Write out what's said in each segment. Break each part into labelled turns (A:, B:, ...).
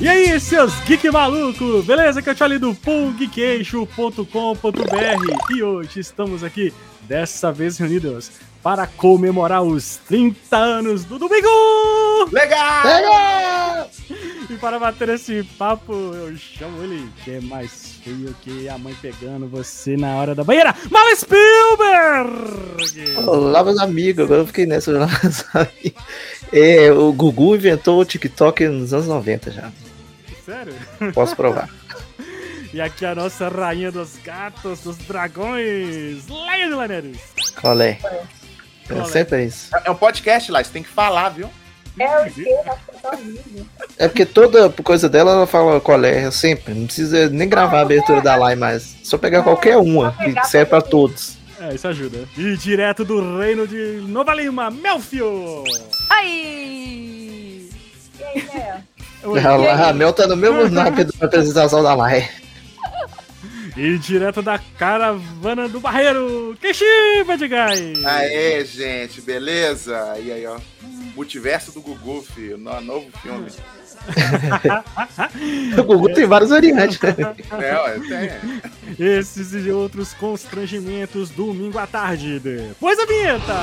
A: E aí, seus geek maluco, beleza? Que é o Charlie do pulguequeixo.com.br e hoje estamos aqui, dessa vez reunidos, para comemorar os 30 anos do Domingo!
B: Legal!
C: Legal!
A: E para bater esse papo, eu chamo ele, que é mais feio que a mãe pegando você na hora da banheira, Mal Spielberg!
C: Olá, meus amigos, agora eu fiquei nessa. lá, sabe? É, o Gugu inventou o TikTok nos anos 90 já.
A: Sério?
C: Posso provar.
A: E aqui a nossa rainha dos gatos, dos dragões, Leia de Laneres!
C: Colé.
A: Qual é?
C: É sempre isso.
B: É um podcast lá, você tem que falar, viu?
D: É, eu sei, tá ficando horrível.
C: É porque toda coisa dela ela fala colé, eu sempre. Não precisa nem gravar a abertura da live mais. Só pegar qualquer uma, que serve pra todos.
A: É, isso ajuda. E direto do reino de Nova Lima, Melfio!
E: Ai!
D: E aí, né?
A: Oi.
C: A a Mel tá no mesmo naipe da apresentação da live.
A: E direto da caravana do barreiro, Kishi Badigai!
B: Aê, gente, beleza? E aí, ó. Multiverso do Gugu, filho. No novo filme.
C: O Gugu tem vários variantes.
B: É, ó, tem.
A: Esses e outros constrangimentos domingo à tarde. Depois a vinheta!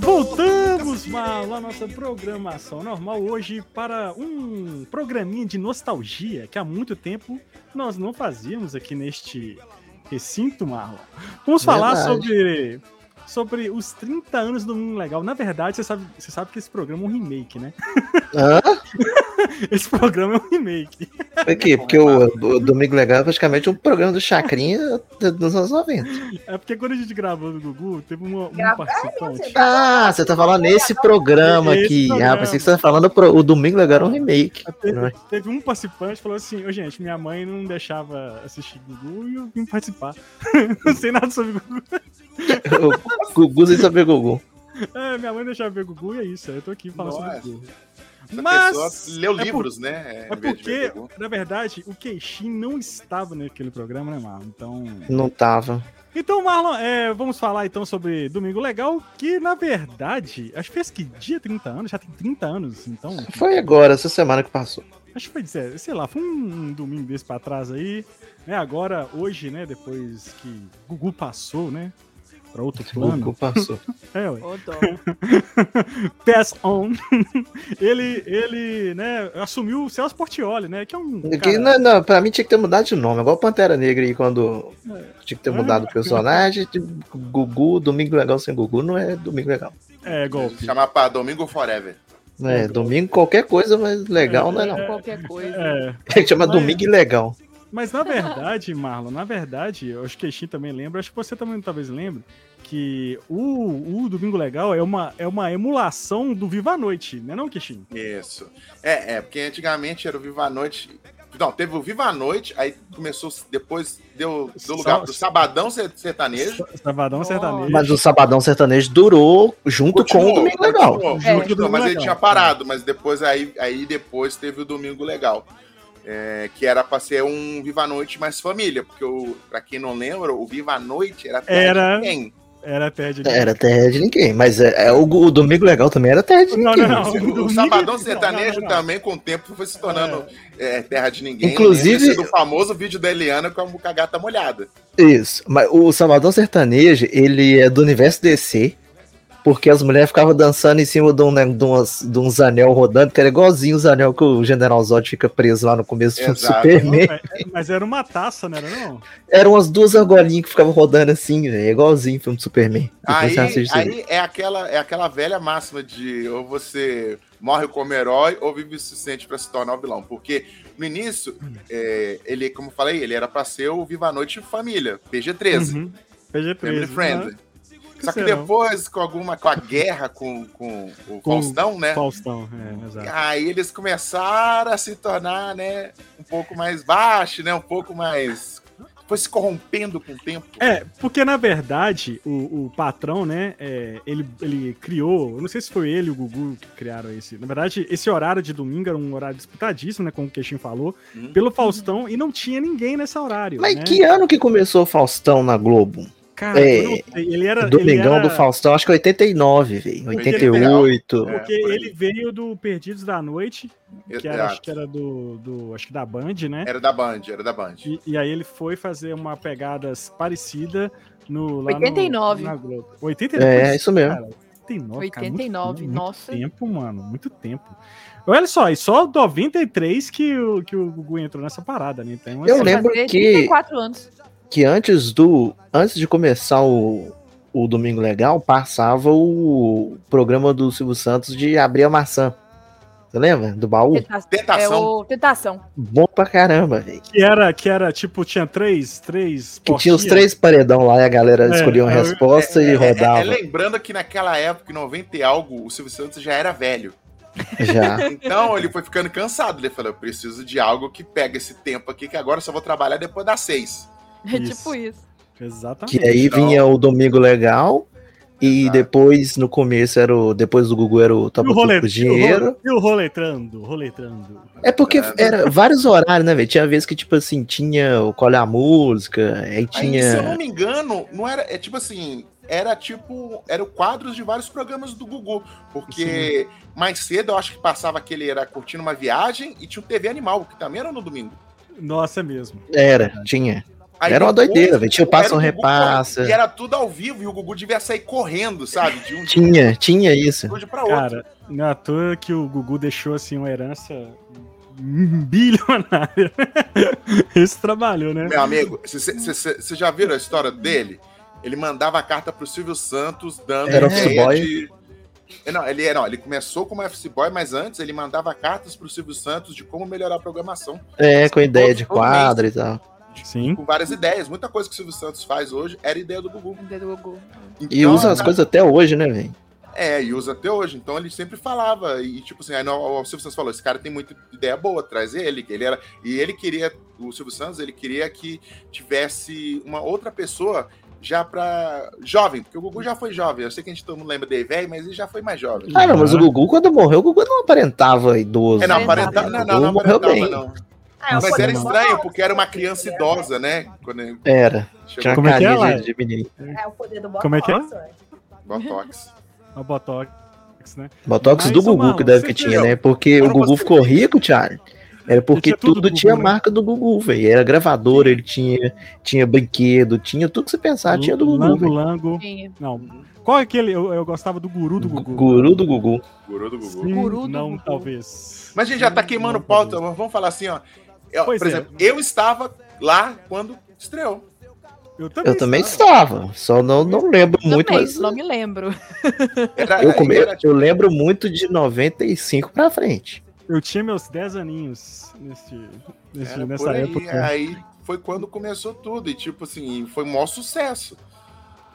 A: Voltamos mal à nossa programação normal hoje para um programinha de nostalgia que há muito tempo nós não fazíamos aqui neste recinto, Marlon. Vamos falar
C: Verdade.
A: sobre, sobre os 30 anos do Mundo Legal. Na verdade, você sabe, você sabe que esse programa é um remake, né?
C: Hã?
A: Esse programa é um remake.
C: Aqui, porque o, o Domingo Legal é praticamente um programa do Chacrinha dos anos 90.
A: É porque quando a gente gravou no Gugu, teve uma, um
D: Grava-
A: participante.
C: Ah, você tá falando nesse programa
A: Esse
C: aqui.
A: programa.
C: Ah, pensei que você tá falando pro- o Domingo Legal era um remake.
A: Teve, teve um participante que falou assim: Ô, gente, minha mãe não deixava assistir Gugu e eu vim participar. não sei nada sobre Gugu.
C: O Gugu sem saber Gugu.
A: É, minha mãe não deixava ver Gugu e é isso. Eu tô aqui falando
B: Nossa.
A: sobre Gugu.
B: Essa
A: Mas.
B: pessoa leu
A: é por-
B: livros, né?
A: É
B: em vez de ver
A: porque,
B: Gugu.
A: na verdade, o Queixin não estava naquele programa, né, Marlon? Então.
C: Não tava.
A: Então, Marlon, é, vamos falar então sobre Domingo Legal, que na verdade, acho que fez que dia 30 anos, já tem 30 anos, então.
C: Foi agora, essa semana que passou.
A: Acho que foi, sei sei lá, foi um domingo desse pra trás aí, né? Agora, hoje, né, depois que Gugu passou, né? Pra outro
C: O
A: plano.
C: Gugu passou.
A: É, ué.
E: Ô, dó.
A: Pass on. ele, ele, né, assumiu o Celso Portioli, né? Que é um.
C: Que-
A: cara-
C: não, não, pra mim tinha que ter mudado de nome. Igual Pantera Negra aí, quando tinha que ter mudado o personagem. tipo, Gugu, Domingo Legal sem Gugu, não é Domingo Legal.
A: É, golpe.
B: Chamar pra Domingo Forever.
C: Não É, domingo qualquer coisa, mas legal não é não.
E: Qualquer coisa.
A: É.
C: Tem que chamar
A: Mas-
C: Domingo Ilegal.
A: Mas na verdade, Marlon, na verdade, eu acho que Extin também lembra, acho que você também talvez lembre, que o, o Domingo Legal é uma, é uma emulação do Viva a Noite, né, não, Kishin?
B: Isso. É, é, porque antigamente era o Viva a Noite. Não, teve o Viva a Noite, aí começou, depois deu, deu lugar
A: Só-
B: pro Sabadão Ser- Sertanejo.
A: Sabadão
E: Nossa.
A: Sertanejo.
C: Mas o Sabadão Sertanejo durou junto com o Domingo Legal.
B: continuou,
A: É.
B: continuou, mas ele
A: Legal.
B: tinha parado, mas depois aí, aí depois teve o Domingo Legal. é, que era pra ser um Viva a Noite mais família, porque o, pra quem não lembra, o Viva a Noite era até
A: Era-
B: de quem?
A: Era até de...
C: Era terra de ninguém, mas é, é, o, o Domingo Legal também era terra de
A: Não,
C: ninguém.
A: não, não.
C: né?
A: O
B: O,
A: Domingo-
B: Sabadão
A: não, não,
B: Sertanejo
A: não, não.
B: também, com o tempo, foi se tornando é, terra de ninguém.
C: Inclusive-
B: Lembre-se do famoso vídeo da Eliana com a mucagata molhada.
C: Isso, mas o Sabadão Sertanejo, ele é do universo DC, Porque as mulheres ficavam dançando em cima de, um, né, de, umas- de uns anel rodando, que era igualzinho os anel que o General Zod fica preso lá no começo do
B: Exato.
C: Superman.
A: Mas- É, Mas era uma taça, não era
B: Uhum.
A: não?
C: Eram umas duas argolinhas que ficavam rodando assim, velho. Igualzinho o filme do Superman. Depois
B: Aí,
C: você assiste isso
A: né?
C: aí.
B: aí é, aquela, é aquela velha máxima de ou você morre como herói ou vive o suficiente para se tornar o vilão. Porque no início,
A: Hum.
B: é, ele, como eu falei, ele era para ser o Viva a Noite Família, PG-13,
A: Uhum. PG-13.
B: Family Friendly.
A: né?
B: Só que
A: será?
B: depois, com alguma com a guerra com, com o
A: Com-
B: Faustão, né?
A: Faustão, é, exato.
B: Aí eles começaram a se tornar, né, um pouco mais baixo, né? Um pouco mais. Foi se corrompendo com o tempo.
A: É, porque na verdade o, o patrão, né, é, ele, ele criou, eu não sei se foi ele e o Gugu que criaram esse. Na verdade, esse horário de domingo era um horário disputadíssimo, né, como o Queixinho falou,
B: Hum.
A: pelo Faustão, e não tinha ninguém nesse horário.
C: Mas
A: né?
C: que ano que começou o Faustão na Globo?
A: Cara,
C: é,
A: eu não sei, ele era. ele
C: Domingão
A: era-
C: do Faustão, acho que é 89, velho. 88.
B: É,
A: Porque
B: por aí.
A: ele veio do Perdidos da Noite, É, que era, acho
B: Exato.
A: que era né? do, do- Acho que da Band, né?
B: Era da Band, era da Band.
A: E, e aí ele foi fazer uma pegada parecida no. Lá no-
E: 89.
A: na Globo. 89.
C: É, isso mesmo.
A: Cara, 89, cara, é muito
E: 89,
A: tempo,
E: nossa.
A: Muito tempo, mano, muito tempo. Olha só, e só 93 que o, que o Gugu entrou nessa parada, né? Então,
C: Eu
E: Vai
C: lembro
E: fazer
C: que-
E: 34 anos.
C: que antes do antes de começar o, o Domingo Legal, passava o programa do Silvio Santos de abrir a maçã. Você lembra? Do baú?
E: Tentação. É
B: Tentação.
E: o Tentação.
C: Bom pra caramba, velho.
A: Que era, que era, tipo, tinha três, três
C: Que tinha os
A: portinhas.
C: três paredão lá e a galera
A: É,
C: escolhia uma
A: é,
C: resposta
B: É,
C: e
B: é,
C: rodava.
B: é, lembrando que naquela época, em 90 e algo, o Silvio Santos já era velho.
C: Já.
B: Então ele foi ficando cansado. Ele falou: eu preciso de algo que pegue esse tempo aqui, que agora eu só vou trabalhar depois das seis.
E: É
A: Isso.
E: tipo isso.
A: Exatamente.
C: Que aí vinha o Domingo Legal. E
B: Exato.
C: depois, no começo, era o. Depois do Gugu era o
A: E
C: Topa
A: o
C: Tudo
A: rolet-
C: por Dinheiro.
A: E o roletrando, roletrando.
C: É porque
B: Nada.
C: era vários horários, né, velho? Tinha vez que, tipo assim, tinha o Colhe a Música, aí
B: Aí, um se eu não
C: tinha.
B: me engano, não era. É tipo assim. Era tipo. Era quadros de vários programas do Gugu. Porque mais cedo eu acho que passava aquele. Era curtindo uma viagem e tinha o TV Animal, que também era no domingo.
A: Nossa, é mesmo.
C: Era, tinha.
B: Aí
C: Era uma
B: depois,
C: doideira, velho. Tinha o Passa
B: era
C: um
B: o Gugu
C: Repassa.
B: E era tudo ao vivo e o Gugu devia sair correndo, sabe? De um dia
C: Tinha, tinha isso.
B: pra outro.
A: Cara, não é à toa que o Gugu deixou, assim, uma herança bilionária. Esse trabalhou, né?
B: Meu amigo, vocês já viram a história dele? Ele mandava a carta pro Silvio Santos dando
C: Era
B: ideia
C: office boy?
B: de. É, Não ele, é, não, ele começou como office boy, mas antes ele mandava cartas pro Silvio Santos de como melhorar a programação,
C: É, com ideia de
B: Todo- todo
C: quadro e tal.
A: Sim.
B: com várias ideias. Muita coisa que o Silvio Santos faz hoje era ideia do Gugu.
E: Do Gugu.
C: E
B: Então,
C: usa as
B: na-
C: coisas até hoje, né, velho?
B: É, e usa até hoje. Então ele sempre falava. E tipo assim, aí não- o Silvio Santos falou: esse cara tem muita ideia boa, traz ele. que Ele era, e ele queria, o Silvio Santos, ele queria que tivesse uma outra pessoa já pra. jovem, porque o Gugu já foi jovem. Eu sei que a gente todo mundo lembra dele velho, mas ele já foi mais jovem.
C: Ah, não, mas o Gugu, quando morreu, o Gugu não aparentava idoso.
B: É, não,
C: né,
B: aparenta-
C: velho?
B: não,
C: O
B: não,
C: Gugu
B: não
C: morreu
B: aparentava,
C: bem.
B: não.
D: Ah, eu
A: Nossa,
B: Mas era
D: poderia-
B: estranho, porque era uma criança idosa, né? Quando ele
C: Era. Tinha
B: chegou
C: uma
A: Como é que é,
C: carinha
A: Laia?
C: de, de menino.
D: É o poder do botox.
A: Como é que é?
D: ué.
B: Botox.
A: A Botox, né?
C: Botox
A: Mas,
C: do
A: ô,
C: Gugu,
A: Marlon,
C: que deve
A: você
C: que tinha,
A: viu?
C: né? Porque
B: Eu
C: o
B: não
C: Gugu
B: gostei.
C: ficou rico, Thiago. Era porque
A: Ele tinha tudo
C: tudo
A: do
C: tinha
A: Gugu, né?
C: marca do Gugu, velho. Era gravador, ele tinha, tinha brinquedo, tinha tudo que você pensar, Tá, tinha do Gugu, né?
A: Lango,
C: velho.
A: Lango.
E: Tinha.
A: Não. Qual é aquele? Eu, eu gostava do guru do Gugu.
C: Guru do Gugu.
B: Guru do Gugu.
A: Sim,
E: Guru do
A: não,
E: Gugu.
A: talvez.
B: Mas a gente já tá
A: Sim,
B: queimando
A: não,
B: pauta,
A: talvez.
B: mas vamos falar assim, ó. Eu-
A: Pois
B: por
A: é.
B: exemplo, eu estava lá quando estreou.
A: Eu também,
C: Eu também
A: estava.
C: estava, só não, não lembro muito,
E: Também,
C: mas
E: isso não me lembro.
B: Era-
C: eu, come-
B: era-
C: eu lembro muito de 95 pra frente.
A: Eu tinha meus 10 aninhos nesse, nesse-
B: era
A: nessa
B: por aí, é,
A: época. é.
B: aí foi quando começou tudo. E tipo assim, foi um maior sucesso.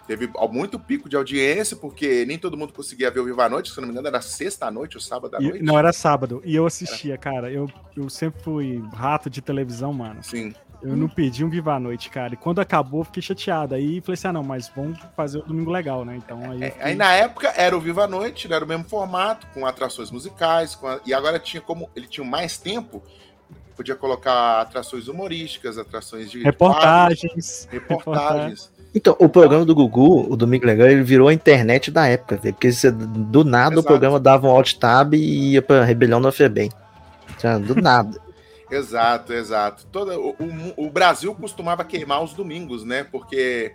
B: Teve muito pico de audiência, porque nem todo mundo conseguia ver o Viva a Noite, se eu não me engano, era sexta à noite ou sábado à
A: E-
B: noite.
A: não, era sábado. E eu assistia, cara. Eu, eu sempre fui rato de televisão, mano.
B: Sim.
A: Eu não pedi um Viva a Noite, cara. E quando acabou, eu fiquei chateado. Aí falei assim: ah, não, mas vamos fazer o domingo legal, né? Então aí. eu
B: É,
A: fiquei-
B: aí na época era o Viva a Noite, né, era o mesmo formato, com atrações musicais, com a- e agora tinha como ele tinha mais tempo, podia colocar atrações humorísticas, atrações de
A: Reportagens.
B: reportagens.
C: Então, o programa do Gugu, o Domingo Legal, ele virou a internet da época, velho, porque você- do nada
B: Exato.
C: o programa dava um alt tab e ia pra Rebelião da Febem. Já, Do nada.
B: Exato, exato. Toda, o, o mu- o Brasil costumava queimar os domingos, né? Porque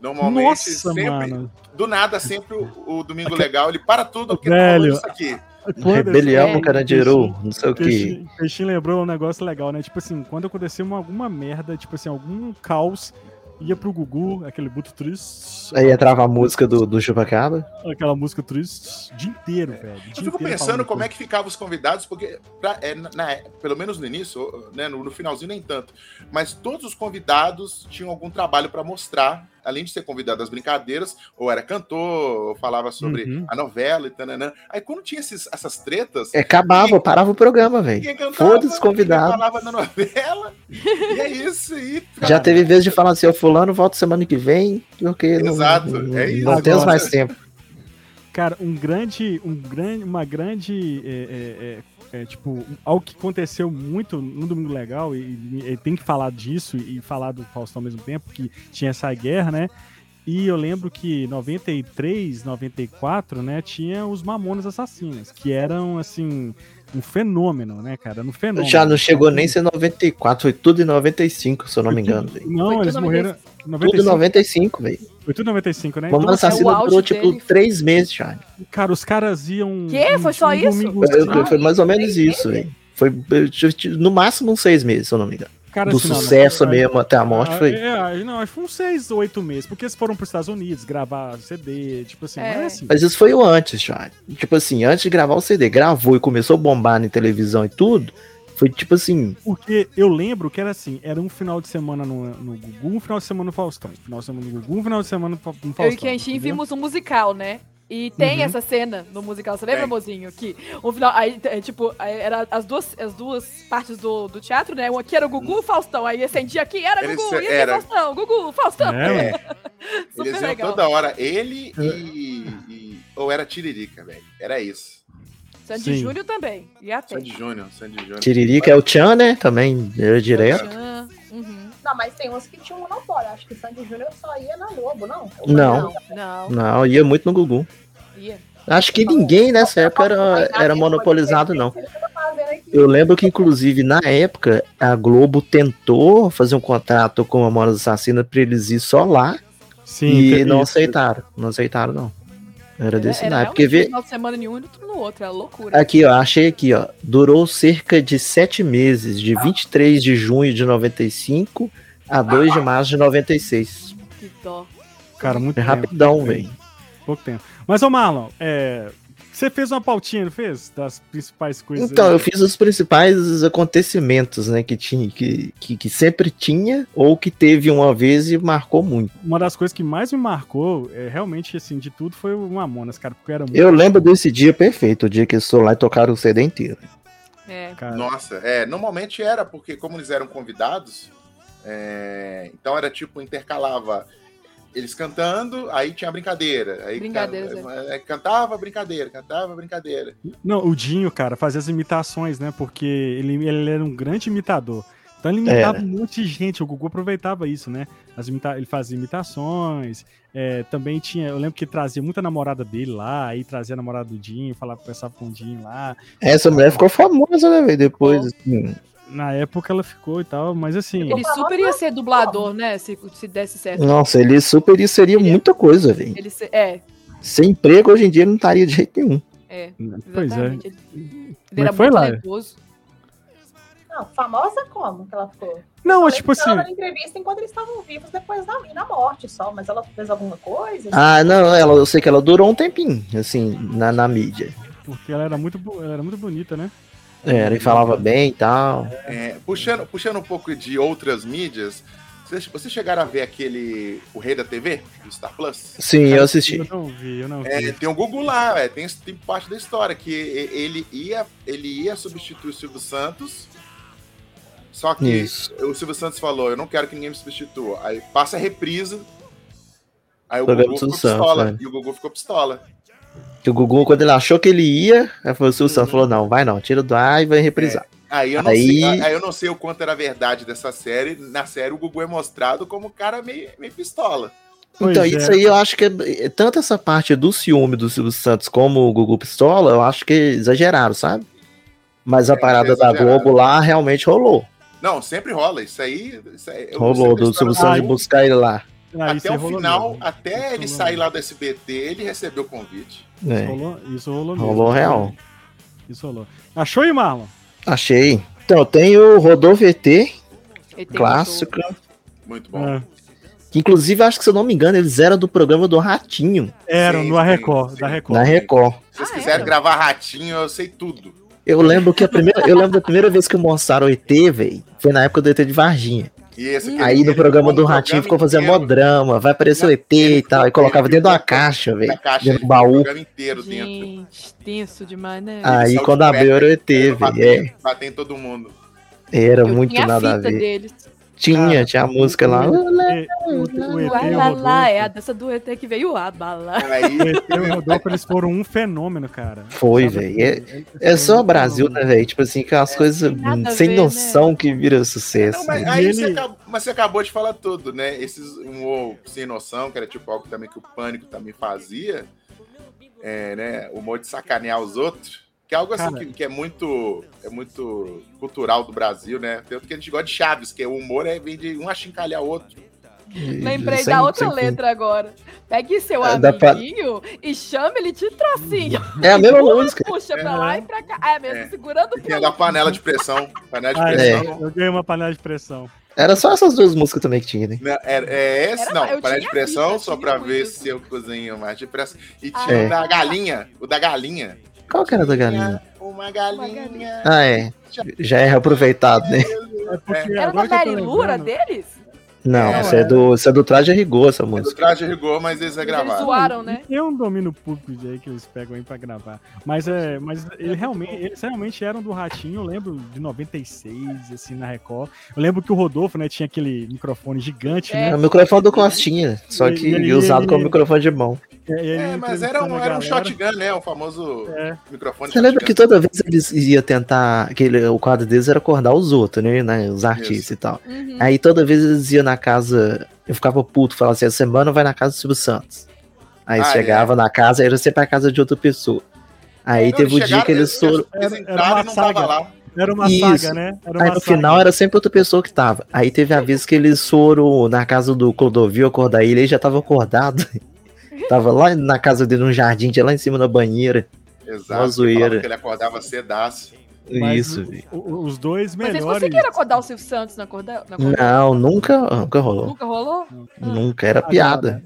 B: Normalmente,
A: Nossa,
B: sempre,
A: mano.
B: do nada, sempre o, o Domingo Legal, ele para tudo, porque
A: Velho,
B: tá falando isso aqui.
A: Quando-
C: Rebelião
E: sério,
C: no Carandiru, não sei o que.
A: Peixinho, Peixinho lembrou um negócio legal, né? Tipo assim, quando aconteceu uma- alguma merda, tipo assim, algum caos, ia pro Gugu, aquele buto triste,
C: Aí entrava a música do, do Chupacabra.
A: aquela música triste, o dia inteiro, velho.
B: Eu fico pensando como é que ficavam os convidados, porque pra- é, na- na- pelo menos no início, né, no, no finalzinho nem tanto, mas todos os convidados tinham algum trabalho para mostrar, além de ser convidado às brincadeiras, ou era cantor, ou falava sobre
A: Uhum.
B: a novela e tananã. Aí quando tinha esses- essas tretas,
C: É, acabava, parava o programa, velho.
B: ninguém cantava,
C: Foda-se,
B: ninguém
C: convidado.
B: falava da novela, e é isso, e ficava
C: Já teve vezes de falar assim, ó, fulano, volta semana que vem, porque não,
B: Exato,
C: não,
B: é isso.
C: não temos
A: Agora-
C: mais tempo.
A: Cara, um grande, um grande, uma grande, é, é, é, é, tipo, algo que aconteceu muito no Domingo Legal, e, e- e tem que falar disso e falar do Faustão ao mesmo tempo, que tinha essa guerra, né? E eu lembro que 93, 94, né, tinha os Mamonas Assassinas, que eram, assim, um fenômeno, né, cara? Era Um fenômeno.
C: Já não chegou nem a ser 94, foi tudo em 95, se eu não
A: Foi
C: me
A: tudo-
C: engano, velho.
A: Não,
E: Foi
A: eles
E: tudo
A: morreram...
C: Tudo
A: 95,
C: em 95, velho.
A: foi tudo 95, né?
C: Mamãe
A: assim,
E: Assassina
C: Assassino
E: o auge
C: durou, tipo,
E: dele foi-
C: três meses, já.
A: cara, os caras iam...
E: Quê? Foi só isso?
C: Eu- eu-
A: assim,
C: Foi mais ou menos
D: três
C: isso, velho. Foi eu tive- tive no máximo uns seis meses, se eu não me engano.
A: cara,
C: Do
A: assim, não, não,
C: sucesso
A: cara,
C: mesmo até a morte
A: Ah,
C: foi.
A: É, ah, não, acho que foi uns seis ou oito meses, porque eles foram pros Estados Unidos gravar CD, tipo assim,
E: É.
A: mas assim.
C: Mas isso foi o antes, já. Tipo assim, antes de gravar o CD, gravou e começou a bombar na televisão e tudo. Foi tipo assim,
A: Porque eu lembro que era assim, era um final de semana no, no Gugu, um final de semana no Faustão. um Final de semana no Gugu, um final de semana no Fa- no Faustão.
E: Eu e Kenshin
A: entendeu?
E: vimos um musical, né? E tem
A: Uhum.
E: essa cena no musical, você lembra,
B: Tem.
E: mozinho? Que o final. Aí, é, tipo, aí era as duas, as duas partes do, do teatro, né? Um aqui era o Gugu o Faustão. Aí acendia aqui, era
B: Uhum. Eles-
E: Gugu, e aqui
B: era.
E: Faustão, Gugu, Faustão.
A: É, ué.
E: Super
B: Eles iam
E: legal.
B: toda hora,
C: É.
B: ele e, e- Ou era Tiririca, velho. Era isso.
E: Sandy
A: Sim.
E: Júnior também. E até.
B: Sandy Júnior, Sandy Júnior.
C: Tiririca é o Tchan, né? Também, era direto.
A: É
E: Tchan, uhum.
D: Não, mas tem uns que tinha um monopólio. Acho que Sandy Júnior só ia na Globo, não?
A: é
C: Não.
E: Não,
C: Não, ia muito no Gugu.
E: ia.
C: Acho que ninguém nessa época era, era monopolizado, não. Eu lembro que, inclusive, na época, a Globo tentou fazer um contrato com a Moras Assassina pra eles ir só lá
A: Sim,
C: e
A: teve
C: não
A: isso.
C: aceitaram. Não aceitaram, não. Era desse
E: Era
C: naipe. Porque
E: realmente
C: vê,
E: um final de semana em um e outro no outro, é loucura.
C: Aqui, ó, achei aqui, ó. Durou cerca de sete meses, de 23 de junho de 95 a 2 de março de 96.
E: Que dó.
A: Cara, muito
C: É
A: tempo,
C: rapidão, velho.
A: pouco tempo. Mas, ô Marlon, é, você fez uma pautinha, não fez? Das principais coisas.
C: Então,
A: aí.
C: eu fiz os principais acontecimentos, né, que tinha, que, que, que sempre tinha, ou que teve uma vez e marcou muito.
A: Uma das coisas que mais me marcou, é, realmente, assim, de tudo, foi o Mamonas, cara, porque era muito.
C: Eu lembro desse dia perfeito, o dia que eu estou lá e tocaram o CD inteiro.
E: É.
A: Cara,
B: Nossa, é. Normalmente era, porque como eles eram convidados, é, então era tipo, intercalava eles cantando, aí tinha a brincadeira. Aí
E: Brincadeiras,
B: can- é, cantava brincadeira, cantava brincadeira.
A: Não, o Dinho, cara, fazia as imitações, né? Porque ele, ele era um grande imitador. Então ele imitava um monte de gente, o Gugu aproveitava isso, né? As imita- ele fazia imitações, é, também tinha, eu lembro que trazia muita namorada dele lá, aí trazia a namorada do Dinho, falava, conversava com o Dinho lá.
C: Essa mulher ficou famosa, né, velho? Depois, assim.
A: Na época ela ficou e tal, mas assim,
E: Ele super ia ser dublador, né? Se, se desse certo.
C: Nossa, ele super isso seria muita coisa, velho.
E: Ele se- é,
C: Sem emprego hoje em dia ele não estaria de jeito nenhum.
E: é.
A: pois é.
E: Exatamente. Ele, ele era
A: foi
E: muito
A: lá.
E: nervoso.
D: Não, famosa como que ela ficou?
A: Não, é
D: Ela
A: tipo assim,
D: estava na entrevista enquanto eles estavam vivos depois da na morte só, mas ela fez alguma coisa?
C: Ah, não, ela, eu sei que ela durou um tempinho, assim, na, na mídia.
A: porque ela era muito, bo- ela era muito bonita, né?
C: É, Ela falava bem e tal.
B: É, puxando, puxando um pouco de outras mídias, vocês, vocês chegaram a ver aquele O Rei da TV, do Star Plus?
C: Sim, eu assisti.
A: Eu não vi, eu não vi.
B: É, tem o Gugu lá, é, tem, tem parte da história que e- ele ia, ele ia substituir o Silvio Santos, só que
C: Isso.
B: o Silvio Santos falou, eu não quero que ninguém me substitua. Aí passa a reprisa, aí o
C: Programa
B: Gugu
C: do Silvio
B: ficou
C: Santos,
B: pistola,
C: né?
B: e o Gugu ficou pistola.
C: Que o Gugu, quando ele achou que ele ia, ela falou, o Santos falou, não, vai não, tira do ar e vai reprisar.
B: Aí eu, não
C: Aí-
B: Sei, aí eu não sei o quanto era verdade dessa série, na série o Gugu é mostrado como um cara meio, meio pistola.
A: Pois
C: então,
A: é.
C: isso aí eu acho que é, é, tanto essa parte do ciúme do Silvio Santos como o Gugu Pistola, eu acho que exageraram, sabe? Mas a
B: É,
C: parada da
B: exageraram.
C: Globo lá realmente rolou.
B: Não, sempre rola, isso aí... Isso aí eu
C: Rolou
B: sempre
C: do Silvio
B: história-
C: Santos buscar ele lá.
A: Ah, isso
B: até
A: aí
B: o
A: rolou
B: final,
A: mesmo.
B: até
A: Isso
B: ele
A: rolou
B: sair
A: mesmo.
B: lá do SBT, ele recebeu o convite.
A: Isso
C: É,
A: rolou, isso rolou mesmo.
C: rolou real.
A: Isso rolou. Achou aí, Marlon?
C: Achei. Então, tem o Rodolfo ET,
E: Ele um tem
C: clássico.
B: Muito bom.
A: É.
C: Que, inclusive, acho que, se eu não me engano, eles eram do programa do Ratinho,
A: Era
B: Sim,
A: no da
B: sim,
A: Record,
B: sim.
A: da Record.
C: na Record.
B: Se vocês
E: Ah,
B: quiserem
E: era?
B: gravar ratinho, eu sei tudo.
C: Eu lembro que a primeira, eu lembro da primeira vez que mostraram o ET, velho, foi na época do ET de Varginha.
B: E esse aqui,
C: Aí
B: ele
C: no programa do
B: ficou no
C: Ratinho ficou
B: programa
C: fazendo
B: inteiro,
C: mó drama, vai aparecer o
B: Não,
C: ET e
B: ele
C: tal, e
B: ficou-
C: colocava
B: ele
C: dentro da
B: ficou-
C: caixa,
B: na
C: velho,
B: caixa,
C: dentro
B: ele
C: do
B: ficou o
C: baú.
B: programa inteiro dentro.
E: Gente, tenso demais, né?
C: Aí
B: saiu
C: quando
B: de
C: abriu era o ET,
B: batendo,
C: velho,
B: batendo em todo mundo.
C: é, era
E: Eu
C: muito
E: tinha
C: nada a
E: fita
C: ver.
E: deles.
C: Tinha,
A: Cara,
C: tinha a música lá.
A: O ET, o ET,
E: Lá,
A: e o
E: lá, lá, é a
A: Rodolfo,
E: dança do ET que veio ah, a bala.
B: Então, Aí,
A: o ET e o Rodolfo, eles foram um fenômeno, cara.
C: Foi,
A: Sabe?
C: velho. É-
A: Eles
C: É
A: foram
C: só
A: um
C: Brasil,
A: fenômeno.
C: né, velho? Tipo assim, que as coisas
E: tem É, nada
C: hum,
E: a
C: sem
E: ver, né?
C: noção que viram sucesso.
B: Não, mas,
C: né?
B: aí
A: E
B: você
A: ele-
B: acabou, mas você acabou de falar tudo, né? Esses humor sem noção, que era tipo algo também que o pânico também fazia, é, né? O humor de sacanear os outros, que é algo assim
A: Cara.
B: que, que é muito é muito cultural do Brasil, né? Tanto que a gente gosta de Chaves, que é o humor é, vem de um achincalhar o outro.
C: E-
E: Lembrei
C: sem-
E: da outra
C: sem fim.
E: letra agora. Pegue seu
C: É, dá pra-
E: amiguinho e chame ele de trocinho.
C: É a mesma
E: Pula,
C: música.
E: Puxa pra
A: É.
E: lá e pra cá. É mesmo,
B: É.
E: segurando o
B: Tem a
E: pelo.
B: panela de pressão. Panela de
A: Ah,
B: pressão.
A: é, Eu ganhei uma panela de pressão.
C: Era só essas duas músicas também que tinha, né?
B: Não, é, é esse,
E: Era-
B: não,
E: eu
B: panela de
E: tinha
B: pressão,
E: visto,
B: só
E: eu
B: pra
E: tinha
B: ver
E: muito.
B: se eu cozinho mais depressa. E
E: Ah.
B: tinha
C: É.
B: o da galinha, o da galinha.
C: Qual que era da galinha?
B: Uma
E: galinha.
B: galinha.
C: Ah, é. Já é reaproveitado, né?
A: É porque
E: Era
A: agora
E: uma
A: que eu tô
E: merilura
A: lembrando-
E: deles?
C: Não,
B: Não,
C: essa é do, essa é do traje a rigor, essa
B: É do
C: música.
B: traje a rigor, mas eles é
E: Eles
B: gravado.
E: zoaram, né?
A: Tem um domínio público aí que eles pegam aí pra gravar. Mas, é, mas ele realmente, eles realmente eram do Ratinho, eu lembro de 96, assim, na Record. Eu lembro que o Rodolfo, né, tinha aquele microfone gigante, né?
C: É o microfone do Costinha, só que
A: E- e-
C: usado
A: e-
C: como microfone de mão.
A: E aí ele
B: É, mas era um,
A: entrevistando né? a
B: era um
A: galera.
B: shotgun, né? O famoso
A: É.
B: microfone
C: Você lembra que
B: shotgun.
C: toda vez eles iam tentar. Aquele, o quadro deles era acordar os outros, né? né, Os artistas
B: Isso.
C: e tal.
E: Uhum.
C: Aí toda vez eles iam na casa. Eu ficava puto, falava assim: a semana vai na casa do Silvio Santos. Aí
B: Ah,
C: chegava na casa, era sempre a casa de outra pessoa. Aí
B: Não,
C: teve o dia
B: chegaram,
C: que eles foram.
B: um Eles
A: Era- era
B: entraram e
A: uma
B: não tava
A: saga.
B: lá.
A: Era uma
C: Isso.
A: saga, né? Era uma
C: Aí no final era sempre outra pessoa que tava. Aí teve a vez que eles foram na casa do Clodovil acordar ele, ele já tava acordado. tava lá na casa dele, num jardim, tinha lá em cima da banheira.
B: Exato.
C: Uma zoeira.
B: falava que Ele acordava cedaço.
A: Mas
C: Isso,
A: o-
C: velho.
A: o- Os dois
E: Mas eles
A: melhores.
E: conseguiram acordar o Silvio Santos na corda? Na corda-
C: Não, nunca, nunca rolou.
E: Nunca rolou?
C: Nunca,
A: Ah,
C: era
A: Agora, né?
C: piada.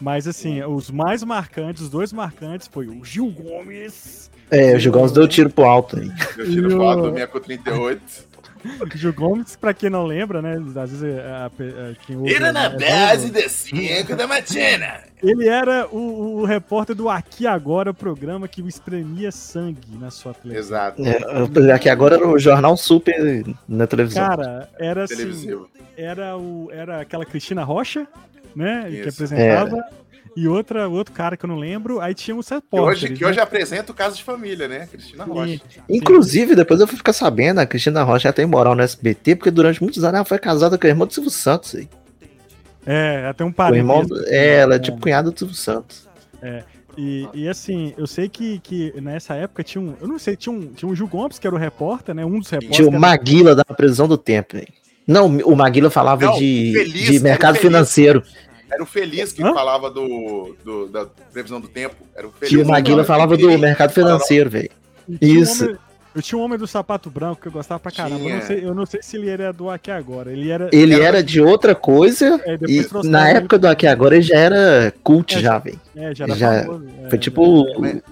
A: Mas assim, os mais marcantes, os dois marcantes foi o Gil Gomes.
C: É, o Gil Gomes deu tiro pro alto. Hein?
B: Eu
A: E
B: tiro
A: o-
B: foto do minha com 38.
A: Gil Gomes, pra quem não lembra, né? Às vezes é, a pe- é, quem ouve, né, é novo.
B: de 5 da matina.
A: Ele era o, o repórter do Aqui Agora, programa que espremia sangue na sua televisão.
B: Exato.
C: É, aqui agora era o Jornal Super na televisão.
A: Cara, era assim,
B: Televisivo.
A: era, o, era aquela Cristina Rocha, né? Que
B: Isso.
A: apresentava. E outra, outro cara que eu não lembro. Aí tinha um os
B: Que
A: repórteres.
B: hoje, que hoje apresenta o caso de família, né? Cristina Rocha.
C: Inclusive, depois eu fui ficar sabendo, a Cristina Rocha tem moral no SBT, porque durante muitos anos ela foi casada com a irmã do Silvio Santos. hein?
A: É, até um
C: O irmão,
A: parente.
C: é, ela é tipo cunhada do Silvio Santos.
A: E, e assim, eu sei que, que nessa época tinha um. Eu não sei, tinha um, tinha um Gil Gomes, que era o repórter, né? Um dos repórteres.
C: Tinha o
A: que era-
C: Maguila da prisão do tempo. hein? Não, o Maguila falava
B: Não,
C: de,
B: Feliz,
C: de
B: era
C: mercado
B: Feliz.
C: financeiro.
B: Era o Feliz que
A: Hã?
B: falava do, do- da previsão do tempo. Era o Feliz.
C: Que o Maguila
B: Não,
C: falava do
B: Feliz.
C: mercado financeiro, velho.
A: E tinha um
C: Isso.
A: homem- eu tinha um homem do sapato branco que eu gostava pra caramba. Eu não,
B: Tinha.
A: sei, eu não sei se ele era do Aqui Agora. Ele era.
C: Ele era de outra coisa.
A: é,
C: E
A: depois trouxeram
C: na
A: ele-
C: época do Aqui Agora ele já era cult, já, velho.
A: É, já era
C: já-
A: famoso, é,
C: Foi tipo.
B: Mas- Mas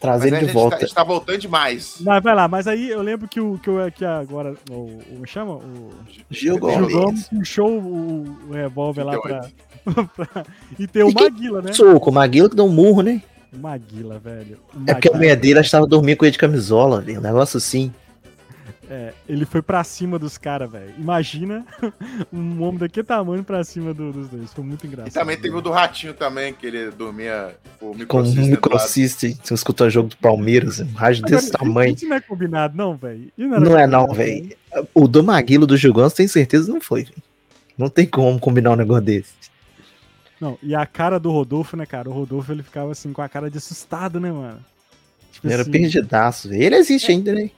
C: Trazer
B: aí
C: ele
B: a
C: de
B: gente tá- a
C: volta.
B: gente tá voltando demais.
A: Mas vai lá, mas aí eu lembro que o que eu aqui agora. O, o, me chama? O
C: Gil
A: o Gil
C: Gomes.
A: Gomes puxou o, o revólver lá pra,
B: 38.
A: pra- E tem o
C: E que-
A: Maguila, né?
C: Soco, o Maguila que deu um murro, né?
A: Maguila, velho. O
C: É porque a
A: Maguila,
C: mulher dele estava dormindo com ele de camisola, velho. Um negócio assim.
A: é, ele foi pra cima dos caras, velho. Imagina um homem daquele tamanho pra cima do- dos dois. Foi muito engraçado.
B: E também teve o
A: velho.
B: do Ratinho também, que ele dormia com o
C: Com um
B: microsystem do lado.
C: microsystem, você escutou o jogo do Palmeiras, um rádio desse
A: Agora,
C: tamanho.
A: Isso não é combinado, não, né? velho. Isso era
C: Não é não,
A: combinado,
C: velho. O do Maguilo do Gigante, tem certeza, não foi. velho. Não tem como combinar um negócio desse.
A: Não, e a cara do Rodolfo, né, cara? O Rodolfo ele ficava assim com a cara de assustado, né, mano? Tipo
C: Ele era
A: assim,
C: perdidaço, velho. Ele
B: É,
C: existe ainda, né?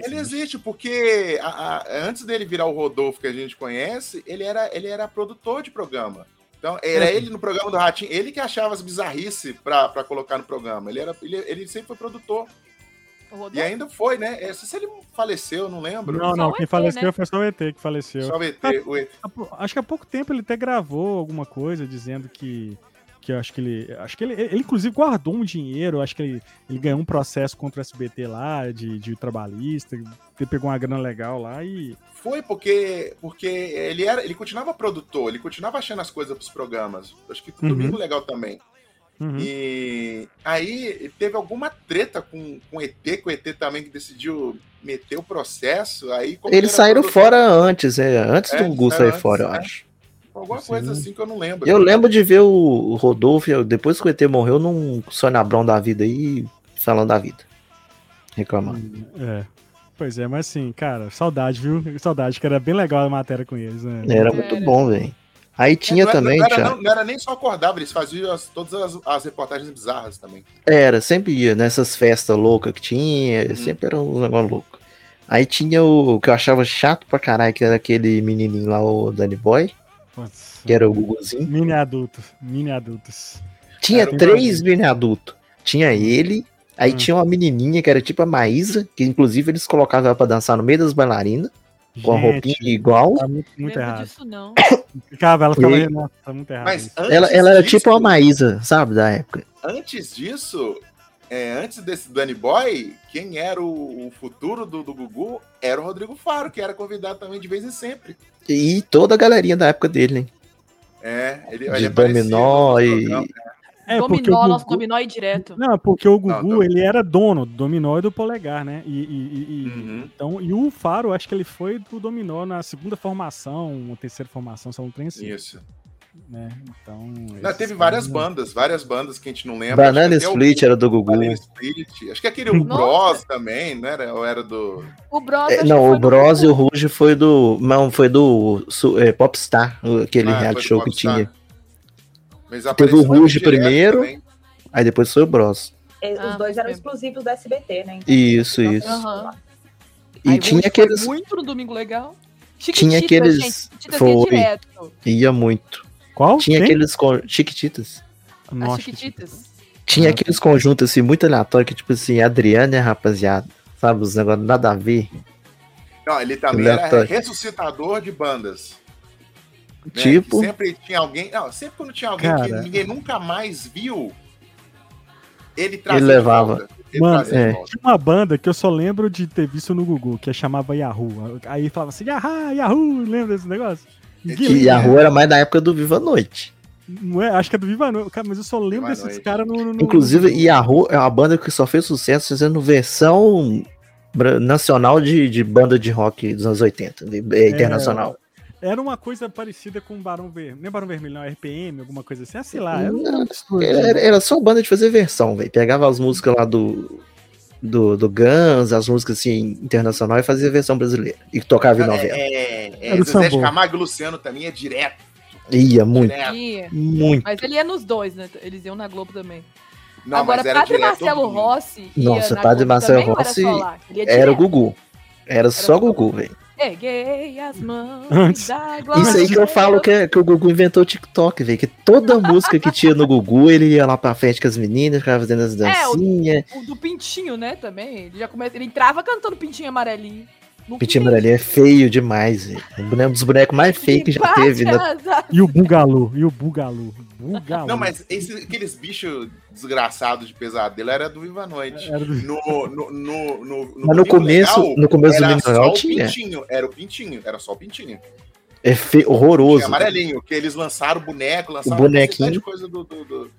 B: Ele é existe, porque a- a- antes dele virar o Rodolfo que a gente conhece, ele era, ele era produtor de programa. Então, era ele no programa do Ratinho, ele que achava as bizarrices pra, pra colocar no programa. Ele, era, ele, ele sempre foi produtor. E
E: Rodou.
B: ainda foi, né? É, não sei se ele faleceu, não lembro.
A: Não,
E: Só
A: não,
E: o
A: quem
E: ET,
A: faleceu
E: né?
A: foi só o ET que faleceu.
B: Só o ET, o ET.
A: Há pou- Acho que há pouco tempo ele até gravou alguma coisa dizendo que. Que eu acho que ele. Acho que ele, ele, inclusive, guardou um dinheiro. Acho que ele, ele ganhou um processo contra o SBT lá, de, de trabalhista. Ele pegou uma grana legal lá e.
B: Foi porque, porque ele era, ele continuava produtor, ele continuava achando as coisas pros programas. Acho que
A: Uhum.
B: domingo legal também.
A: Uhum.
B: E aí teve alguma treta com, com o ET, que o ET também que decidiu meter o processo. Aí, como
C: Eles
B: era
C: saíram
B: produtor,
C: fora antes, né? Antes
B: É,
C: do Gugu
B: saíram
C: sair
B: antes,
C: fora, eu
B: é.
C: acho.
B: Alguma coisa
A: Sim.
B: assim que eu não lembro.
C: Eu lembro de ver o Rodolfo, eu- depois que o ET morreu, num Sônia Abrão da vida aí, falando da vida. Reclamando.
A: É. Pois é, mas assim, cara, saudade, viu? Saudade, que era bem legal a matéria com eles, né?
C: Era muito
E: Era.
C: bom, velho. Aí tinha
B: Não era-
C: também,
B: não era,
C: Thiago.
B: não, não era nem só acordava, eles faziam as- todas as, as reportagens bizarras também.
C: Era, sempre ia nessas festas loucas que tinha, sempre era um negócio louco. Aí tinha o, o que eu achava chato pra caralho, que era aquele menininho lá, o Danny Boy,
A: Putz.
C: que era o Guguzinho.
A: Mini adulto, mini adultos.
C: Tinha
B: Era o
C: três mini adultos. Tinha ele, aí
A: Hum.
C: tinha uma menininha que era tipo a Maísa, que inclusive eles colocavam ela pra dançar no meio das bailarinas, com a
A: Gente,
C: roupinha igual.
A: Tá muito, muito
E: Lembro
A: errado.
E: disso, não.
C: É,
A: Ficava, ela ficava.
C: E-
A: Nossa, tá muito errado.
B: Mas
A: isso.
B: antes
C: Ela, ela era
B: disso-
C: tipo a Maísa, sabe, da época.
B: Antes disso, é, antes desse Danny Boy, quem era o, o futuro do, do Gugu era o Rodrigo Faro, que era convidado também de vez em sempre.
C: E toda a galerinha da época dele, hein?
B: É, ele,
C: De
B: ele aparecia
C: dominó
B: no- no
C: e-
B: programa. né?
A: É, porque o
E: dominó, nosso
A: Gugu-
E: dominó e direto.
A: Não, porque o Gugu,
B: Não, tá. não.
A: ele era dono do dominó e do polegar, né? E, e- e- e-
B: Uhum.
A: então, e o Faro, acho que ele foi do dominó na segunda formação, uma terceira formação, só um trem assim,
B: Isso.
A: né? Então...
B: Não,
A: esses
B: teve
A: caras-
B: várias
A: né?
B: bandas, várias bandas que a gente não lembra.
C: Banana
B: Acho que até o-
C: Split é era do Gugu.
B: Banana Split. Acho que aquele o
E: Nossa.
B: Bros também, não era? Ou era do.
E: O Bros.
C: É,
E: acho que
C: não,
E: foi
C: o
E: no
C: Bros e
E: Gugu.
C: o Ruge foi do. Não, foi do su- é, Popstar, o- aquele
B: Ah, foi
C: reality
B: do
C: show que
B: Popstar.
C: tinha.
B: Mas
C: Teve o
B: apareceu
C: Ruge
B: direto
C: primeiro.
B: também.
C: Aí depois foi o Bros.
D: É, Os
E: Ah,
D: dois eram
E: sim.
D: exclusivos da SBT, né? Então,
C: Isso,
D: não tem
C: isso.
E: Aham.
C: E
E: Aí o
C: tinha
E: Ruge foi
C: aqueles.
E: Muito no Domingo Legal.
C: Tinha aqueles.
E: Foi.
C: Foi, ia muito.
A: Qual?
C: Tinha
A: Tem?
C: aqueles con- chiquititas.
E: As
A: Nossa,
E: Chiquititas.
C: Tinha
B: Hum.
A: Ah,
C: aqueles conjuntos assim, muito aleatórios, que tipo assim, Adriana e a rapaziada. Sabe, os negócios nada a ver.
B: Não, ele também
C: Ele tá-
B: era
C: ator.
B: ressuscitador de bandas. né?
C: Tipo.
B: Que Sempre tinha alguém. Não, sempre quando tinha alguém
A: Cara.
B: que ninguém nunca mais viu, ele trazia.
C: Ele
B: de
C: levava.
B: volta. Ele
A: Mano,
B: trazia de
C: é.
B: volta.
A: Tinha uma banda que eu só lembro de ter visto no Gugu, que chamava Yahoo. Aí falava assim, Yahoo, Yahoo, lembra desse negócio?
B: É que
A: Guilherme,
C: E a rua era mais da época do Viva a Noite.
A: não é? Acho que é do Viva Noite, cara, mas eu só lembro
B: Viva
A: desses
B: Noite.
A: caras no, no- no-
C: Inclusive, Yahoo é uma banda que só fez sucesso fazendo versão bra- nacional de, de banda de rock dos anos 80, de- é, internacional.
A: Era uma coisa parecida com Barão Vermelho. Não é Barão Vermelho, não, RPM, alguma coisa assim. Ah, sei lá. Era
C: Não,
A: um absurdo.
C: Era, era só banda de fazer versão, velho. Pegava as músicas lá do, do, do Guns, as músicas assim, internacional e fazia versão brasileira. E tocava em novela.
B: É, é, é,
A: Era o
B: Zezé de
A: Sambor.
B: Camargo e Luciano também é direto. né?
C: Ia muito,
B: direto.
E: Tinha.
C: muito.
E: Mas ele ia nos dois, né? Eles iam na Globo também.
B: Não,
E: Agora,
B: mas era
E: Padre
B: direto
E: Marcelo
B: todo mundo.
E: Rossi. ia
C: Nossa,
E: na
C: Padre
E: Globo
C: Marcelo
E: também ou
C: Rossi
E: Era, só lá? Ele ia
C: Era o
E: direto.
C: Gugu. Era só Gugu, velho.
E: Peguei as mãos
A: Antes.
E: da
C: Isso aí que eu falo que, é- que o Gugu inventou o TikTok, velho. Que toda música que tinha no Gugu, ele ia lá pra frente com as meninas, ficava fazendo as
E: É, o-
C: dancinhas.
E: O do Pintinho, né, também. Ele já começa... Ele entrava cantando Pintinho Amarelinho. Nunca
C: Pitinho
E: entendi.
C: Amarelinho é feio demais, velho. É um dos bonecos mais feios que já
E: Bate
C: teve. né?
E: as asas.
A: E o Bugalu, e o Bugalu. Bugalu.
B: Não, mas esse- aqueles bichos desgraçados de pesadelo era do Viva a Noite.
A: Era do-
B: No, no, no, no, no
C: Mas no
B: Domingo
C: começo,
B: Legal,
C: no começo do
B: era
C: Domingo
B: só
C: Legal
B: o
C: tinha.
B: pintinho, era o pintinho, era só o pintinho.
C: É feio,
B: Tinha
C: horroroso.
B: amarelinho, que eles lançaram o boneco, lançaram
C: O bonequinho.
B: de coisa do, do, do-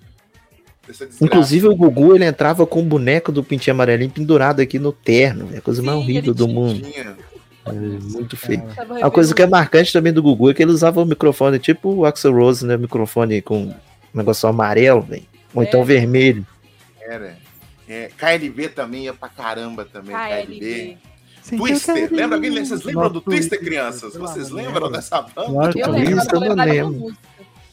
B: dessa desgraça.
C: Inclusive o Gugu ele entrava com o boneco do Pintinho Amarelinho pendurado aqui no terno, velho. a coisa mais
E: Sim,
C: horrível
E: ele
C: do
E: tinha-
C: mundo.
B: Tinha.
C: É, Muito feio.
A: Cara,
E: Tava
C: A coisa
E: revendo
C: que é marcante também do Gugu é que ele usava o microfone tipo o Axel Rose, né? Microfone com um negócio amarelo, velho. Ou
E: É.
C: então vermelho.
B: Era. É, KLB também ia pra caramba também, KLB.
E: KLB.
B: Twister,
C: um
B: lembra? Alguém, vocês lembram do
A: Nossa,
B: Twister, crianças?
A: pelo
B: Vocês
A: amor de
B: lembram
A: Deus.
B: dessa banda?
A: Claro que
E: Eu
A: eu
E: lembro,
A: lembro.
C: Twister, eu não
E: eu lembrava da
C: lembro.
E: música.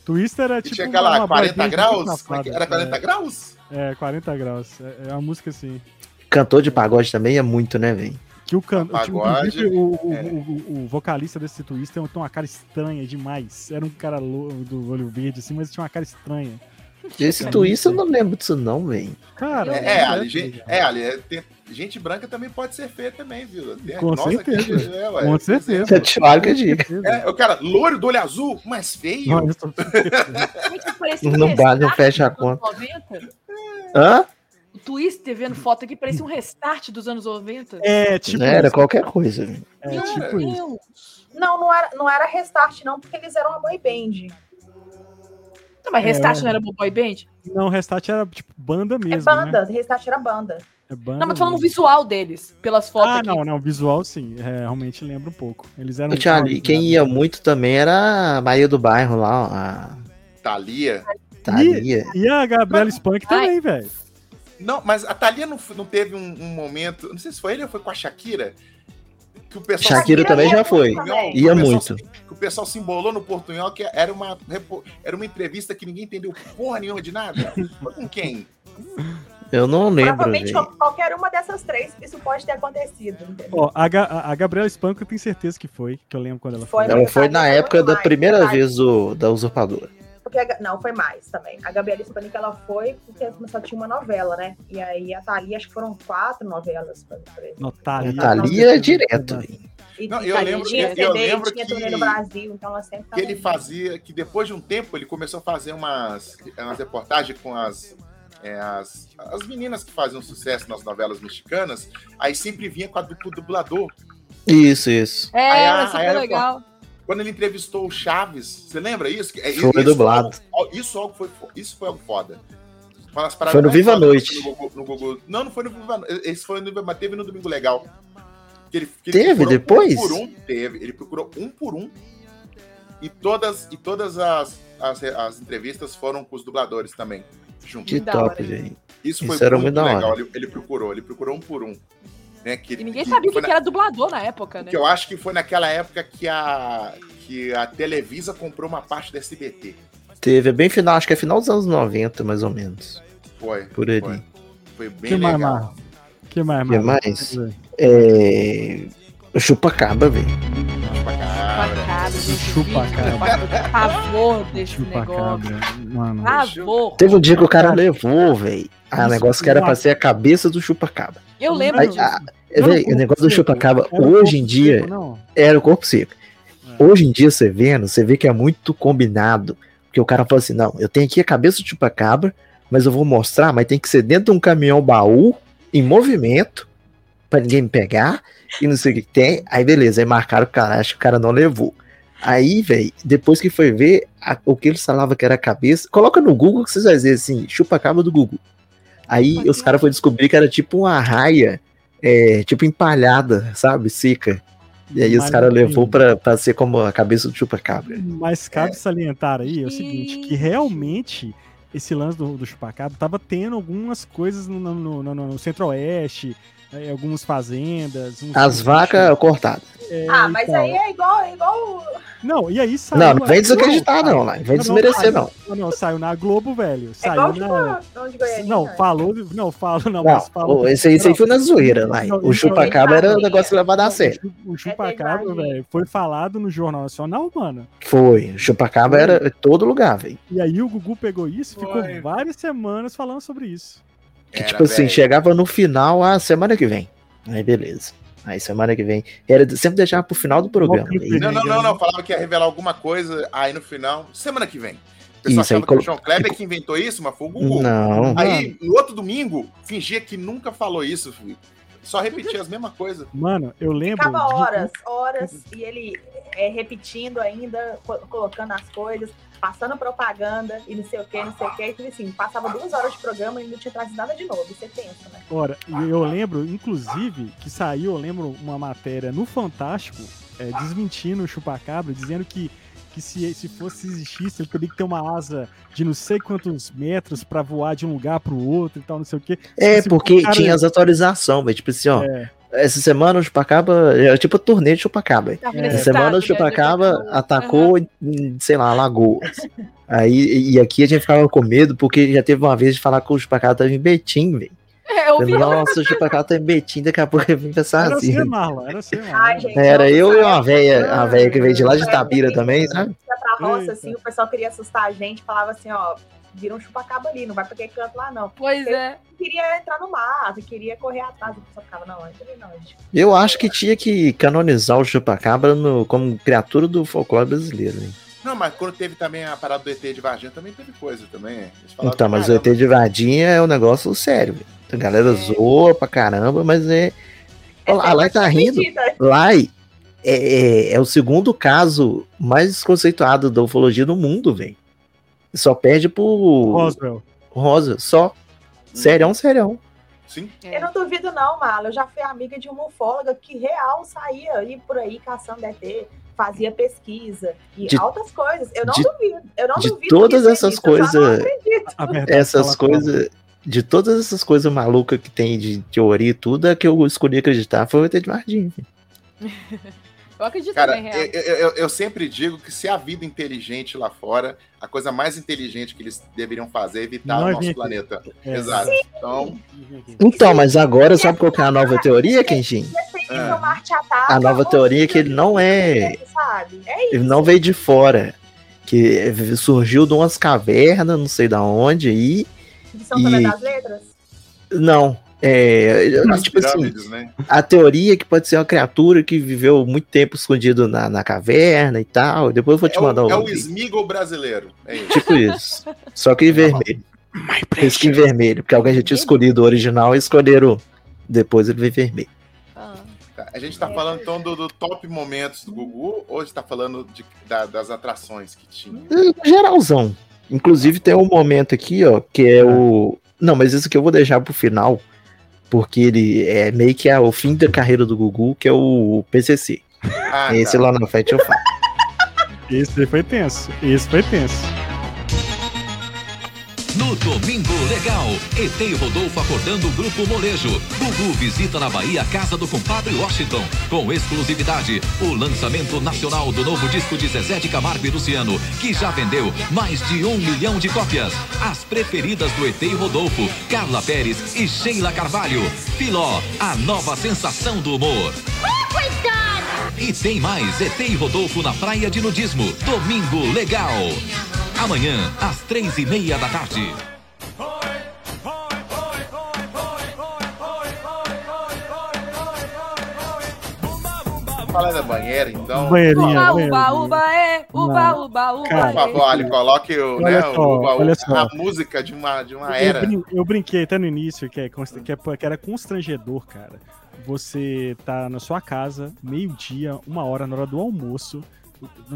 A: Twister era
B: Que
A: tipo.
B: tinha aquela
A: uma
B: 40
A: bandinha
B: graus? Como é que
A: desgraçada.
B: Era
C: né?
B: 40 graus?
A: É, é, 40 graus. É, é uma música assim.
C: Cantor de pagode também é muito, né, velho?
A: Que o can... tipo,
B: Pagode,
A: inclusive, o, o,
B: é.
A: o- o vocalista desse Twist tem uma cara estranha demais. Era um cara louro do olho verde, assim, mas tinha uma cara estranha.
C: Esse twist eu não lembro disso, não, velho.
A: Cara,
B: É, é,
A: não
B: Ali, gente,
A: legal.
B: é, Ali, é, tem- gente branca também pode ser feia também, viu? Tem-
A: Com
B: que-
A: certeza.
B: é, ué.
A: Com certeza.
C: É claro que eu digo.
B: É, o cara, loiro do olho azul, mas feio.
A: Não, eu tô-
D: é
E: Gente, parecia um
C: Não dá, não
E: restart
C: fecha a
E: dos anos
C: conta.
E: 90.
C: Hã?
E: O Twister vendo foto aqui parecia um restart dos anos 90.
A: É, tipo,
C: Não, era
A: isso,
C: qualquer coisa. velho.
A: é,
B: Meu
A: tipo isso.
D: Não, não era, não era restart, não, porque eles eram uma boy band.
E: Não, mas
A: É,
E: restart
A: eu-
E: não era boy band?
A: Não, o Restart era tipo banda mesmo.
D: é
A: Né?
D: banda, restart era banda.
A: É banda
E: Não, mas tô falando o
C: Ah.
A: mesmo.
E: visual deles, pelas fotos
A: Ah,
E: aqui.
A: não, não, visual sim, é, realmente lembra um pouco. Eles eram. né?
C: Ô, Charlie, quem ia muito também era a Bahia do Bairro lá, ó, a
B: Thalia.
C: Thalia.
A: E a Gabriela Spunk também, velho.
B: Não, mas a Thalia não, f- não teve um, um momento. Não sei se foi ele ou foi com a Shakira. Que o pessoal.
C: Shakira também já foi.
B: Portunhol,
C: Ia
B: o pessoal
C: muito.
B: se- que o pessoal se embolou no Portunhol, que era uma, repo- era uma entrevista que ninguém entendeu porra nenhuma de nada. Foi com quem?
C: Eu não lembro,
D: Provavelmente
C: velho.
D: qualquer uma dessas três, isso pode ter acontecido. entendeu?
A: Ó, a, Ga- a- a Gabriela Spunk eu tenho certeza que foi, que eu lembro quando ela foi.
D: Foi,
C: Ela foi na época da primeira
D: Verdade.
C: vez do, da usurpadora.
D: Porque a Ga- não, foi mais também. A Gabriela Hispânica, ela foi porque só tinha uma novela, né? E aí a Thalia, acho que foron quatro novelas. por exemplo.
A: No, Thalia.
C: Thalia é direto, velho.
D: E,
B: Não,
D: e
B: eu
D: Thalia
B: lembro-
D: tinha
B: eu-
D: CD,
B: eu lembro
D: tinha
B: que-
D: turnê no Brasil, então ela sempre
B: Que
D: tava
B: ele
D: indo.
B: fazia. Que depois de um tempo ele começou a fazer umas, umas reportagens com as. é, as, as meninas que faziam sucesso nas novelas mexicanas, aí sempre vinha com a dupla dublador.
C: Isso, isso.
E: É,
B: Aí a-
E: era super
B: aí era
E: legal.
B: Quando ele entrevistou o Chaves, você lembra isso? É, isso-
C: Foi
B: isso-
C: dublado.
B: Ó, Isso, é algo foi, fo- isso foi algo foda. Foi umas paradas
C: Foi no
B: mais
C: Viva a
B: fodas
C: Noite.
B: no Gugu- no Gugu. Não, não foi no Viva Noite. Esse foi no Viva mas teve no Domingo Legal. Que ele, que ele
C: Teve
B: procurou um
C: depois?
B: por um, teve. Ele procurou um por um. E todas, e todas as, as, as entrevistas foram com os dubladores também. Junto.
C: Que
E: Da
C: top,
E: hora.
C: velho.
B: Isso
C: Isso
B: foi
C: era
B: muito
C: muito da hora.
B: legal. Ele, ele procurou, ele procurou um por um. Né? Que,
E: E ninguém
B: que-
E: sabia o
B: foi
E: que,
B: na-
E: que era dublador na época, né?
B: que eu acho que foi naquela época que a, que a Televisa comprou uma parte da SBT.
C: Teve é bem final, acho que é final dos anos 90, mais ou menos.
B: Foi.
C: Por ali.
B: Foi, foi bem
A: que mais,
B: legal.
A: Marlon? que mais,
C: Que
A: Marlon?
C: mais? É. O Chupacaba, velho.
B: Pra
E: Pra
B: caralho.
E: cara, gente,
A: Chupa
E: vídeo,
A: cabra.
E: Pavor desse
A: Chupa
E: negócio.
A: cabra.
E: Ah,
A: Mano.
E: Pavor.
C: Teve um dia que o cara levou, velho. Ah,
A: Isso,
C: negócio que era pra
A: nossa.
C: ser a cabeça do Chupacaba.
E: Eu lembro
C: Aí,
E: disso.
C: a-
A: Era um
C: véi,
A: corpo
C: ah, o negócio do
A: seco.
C: Chupacaba,
A: Era um
C: hoje em
A: corpo
C: dia,
A: seco, não?
C: era o corpo seco.
A: É.
C: Hoje em dia, você vendo, você vê que é muito combinado. Porque o cara fala assim: não, eu tenho aqui a cabeça do chupacabra, mas eu vou mostrar, mas tem que ser dentro de um caminhão baú, em movimento, pra ninguém me pegar, e não sei o que que tem. Aí beleza, aí marcaram o cara, acho que o cara não levou. Aí, velho, depois que foi ver a- o que eles falavam que era a cabeça, coloca no Google que vocês vão dizer assim: chupacabra do Google. Aí os caras foram descobrir que era tipo uma raia, é, tipo empalhada, sabe, seca. E aí os
A: Mas,
C: caras
A: enfim,
C: levou pra, pra ser como a cabeça do chupacabra.
A: Mas cabe salientar aí é o seguinte, que
E: Gente.
A: realmente esse lance do, do chupacabra tava tendo algumas coisas no, no- no- no- no centro-oeste, eh, algumas fazendas. uns-
C: As vacas cortadas.
A: É,
D: Ah,
A: e
D: mas
A: tal.
B: então.
D: aí é igual, é igual
A: Não, e aí saiu...
C: Não, não vem desacreditar
A: saiu-
C: não, lá. Não vem desmerecer não.
A: Não, não, saiu na Globo, velho.
D: É
A: Saiu
D: igual
A: na...
D: tipo, não de Goiânia.
A: Não, falou... Não, falo não, mas
C: Não,
A: falo...
C: o- esse aí, esse aí foi na zoeira lá.
A: Não,
C: O
A: isso é
C: chupacabra era um
D: brincadeira.
C: negócio levado a
A: O
C: sério.
A: chu- O chupacabra,
D: É verdade.
A: velho, foi falado no Jornal Nacional, mano.
C: Foi. O chupacabra era em todo lugar, velho.
A: E aí o Gugu pegou isso, ficou
B: Foi.
A: várias semanas falando sobre isso.
C: Que
B: Era,
C: tipo assim,
B: velho.
C: chegava no final a semana que vem. Aí beleza. Aí semana que vem. Era sempre deixava pro final do programa.
A: Não,
C: E-
B: Não, não, não, não. Falava que ia revelar alguma coisa, aí no final, semana que vem. O
C: Isso,
B: pessoal
C: aí
B: achava que o
C: colo-
B: João Kleber é que inventou isso, mas foi o Google.
C: Não.
B: Aí, no outro domingo, fingia que nunca falou isso. filho. Só repetia as mesmas coisas.
A: Mano, eu lembro.
D: Ficava
A: de-
D: horas, horas, e ele é, repetindo ainda, co- colocando as coisas, passando propaganda e não sei o que, não sei o que. E tipo assim, passava duas horas de programa e não tinha trazido nada de novo. Você pensa, né?
A: Ora, e eu lembro, inclusive, que saiu, eu lembro, uma matéria no Fantástico, é, desmentindo o chupacabra, dizendo que, que se, se fosse existisse, ele teria que ter uma asa de não sei quantos metros pra voar de um lugar pro outro e tal, não sei o quê.
C: É,
A: Esse
C: porque
A: cara-
C: tinha as atualizações, velho. Tipo assim, ó.
A: É.
C: Essa semana o chupacabra. Era tipo turnê de chupacabra.
E: Tava
A: É.
C: Essa
E: nesse
C: semana o
E: estado, né,
C: Chupacaba
E: de-
C: atacou, em, sei lá, Lagoas. Aí, e aqui a gente ficava com medo, porque já teve uma vez de falar que o Chupacaba tava em Betim, velho.
E: É, eu vi.
C: Nossa, o Chupacabra tá metido, daqui a pouco eu vim pensar
A: Era
C: assim.
A: você, Marla. Era você,
D: Ai,
A: Marla.
D: gente,
C: É, Era
D: nossa,
C: eu e uma
D: sabe?
C: véia,
E: Ah,
C: a véia que veio de lá de Tabira também, sabe?
D: Ia pra roça,
A: Eita.
D: assim, o pessoal queria assustar a gente, falava assim, ó, vira um chupacaba ali, não vai pra aquele canto lá, não.
E: Pois é.
D: Queria entrar no mato, queria correr atrás, o pessoal ficava, não, entra ali não, é gente.
C: Eu acho que tinha que canonizar o Chupacabra no, como criatura do folclore brasileiro. Hein?
B: Não, mas quando teve também a parada do ET de Varginha, também teve coisa também. Eles falavam,
C: Então, mas o ET
B: "Caramba,
C: de Vadinha é um negócio sério. velho. A
E: É.
C: galera zoa pra caramba, mas é. Olha lá, a Lai
E: é
C: tá rindo.
D: Mentira,
C: Lai é, é- é o segundo caso mais desconceituado da ufologia do mundo, velho. Só perde pro Rosa.
A: Roswell.
C: só. Serião, serião.
B: Sim,
D: Eu não duvido não, Mala. Eu já fui amiga de uma ufóloga que real saía e por aí caçando ET, fazia pesquisa e
C: De-
D: altas coisas. Eu não
C: de-
D: duvido. Eu não
C: de
D: duvido. que
C: todas
D: isso
C: essas
D: exista, eu só
C: coisas-
D: não acredito.
A: A verdade
C: Essas
A: fala pela
C: coisas. De todas essas coisas malucas que tem de teoria e tudo, a que eu escolhi acreditar foi o ET de Varginha.
E: Eu acredito
B: cara,
E: também, é
B: eu,
E: real.
B: eu- eu- eu sempre digo que se a vida inteligente lá fora, a coisa mais inteligente que eles deveriam fazer é evitar
A: Nós
B: o nosso
A: vim aqui.
B: planeta.
A: É,
B: Exato. Então,
C: Então, mas agora, sabe qual que é a nova teoria, Kenjin?
D: Tem
B: Ah.
D: que tomar te ataca,
C: é. A nova
D: ou
C: teoria é
D: fica
C: que ele não é
D: aqui, Sabe? É isso.
C: Ele não veio de fora. Que surgiu de umas cavernas, não sei da onde, e.
D: De São Tomé
C: e-
D: é um das Letras?
C: Não. É,
B: as
C: tipo assim,
B: pirâmides, né?
C: a teoria é que pode ser uma criatura que viveu muito tempo escondido na, na caverna e tal. Depois eu vou te
B: é
C: mandar
B: o, é
C: um.
B: o Smigol brasileiro. É isso.
C: Tipo isso. Só
B: Tá
C: que em vermelho. Fez que em vermelho, porque alguém já tinha escolhido o original e escolheram. Depois ele veio vermelho.
E: Ah.
B: Tá, A gente tá
D: É.
B: falando então do, do top momentos do Gugu, ou a gente tá falando de- da- das atrações que tinha?
C: Hum, Geralzão. Inclusive tem um momento aqui, ó, que é o. Não, mas isso aqui eu vou deixar pro final, porque ele é meio que é o fim da carreira do Gugu, que é o PCC.
B: Ah,
C: Esse
B: tá.
C: lá na frente eu falo.
A: Esse foi tenso. Esse foi tenso.
F: No Domingo Legal, ET e Rodolfo acordando o Grupo Molejo. Gugu visita na Bahia a casa do compadre Washington. Com exclusividade, o lançamento nacional do novo disco de Zezé de Camargo e Luciano, que já vendeu mais de um milhão de cópias. As preferidas do ET e Rodolfo, Carla Pérez e Sheila Carvalho. Filó, a nova sensação do humor. E tem mais ET e Rodolfo na praia de nudismo. Domingo Legal. Amanhã, às três e meia da tarde.
B: Fala Tá da banheira, então.
A: Banheirinha,
E: Uba, uba,
A: banheirinha.
E: uba, é. Uba,
A: Não.
E: uba, uba,
A: Cara.
B: Por favor,
E: é.
B: Ali, coloque o,
A: Olha
B: né,
A: só,
B: o- o-
A: olha só. É
B: a música de uma, de uma
A: Eu,
B: Ah, era.
A: brin- eu brinquei até no início que, é const- que, é- que era constrangedor, cara. Você tá na sua casa, meio-dia, uma hora, na hora do almoço,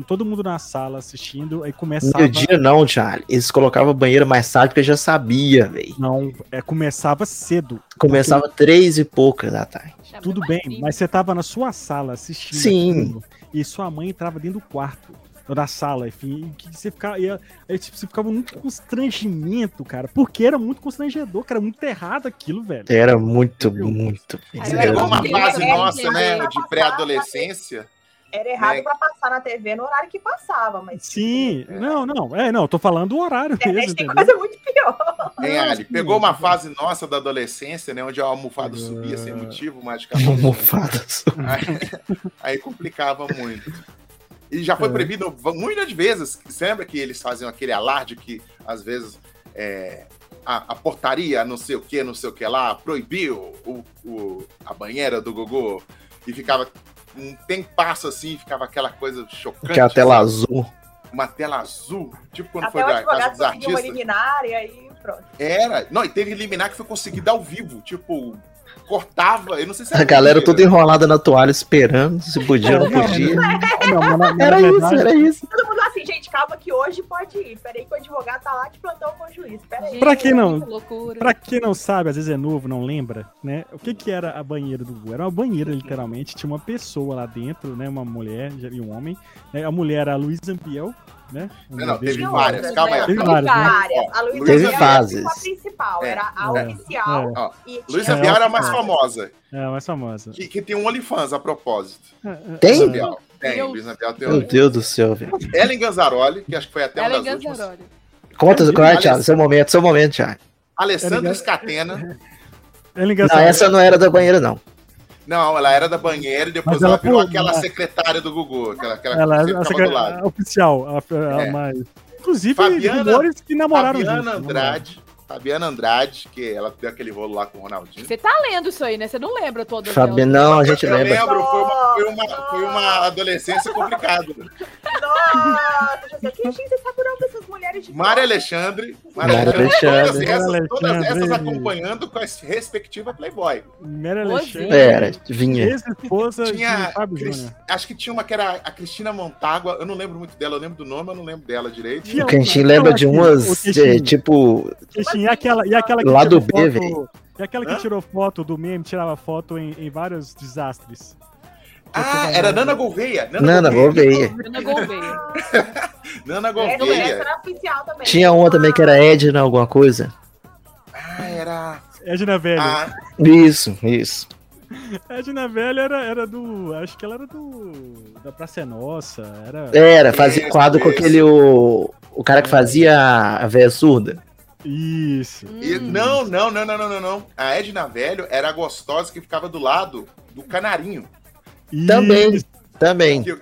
A: todo mundo na sala assistindo, aí começava.
C: Meu dia não, Charlie. Eles colocavam banheiro mais tarde porque já sabia, velho.
A: Não, é, começava cedo.
C: Começava três e poucas da tarde.
A: Tudo bem, mas você tava na sua sala assistindo.
C: Sim.
A: aquilo, e sua mãe entrava dentro do quarto, ou da sala, enfim. E que você ficava, e ela- aí, tipo, você ficava num constrangimento, cara. Porque era muito constrangedor, cara. Era muito errado aquilo, velho.
C: Era muito, muito.
B: Você
E: Era
B: pegou uma
E: bom.
B: fase
E: Era
B: nossa,
E: bom.
B: né, de pré-adolescência.
D: Era errado
B: É.
D: pra passar na TV no horário que passava, mas.
A: Sim, não, não. É, não, tô falando o horário
D: A
A: mesmo,
D: gente É, tem
A: entendeu?
D: coisa muito pior.
B: Hein,
A: Não,
B: Ali?
A: sim.
B: Pegou uma fase nossa da adolescência, né, onde a almofada
A: Ah.
B: subia sem motivo, magicamente. né?
C: Almofadas.
B: Aí, aí complicava muito. E já foi
A: É.
B: proibido v- muitas vezes. Você lembra que eles faziam aquele alarde que, às vezes, é, a, a portaria, não sei o que, não sei o que lá, proibiu o, o- a banheira do Gogô e ficava um tem passo assim, ficava aquela coisa chocante.
C: Aquela tela azul.
B: Uma tela azul, tipo quando
D: Até o
B: foi da Casa
D: advogado
B: dos
D: conseguiu uma
B: Artistas.
D: liminar e aí pronto.
B: Era. Não, e teve liminar que foi conseguido ao vivo. Tipo, cortava. Eu não sei se
C: A
B: era
C: galera
B: mentira.
C: toda enrolada na toalha esperando se podia ou não
A: Não,
C: podia.
A: Não, mas na- na
C: Era isso,
A: verdade-
C: era isso.
D: Todo mundo assim, gente, calma que hoje pode ir. Peraí que o advogado tá lá de plantão com o juiz. Peraí.
A: Pra quem não-
E: Que é loucura.
A: Pra quem não sabe, às vezes é novo, não lembra, né? O que que era a banheira do Gugu? Era uma banheira, literalmente. Tinha uma pessoa lá dentro, né? Uma mulher e um homem. né? A mulher era a Luísa Ambiel, né?
B: Não, não, teve
D: Tinha
B: várias.
D: outras,
B: Calma aí.
D: né?
A: Teve
B: calma aí.
A: várias, né?
D: Várias. A Luísa
B: Teve
D: Biel era
C: fases.
D: a principal,
B: É,
D: era a
A: é,
D: oficial. e
B: Luísa
A: É,
B: Biel era a mais
D: várias.
B: famosa,
A: É, a mais famosa.
B: que, que tem um OnlyFans a propósito.
A: É, é,
C: Tem?
B: Luísa
A: é,
B: Biel. Tem,
E: Meu-
B: Luísa Biel tem
C: Meu
B: um.
C: Deus do céu, velho.
B: Ellen Ganzaroli, que acho que foi até uma
E: Ela é
B: das últimas.
E: Ganzaroli.
C: Conta, qual é, Thiago? Seu momento, seu momento, Thiago.
B: Alessandra
A: Ellen-
B: Scatena.
A: É ligação.
C: Não, essa não era da banheira, não.
B: Não, ela era da banheira e depois
A: Mas
B: ela,
A: ela
B: virou
A: pulou,
B: aquela
A: né?
B: secretária do Gugu, aquela, aquela
A: Ela, é
B: que sempre
A: a,
B: ficava do lado.
A: secre- a oficial, a, a-
B: É.
A: mais. Inclusive,
B: Fabiana-
A: rumores que namoraram
B: Fabiana
A: juntos, né? namoraram.
B: Andrade. Fabiana Andrade, que ela deu aquele rolo lá com o Ronaldinho.
E: Você tá lendo isso aí, né? Você não lembra todas
C: Fabi... Não, a gente
B: Eu
C: lembra.
B: lembro, foi uma, foi uma, foi uma adolescência complicada.
D: Nossa, José, que gente, você tá curando essas mulheres de
B: Mária Alexandre, Mária
C: Mário
B: Alexandre, todas
C: Alexandre.
B: essas, todas
A: Alexandre.
B: essas acompanhando com a respectiva Playboy.
A: Mary
E: Pois
A: Alexandre,
C: Era, vinha.
A: ex-esposa
B: Tinha
A: de Fábio
B: Cris-
A: Júnior.
B: Acho que tinha uma que era a Cristina Montágua, eu não lembro muito dela, eu lembro do nome, eu não lembro dela direito.
A: Tinha
C: O Quentin
A: uma-
C: lembra
A: não,
C: de
A: aqui,
C: umas,
A: o Quentin-
C: eh, tipo,
A: Ixi, e aquela, e aquela que
C: Lá
A: tirou
C: do B, velho.
A: foto, E aquela que
B: Hã?
A: tirou foto do meme, tirava foto em, em vários desastres.
B: Ah, era Nana Gouveia.
C: Nana Gouveia.
E: Ana Gouveia.
B: Nana
D: Essa, essa
B: Gouveia.
D: era oficial também.
A: um
C: Tinha uma também que era Edna alguma coisa.
B: Ah, era.
A: Edna Velha.
B: Ah,
C: Isso, isso.
A: Edna Velha era, era do. Acho que ela era do. Da Praça é Nossa. Era.
C: Era, fazia
B: Isso,
C: quadro com
B: isso.
C: aquele o, o cara que fazia a- a véia surda.
A: Isso.
E: Hum.
B: e- não, não, não, não, não, não, não. A Edna Velho era a gostosa que ficava do lado do canarinho.
C: Também,
A: Isso.
C: também.
B: Que, o-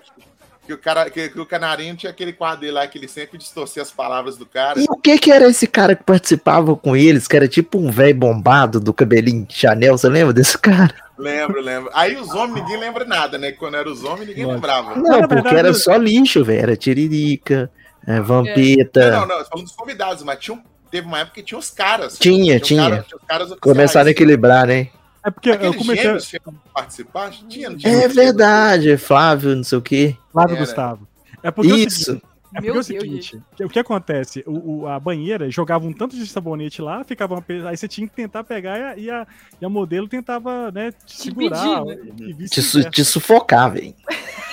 B: que o cara, que, que o canarinho tinha aquele quadro dele lá que ele sempre distorcia as palavras do cara.
C: E o que que era esse cara que participava com eles, que era tipo um velho bombado do cabelinho Chanel, você lembra desse cara?
B: Lembro, lembro. Aí os homens ninguém lembra nada, né? Quando era os homens ninguém
A: Nossa.
B: lembrava.
C: Não,
A: na
C: porque
A: verdade,
C: era
A: eu-
C: só lixo, velho, era tiririca, é, vampeta,
B: Não, não, não, falando dos convidados, mas tinha um- teve uma época que tinha os caras.
C: Tinha,
B: um
C: tinha.
B: cara- os caras oficiais.
C: começaram a equilibrar, né?
A: É porque eu
B: Aqueles
A: comecei.
B: gêmeos tinham que participar? Tinha, não tinha?
C: É verdade, Flávio, não sei o quê.
A: Flávio
B: Era.
A: Gustavo. É porque é o seguinte,
C: Isso,
A: É porque
E: Meu
A: é o
E: Deus,
A: seguinte, que- o que acontece? O, o- a banheira jogava um tanto de sabonete lá, ficava uma, pe- aí você tinha que tentar pegar e a, e a, e a modelo tentava, né, te segurar.
E: impedir,
B: né?
A: e
C: te,
A: vice-versa.
C: su- te sufocar, velho.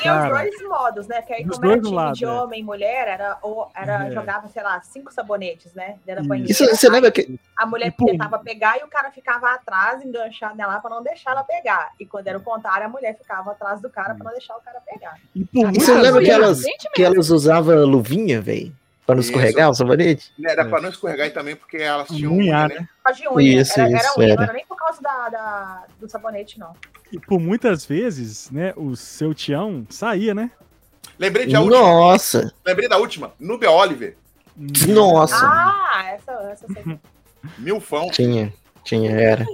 D: Tinha os
A: Cara.
D: dois modos, né? Que aí,
A: Dos
D: como era
A: dois
D: time
A: lados,
D: de
A: né?
D: homem e mulher, era, ou, era
A: É.
D: jogava, sei lá, cinco sabonetes, né? Dentro
A: Isso. é
D: da banheira.
C: Isso, você lembra que
D: A mulher
A: E pum.
D: tentava pegar e o cara ficava atrás, enganchado nela pra não deixar ela pegar. E quando era o contrário, a mulher ficava atrás do cara pra não deixar o cara pegar.
A: E por
C: Você
A: muitas
C: lembra que
A: vezes-
C: elas- que elas usavam luvinha, velho, pra não
B: Isso.
C: escorregar o sabonete?
B: né, Era pra não escorregar e também, porque elas tinham
A: Unha,
B: unha,
A: né?
B: né?
D: Só de unha.
C: Isso,
D: era, era
C: isso,
D: unha,
C: era.
D: não era nem por causa da, da- do sabonete, não.
A: e por muitas vezes, né, o seu Tião saía, né?
B: Lembrei, de a última,
C: Nossa,
B: lembrei da última, Nubia Oliver,
C: nossa,
D: Ah, essa, essa eu sei.
B: Milfão.
C: tinha, tinha, era.